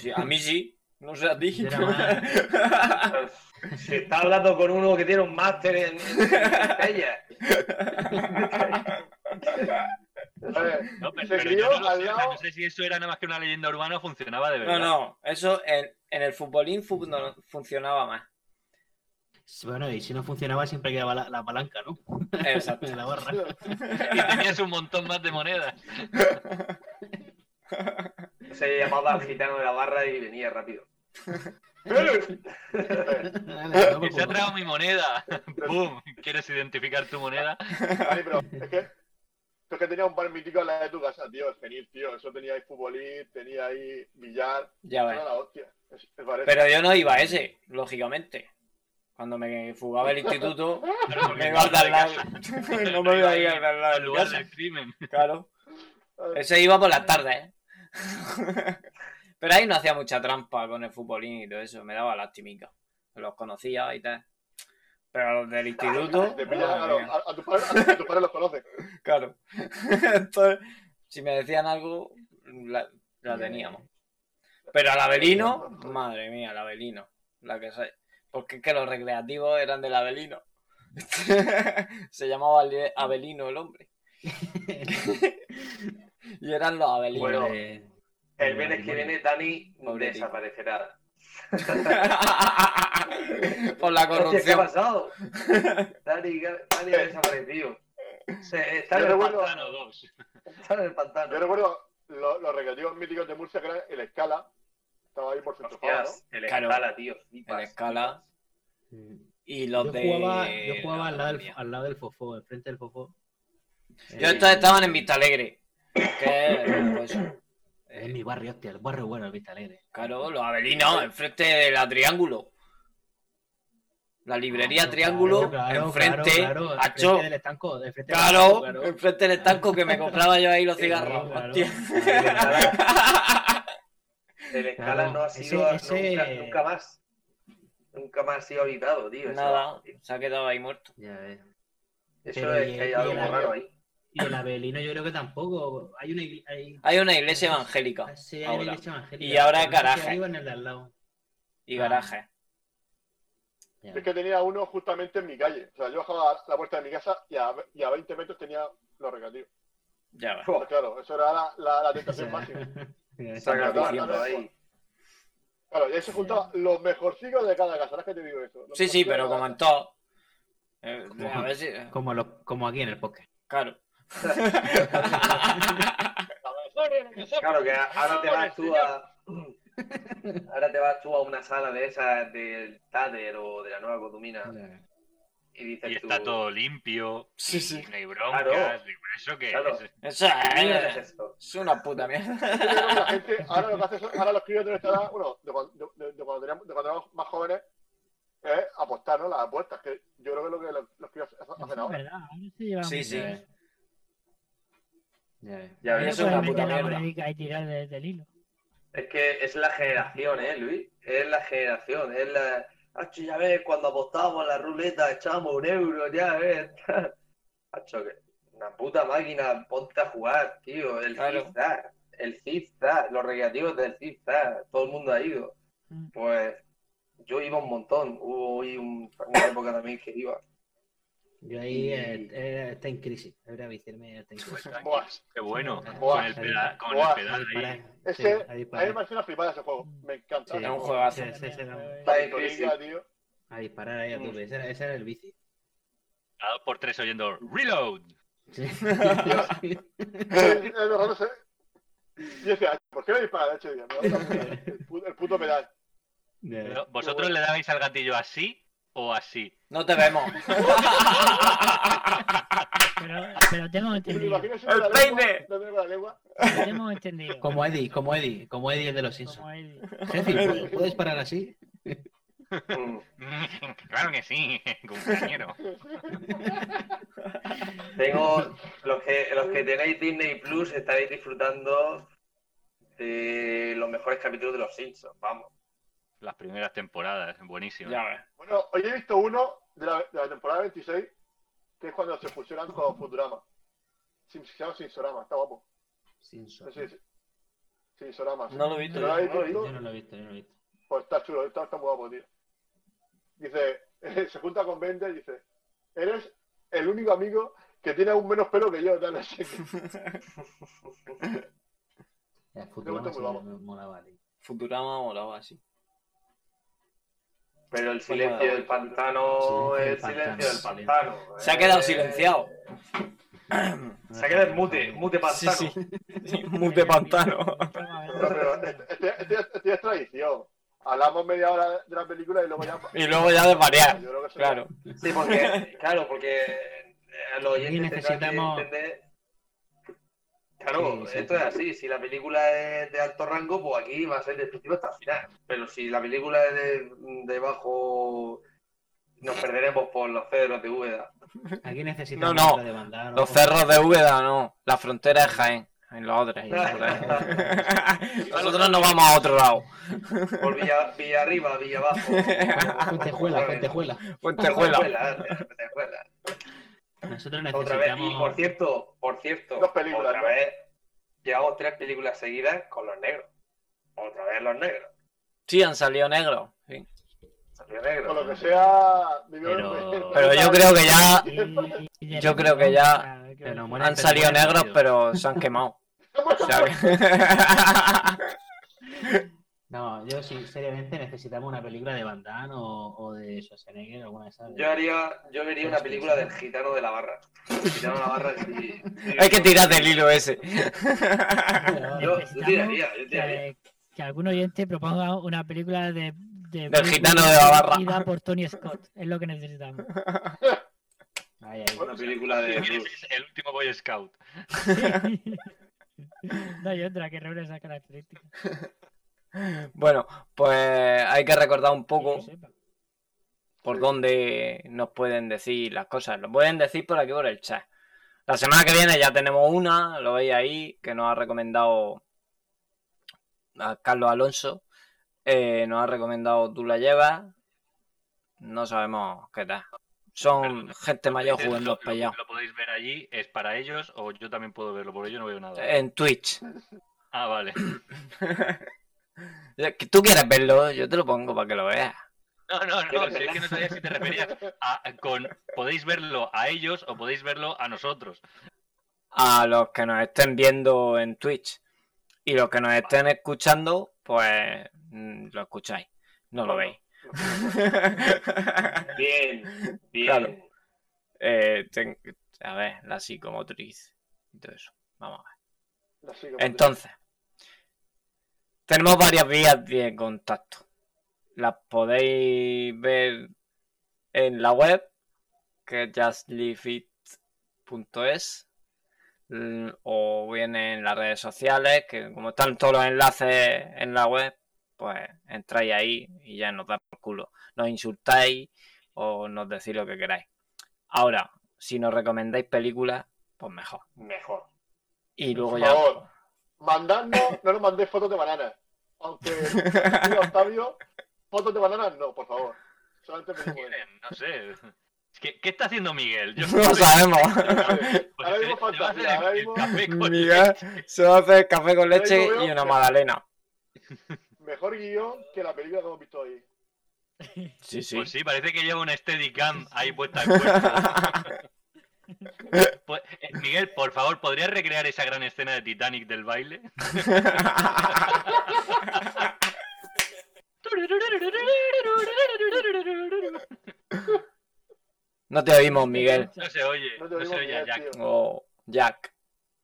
Sí, a mí sí. No sé a ti.
Yo era más-
Se está hablando con uno que tiene un máster en, ella.
¿sabes?
No, pero,
Se
pero
crió
yo no lo
al
sé, o sea,
lado-
no sé si eso era nada más que una leyenda urbana o funcionaba de
No,
verdad.
no. Eso en, en el futbolín fu- no- funcionaba más.
Bueno, y si no funcionaba siempre quedaba la, la palanca, ¿no?
Exacto.
De la barra.
Y tenías un montón más de monedas.
Se llamaba al gitano de la barra y venía rápido.
Dale, toma
Que se ha
por culo.
tragado mi moneda. ¡Bum! ¿Quieres identificar tu moneda?
Ay, pero es que, tú es que tenía un bar mítico en la de tu casa, tío. El Genil, tío. Eso tenía ahí futbolín, tenía ahí billar.
Ya
Era
ves.
la hostia. Es, es parece.
Pero yo no iba a ese, lógicamente. Cuando me fugaba del instituto,
Claro, porque
me iba a
no
dar
de
la...
casa,
No me iba a ir
Iba
al lado
al
de mi
lugar
casa.
del crimen.
Claro.
Ay,
Ese iba por las tardes, ¿eh? Pero ahí no hacía mucha trampa con el futbolín y todo eso. Me daba lastimica. Los conocía y tal. Pero los del instituto.
Te pillan a,
madre
los-
mía,
a, a tus padres a tus padres los conoces.
claro. Entonces, si me decían algo, la, la teníamos. Pero al Avelino, madre mía, al Avelino. La que sé. Porque es que los recreativos eran del Avelino. Se llamaba Ale- Avelino el hombre. y eran los Avelinos.
Bueno,
Eh,
El viernes que
Matrimonio.
viene Dani
Pobre tío.
desaparecerá.
Por la
Hostia, ¿Qué ha
corrupción.
pasado? Dani, Dani ha desaparecido. Se- está,
Eh.
en
Yo
el
recuerdo-
pantano,
dos.
está en el
Yo
pantano.
recuerdo lo- los recreativos míticos de Murcia, que eran el Escala. Estaba ahí por Centro Fabra, ¿no?
Hostias, el
Claro.
escala, tío. flipas.
En escala. Y los
Este, yo
de.
jugaba, yo jugaba al, lado del,
Mía.
al lado del fofó, enfrente del fofó.
Yo
Eh,
estos estaban en Vista Alegre. Que es, pues,
Es eh, mi barrio, hostia, el barrio bueno, el Vista Alegre.
claro, los
Ah,
Avelinos, enfrente de la Triángulo. La librería
Ah, Claro,
Triángulo,
claro, claro,
enfrente.
claro, claro,
hacho.
enfrente del estanco, enfrente del
Claro,
estanco,
enfrente del estanco que me compraba yo ahí los cigarros.
claro. Ah,
hostia.
El escala
Claro,
no ha
ese-
sido
ese-
Nunca, nunca más. Nunca más ha sido habitado, tío. Eso-
Nada, se ha quedado ahí muerto.
Ya ves.
Eso
Pero
es
y-
que hay
y
algo
el avión.
raro ahí.
Y el Avelino yo creo que tampoco. Hay una iglesia. Hay,
Hay una iglesia evangélica
sí, hay una
Ah, ahora.
iglesia evangélica,
Y ahora
pero no sé si
garaje.
arriba en el de al lado.
y
Ah.
garaje.
Ya.
Es que tenía uno justamente en mi calle. O sea, yo bajaba a la puerta de mi casa y a, y a 20 metros tenía los recreativos.
Ya va.
Pues claro, eso era la, la- la
O sea,
tentación máxima.
ya ves.
Saca
Claro,
diciendo ahí.
Claro, y ahí se juntaban los mejorcicos de cada casa. ¿Sabes que te digo eso? Los
Sí, sí,
mejorcicos
pero
de cada
como en
casa.
todo. Eh,
Como-
a ver si.
como, lo- como aquí en el podcast.
Claro.
Claro que ahora te vas tú a. Ahora te vas tú a una sala de esas del Tater o de la Nueva Codumina y dices
Y está
tú,
todo limpio.
Sí,
y
sí.
No hay broncas.
Claro.
digo, ¿Eso qué
Claro.
es?
Eso
¿Qué mierda es
es,
esto?
es una puta mierda.
Yo creo que la gente, ahora lo que hace es- ahora los críos de nuestra edad, bueno, de cuando, de- de cuando teníamos, de cuando éramos más jóvenes, es apostar, ¿no? Las apuestas, que yo creo que es lo que los, los críos
Eso
hacen
es
ahora.
verdad, ahora se lleva
Sí,
muy
sí.
bien.
Ya ves.
Ya
Ahora
ves,
es
es
una
puedes
una
puta
puta
meter la
mierda.
política y tirar de- del hilo.
Es que es la generación, ¿eh, Luis? Es la generación, es la... Hacho, ya ves, cuando apostábamos a la ruleta echábamos un euro, ya ves. Hacho, que- una puta máquina, ponte a jugar, tío. El
Claro.
zig-zag, el zig-zag, los recreativos del zig-zag, todo el mundo ha ido.
Mm.
Pues yo iba un montón, hubo hoy un- una época también que iba.
Yo ahí eh, eh, está en crisis. Debería avisarme, está en
Pues,
crisis.
Tranquilo,
Buah.
Qué bueno.
Buah.
Con el pedal, con el
Buah.
A
pedal ahí.
disparar,
Ese-
sí, a
A mí me
disparar.
parece una flipada ese juego. Me encanta.
Sí.
Ese
Es un
juego.
juegazo.
Sí, sí, sí, no.
Está
Está
en
difícil.
Corea, tío.
A disparar ahí a tope. Ese era, ese era el bici.
A dos por tres oyendo Reload.
Sí.
El- el horror se- Y decía, ¿por qué le disparan a este día? Me da una- El puto, el puto pedal.
Ya ves.
Pero, ¿Vosotros le dabais al gatillo así o así?
No te vemos.
Pero, pero te hemos
¿Te
entendido.
imaginas si
¡El
la
peine!
lengua? No tengo la lengua.
Te hemos entendido.
Como Eddie, como Eddie, como Eddie el de los
Como
Simpsons.
él.
Jefe, ¿puedo- ¿puedes parar así?
Mm.
claro que sí, compañero.
Tengo los que los que tenéis Disney Plus estaréis disfrutando de los mejores capítulos de los Simpsons, vamos.
Las primeras temporadas, buenísimo.
ya ves.
Bueno, hoy he visto uno de la, de la temporada 26, que es cuando se fusionan con Futurama. Sin, se llama Sinsorama, está guapo. No
Simpsons.
sé si- Sinsorama. sí.
No lo he visto.
¿No lo habéis
no lo he
visto?
Yo no lo he visto, yo no lo he visto.
Pues está chulo, está, está muy guapo, tío. Dice, se junta con Bender y dice, eres el único amigo que tiene aún menos pelo que yo, tal, así que-
Ya, Futurama
gusta
sí
Futurama.
me molaba, tío.
Futurama volaba así.
Pero el silencio del pantano,
Silencio del
el silencio del
pantano,
pantano.
Se ha quedado
eh.
silenciado.
Se ha quedado en mute, mute pantano.
Sí, sí. Mute pantano.
No, pero este, este- este- este es tradición. Hablamos media hora de la película y luego ya...
Y luego ya desvariar.
Yo creo que eso
Claro.
Sí, porque, claro, porque eh, los
Aquí
oyentes tendrán que
necesitamos-
entender- Claro,
Sí, sí,
esto
sí.
es así. Si la película es de alto rango, pues aquí va a ser de principio hasta el final. Pero si la película es de, de bajo, nos perderemos por los cedros de Úbeda.
Aquí necesitamos
No, no.
otra demanda, ¿no?
Los cerros de Úbeda, no. La frontera es Jaén. En los otros.
Ahí,
Claro.
Nosotros no vamos a otro lado.
Por Villa, Villa Arriba, Villa Abajo.
Fuentejuela, Fuentejuela.
Fuentejuela.
Fuentejuela.
Nosotros
Otra vez. Y por
necesitamos.
cierto, por cierto,
Dos películas,
otra
¿no?
vez llevamos tres películas seguidas con los negros. Otra vez los negros.
Sí, han salido negros. sí.
Salió
Por
negro.
lo que sea, mi
Pero-
Dios,
Pero yo creo que ya Ah, Yo creo que ya
Pero
han salido
Bueno,
negros,
tío.
pero se han quemado. O sea que-
No, yo sí, seriamente necesitamos una película de Van Damme o, o de Schwarzenegger, alguna de esas.
Yo haría, yo vería una película del gitano de la barra. El gitano de la barra sí. sí.
Hay que tirar del hilo ese.
Pero
Yo- yo
necesitamos
tiraría, yo
que-
tiraría.
Que algún oyente proponga una película de. de
Del gitano de la barra.
dirigida por Tony Scott. Es lo que necesitamos.
Ay, ay.
Una película de
¿Quién es el último Boy Scout?
no hay otra que reúne esas características. que
Bueno, pues hay que recordar un
yo
poco
sepa.
por dónde nos pueden decir las cosas. Lo pueden decir por aquí por el chat. La semana que viene ya tenemos una, lo veis ahí, que nos ha recomendado a Carlos Alonso. Eh, nos ha recomendado Tú la llevas. No sabemos qué tal. Son gente mayor
Dices,
jugando
lo, lo-
pellados.
lo podéis ver allí, es para ellos o yo también puedo verlo, porque yo no veo nada.
En Twitch.
Ah, vale.
Tú quieres verlo, yo te lo pongo para que lo veas.
No, no, no,
Pero-
si es que no sabía si te referías a con podéis verlo a ellos o podéis verlo a nosotros.
a los que nos estén viendo en Twitch y los que nos estén escuchando, pues mm, lo escucháis, no lo veis.
Bien, bien.
Claro. Eh, ten- A ver, la psicomotriz y todo eso. Vamos a ver. Entonces, tenemos varias vías de contacto. Las podéis ver en la web, que es justliveit.es, l- mm, o bien en las redes sociales, que como están todos los enlaces en la web, pues entráis ahí y ya nos da por culo. Nos insultáis o nos decís lo que queráis. Ahora, si nos recomendáis películas, pues mejor.
Mejor.
Y luego
Por
ya.
favor. Mandadnos, no nos mandéis fotos de bananas. Aunque, diga Octavio, fotos de bananas no, por favor. Solamente películas.
No sé. Es que, ¿Qué está haciendo Miguel? Yo
No lo sabemos.
Ahora mismo falta, mira, ahora mismo
Miguel se va a hacer café con leche
Ahí lo veo.
y una magdalena.
mejor guión que la película que hemos visto hoy.
Sí, sí.
Pues sí, parece que lleva una Steadicam ahí puesta en cuerpo. Pues, eh, Miguel, por favor, ¿podrías recrear esa gran escena de Titanic del baile?
No te oímos, Miguel.
No se oye,
No
no,
te oímos
se oye a
bien,
Jack.
tío.
O Jack.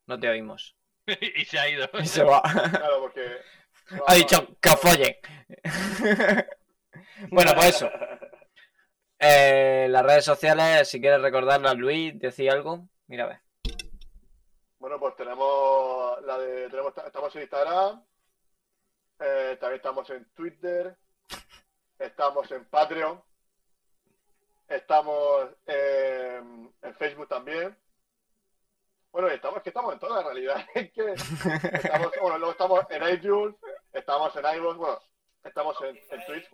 No te oímos.
y se ha ido.
Y se va.
Claro, porque.
Ha dicho que os follen. Bueno, pues eso. Eh, las redes sociales, si quieres recordarlas, Luis, decía algo. Mira, a ver.
Bueno, pues tenemos la de. Tenemos, estamos en Instagram. eh, también estamos en Twitter. Estamos en Patreon. Estamos eh, en Facebook también. Bueno, y estamos, es que estamos en toda la realidad. Es que estamos, bueno, luego estamos en iTunes, estamos en iVoox, bueno, estamos en, en Twitch.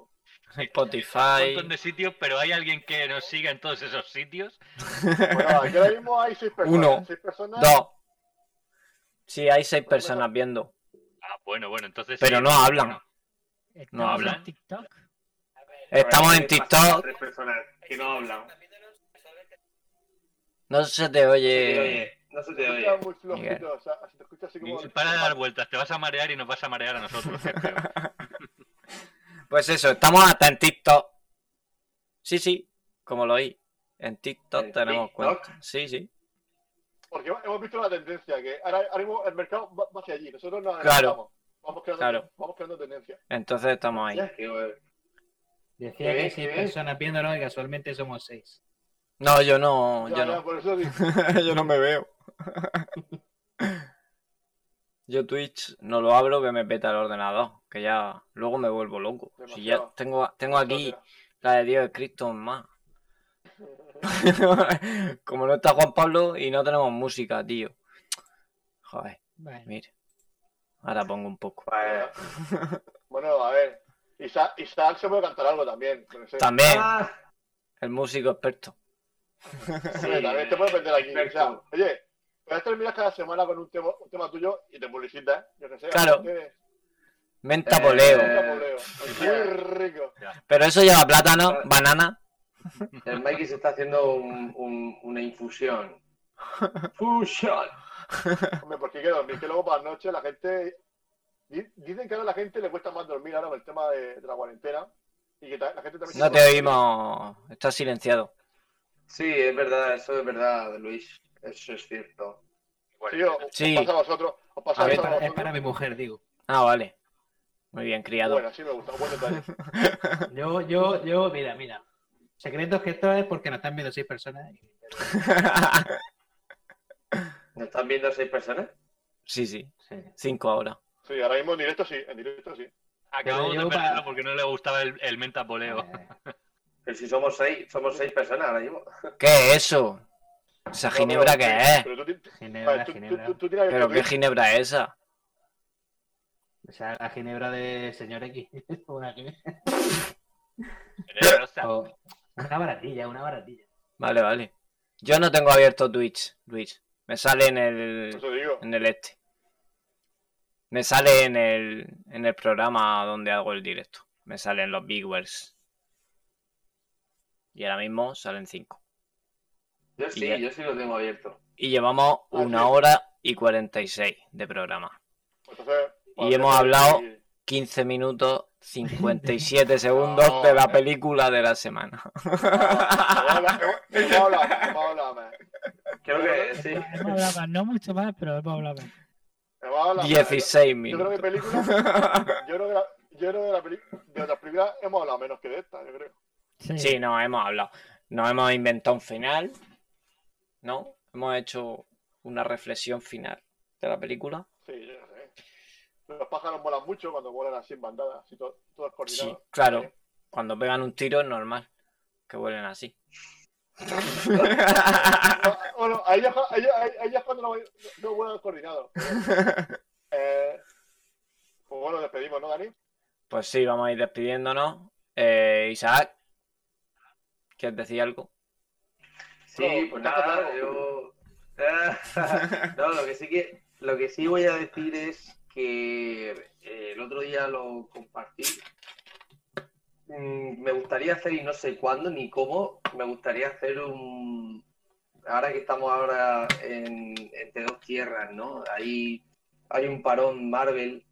Un
Spotify.
montón de sitios, pero hay alguien que nos siga en todos esos sitios.
Bueno, aquí ahora mismo hay seis personas.
Uno,
seis personas.
Dos. Sí, hay
Pues
seis personas viendo.
Ah, bueno, bueno, entonces.
Pero
sí.
no hablan.
Bueno,
Estamos
habla.
en TikTok.
Estamos en
Hay pasan
TikTok.
Tres personas que no hablan.
No se te oye.
No se
Se
te oye.
escucha muy flojito,
Miguel.
o sea, se te escucha así como.
Miguel, para de dar vueltas, te vas a marear y nos vas a marear a nosotros. es peor.
Pues eso, estamos hasta en TikTok. Sí, sí, como lo oí. En TikTok
¿En
tenemos
TikTok?
cuenta. Sí, sí.
Porque hemos visto la tendencia, que ahora, ahora mismo el mercado va va hacia allí, nosotros nos
Claro.
adelantamos. Vamos creando,
Claro.
vamos creando tendencia.
Entonces estamos ahí.
Ya, que, bueno.
Decía que
¿Qué?
hay seis
¿Qué?
personas viéndolo y casualmente somos seis.
No, yo no,
Ya,
yo
ya,
no.
por eso digo,
yo no me veo. yo Twitch no lo abro que me peta el ordenador. Que ya luego me vuelvo loco. Si ya
Demasiado.
tengo, tengo aquí la de Dios de Cristo más. Como no está Juan Pablo y no tenemos música, tío. Joder,
Bueno,
mira. Ahora pongo un poco.
Pues-
Bueno, a ver. Isaac, Isaac se puede cantar algo también. no sé.
También,
Ah,
el músico experto.
Hombre, también te puede vender aquí.
Perfecto.
Isaac. Oye, puedes terminar cada semana con un tema, un tema tuyo y te publicitas. ¿eh? Yo qué sé.
Claro.
¿qué?
Menta poleo.
Menta poleo. Muy rico.
Pero eso lleva plátano,
Eh.
banana.
El Mikey se está haciendo un- un- una infusión. Fusion.
Hombre, porque quiero dormir, que luego por las noches la gente. di- Dicen que ahora a la gente le cuesta más dormir ahora con el tema de, de la cuarentena. Y que ta- la gente también.
No
se-
te oímos. Estás silenciado.
Sí, es verdad, eso es verdad, Luis. Eso es cierto.
Tío, os
Sí.
pasa a vosotros. Os pasa
A
a
ver,
Es
vosotros.
para, es para mi mujer, digo.
Ah, vale. Muy bien, criado.
Bueno, sí me gusta. Buen detalle.
Yo, yo, yo, mira, mira. Secretos que esto es porque nos están viendo seis personas. y-
¿Nos están viendo seis personas?
sí, sí.
sí.
Cinco ahora.
Sí, ahora mismo en directo sí. En directo sí.
Acabamos de
yo para-
perderlo porque no le gustaba el, el
Eh,
mentaboleo.
Pero si somos seis, somos seis personas ahora mismo.
¿Qué es eso? ¿Esa ginebra qué es?
Pero tú, ti- vale,
Ginebra,
tú, tú,
Ginebra.
tú- tú tienes que-
¿Pero
tú-
qué ginebra es esa?
O sea, la Ginebra de señor X. una, que-
Pero, o sea,
o- una baratilla, una baratilla.
Vale, vale. Yo no tengo abierto Twitch, Luis. Me sale en el.
Por eso digo.
En el este. Me sale en el, en el programa donde hago el directo. Me salen los viewers. Y ahora mismo salen cinco.
Yo sí,
Y ya.
yo sí lo tengo abierto.
Y llevamos
Ah,
una
sí.
hora y 46 de programa.
Entonces,
Y hemos hablado 15 minutos 57 segundos
No,
de la
eh.
película de la semana.
Hemos hablado, hemos hablado, man.
Creo que sí.
Hemos hablado más, no mucho más, pero hemos hablado más.
Hemos hablado, man.
16
Yo creo que
minutos.
películas. Yo creo que, la- yo creo que la peli- de las películas hemos hablado menos que de esta, yo creo.
Sí.
Sí, no, hemos hablado. Nos hemos inventado un final. ¿No? Hemos hecho una reflexión final de la película.
Sí, yo no sé. Los pájaros molan mucho cuando vuelan así en bandadas, así to- todos coordinados.
Sí, claro. Cuando pegan un tiro es normal que vuelen así.
Ah, Bueno, ahí ya, ahí ya- ahí ya es cuando no, no vuelan coordinados. Eh, pues bueno, despedimos, ¿no, Dani?
pues sí, vamos a ir despidiéndonos. Eh, Isaac, ¿quieres decir algo?
Sí, pues nada, yo. no, lo que sí que lo que sí voy a decir es que eh, el otro día lo compartí. Mm, Me gustaría hacer, y no sé cuándo ni cómo, me gustaría hacer un. Ahora que estamos ahora en, entre dos tierras, ¿no? Ahí hay un parón Marvel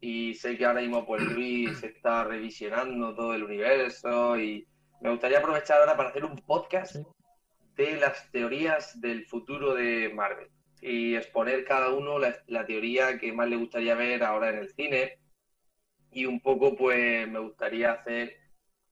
y sé que ahora mismo pues Luis está revisionando todo el universo y me gustaría aprovechar ahora para hacer un podcast
Sí.
de las teorías del futuro de Marvel y exponer cada uno la, la teoría que más le gustaría ver ahora en el cine y un poco pues me gustaría hacer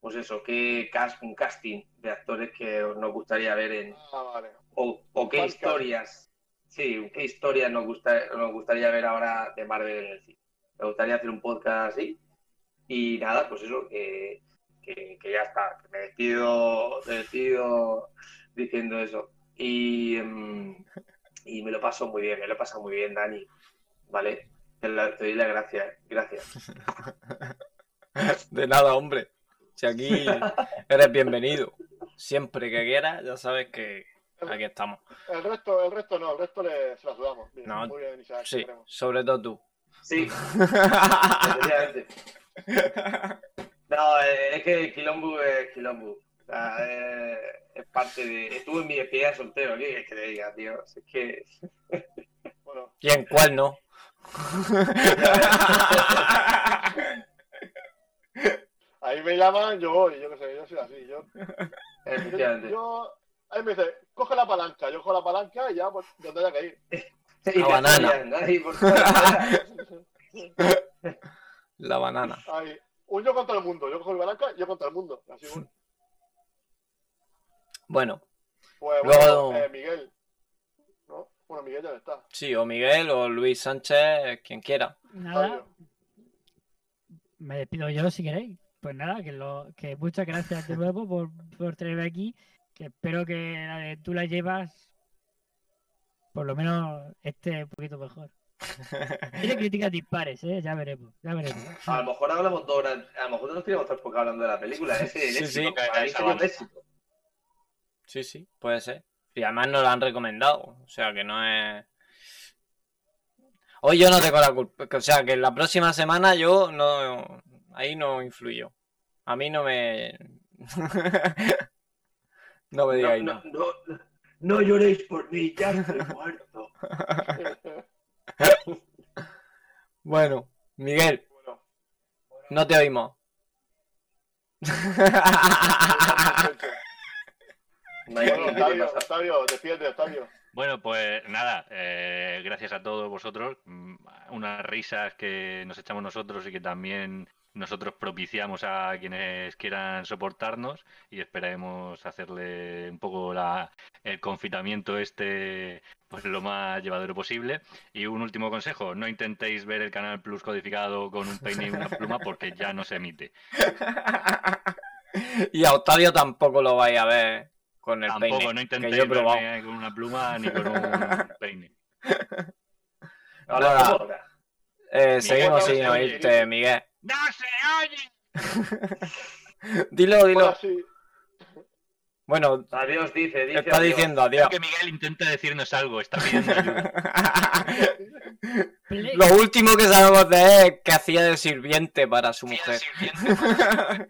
pues eso, que cast, un casting de actores que nos gustaría ver en,
Ah, vale.
o, o qué
Falcon.
historias, sí, qué historias nos, gusta, nos gustaría ver ahora de Marvel en el cine. Me gustaría hacer un podcast así. Y nada, pues eso, que, que, que ya está. que Me despido, me despido diciendo eso. Y, em, y me lo paso muy bien, me lo pasa muy bien, Dani. ¿Vale? Te, la- te doy las gracias. Gracias.
De nada, hombre. Si aquí eres bienvenido. Siempre que quieras, ya sabes que aquí estamos.
El resto, el resto no, el resto le, se la sudamos. Bien,
No,
muy bien, Isaac,
Sí,
te queremos.
sobre todo tú.
Sí. Efectivamente. No, eh, es que Quilombu es Quilombu. O sea, eh, es parte de. Estuve en mi despedida de soltero, ¿qué quieres que te diga, tío? Si Es que.
Bueno,
¿Y en cuál no?
ahí me llaman, yo voy, yo qué sé, yo soy así. Yo, yo,
Efectivamente.
yo- ahí me dice, coge la palanca, yo cojo la palanca y ya, pues, donde haya que ir.
Y
A
te
banana.
follan, ahí por todas las-
La banana.
Ahí, un yo contra el mundo, yo cojo el palanca, yo contra el mundo. Así, bueno.
Bueno,
Pues
Luego-
bueno, eh, Miguel. ¿No? Bueno, Miguel ya no está.
sí, o Miguel o Luis Sánchez, quien quiera.
Nada,
Fabio.
me despido yo si queréis. Pues nada, que, lo, que muchas gracias de nuevo por, por tenerme aquí. Que espero que la de tú la llevas por lo menos este un poquito mejor. Tiene críticas dispares, ¿eh? ya veremos, ya veremos.
A lo mejor hablamos dos horas. A lo mejor nos tenemos tres porque hablando de la película. Ese es el
Sí,
éxito.
sí.
Para mí sería un éxito.
Sí, sí, puede ser. Y además nos la han recomendado. O sea que no es. Hoy yo no tengo la culpa. que- O sea, que la próxima semana yo no. Ahí no influyo. A mí no me. no me digáis
no,
nada.
no, no, no lloréis por mí, ya estoy muerto.
Eh,
Bueno, Miguel,
Bueno, bueno,
no te oímos.
No hay ni-
Bueno,
ni
Octavio,
pasa.
Octavio, despídete, Octavio.
Bueno, pues nada, eh, gracias a todos vosotros. mm, Unas risas que nos echamos nosotros y que también nosotros propiciamos a quienes quieran soportarnos y esperaremos hacerle un poco la, el confitamiento este pues lo más llevadero posible. Y un último consejo, no intentéis ver el Canal Plus codificado con un peine y una pluma porque ya no se emite.
y a Octavio tampoco lo vais a ver con el
Tampoco,
peine.
no
que yo
intentéis
he probado. Eh,
verme con una pluma ni con un peine.
Ahora,
Ahora, ahora.
Eh,
no
seguimos
se
sin
oye.
oírte, Miguel.
¡No se oye!
Dilo, dilo.
Ahora sí.
Bueno,
Adiós, dice, dice.
está
adiós.
diciendo
Creo
adiós.
que Miguel intenta decirnos algo, está pidiendo ayuda.
Play-
Lo último que sabemos de él es que hacía de sirviente para su mujer.
Mira,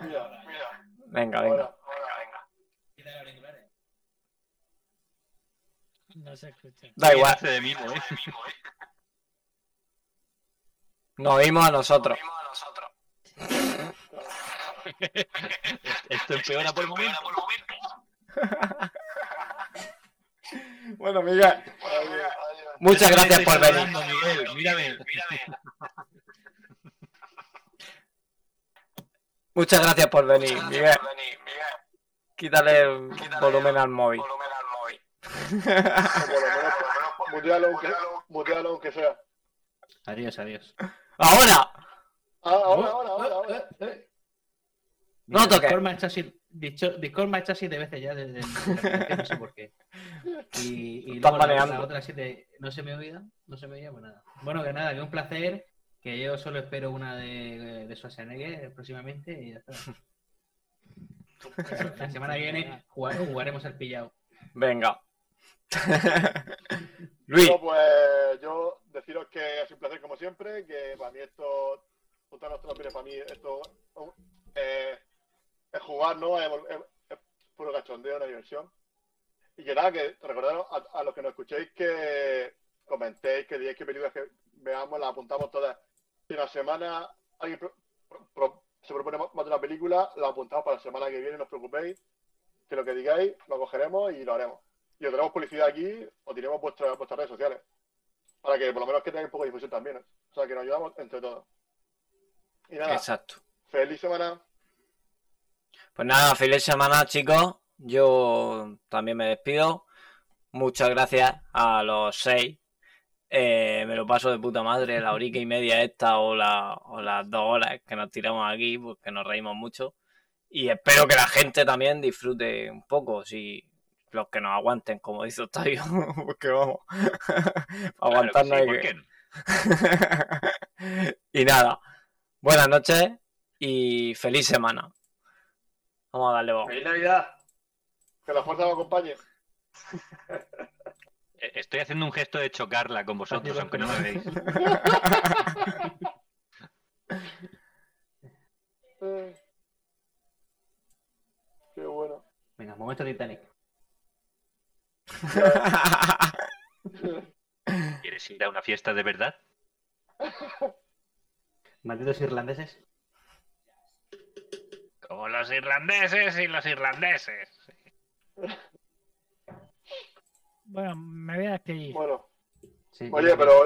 mira.
venga, venga.
Ahora, ahora,
No se escucha.
Da igual,
Hace de mimo, ¿eh?
nos oímos a nosotros.
Esto empeora por el momento.
Bueno, Miguel.
Adiós, adiós.
Muchas gracias por
Estoy
venir.
hablando, Miguel, mírame.
Muchas gracias por venir, Miguel. Quítale el volumen al móvil.
Por lo menos, por lo menos, mutealo aunque, mutealo aunque sea.
Adiós, adiós.
Ahora,
Ah, ahora, ahora, ahora, ahora.
No toques.
Discord me ha hecho así, Discord- Discord me ha hecho así de veces ya desde desde la aplicación, no sé por qué. Y, y
Estás
luego la- la,
baneando.
otra así de no se me oía, no se me oía, pues nada. Bueno, que nada, que un placer, que yo solo espero una de, de Schwarzenegger próximamente y ya está. La semana que viene jugar- jugaremos al pillado.
venga. Luis,
Bueno, pues yo deciros que es un placer como siempre, que para mí esto, juntar los trompines, para mí esto eh, es jugar, ¿no? Es, es- es puro cachondeo, una diversión. Y que nada, que recordaros a, a los que nos escuchéis que comentéis, que digáis qué películas que veamos, las apuntamos todas. Si la semana alguien pro- pro- pro- se propone más de una película, la apuntamos para la semana que viene, no os preocupéis, que lo que digáis lo cogeremos y lo haremos. Y os tenemos publicidad aquí, o tenemos vuestras, vuestras redes sociales. Para que por lo menos que tengáis un poco de difusión también. ¿eh? O sea, que nos ayudamos entre todos. Y nada,
exacto.
feliz semana.
Pues nada, feliz semana, chicos. Yo también me despido. Muchas gracias a los seis. Eh, me lo paso de puta madre, la horica y media esta o, la- o las dos horas que nos tiramos aquí, porque nos reímos mucho. Y espero que la gente también disfrute un poco, si los que nos aguanten, como dice Octavio, porque vamos,
Claro que sí,
aguantarnos hay
¿por
que-
qué no?
y nada, buenas noches y feliz semana. Vamos a darle voz.
Feliz Navidad.
Que la fuerza os acompañe.
Eh, Estoy haciendo un gesto de chocarla con vosotros,
Adiós,
aunque no me veis.
Eh. Qué bueno.
Venga, momento Titanic.
¿Quieres ir a una fiesta de verdad?
Malditos irlandeses.
Como los irlandeses y los irlandeses.
Bueno, me voy a despedir.
Bueno,
Sí,
oye, pero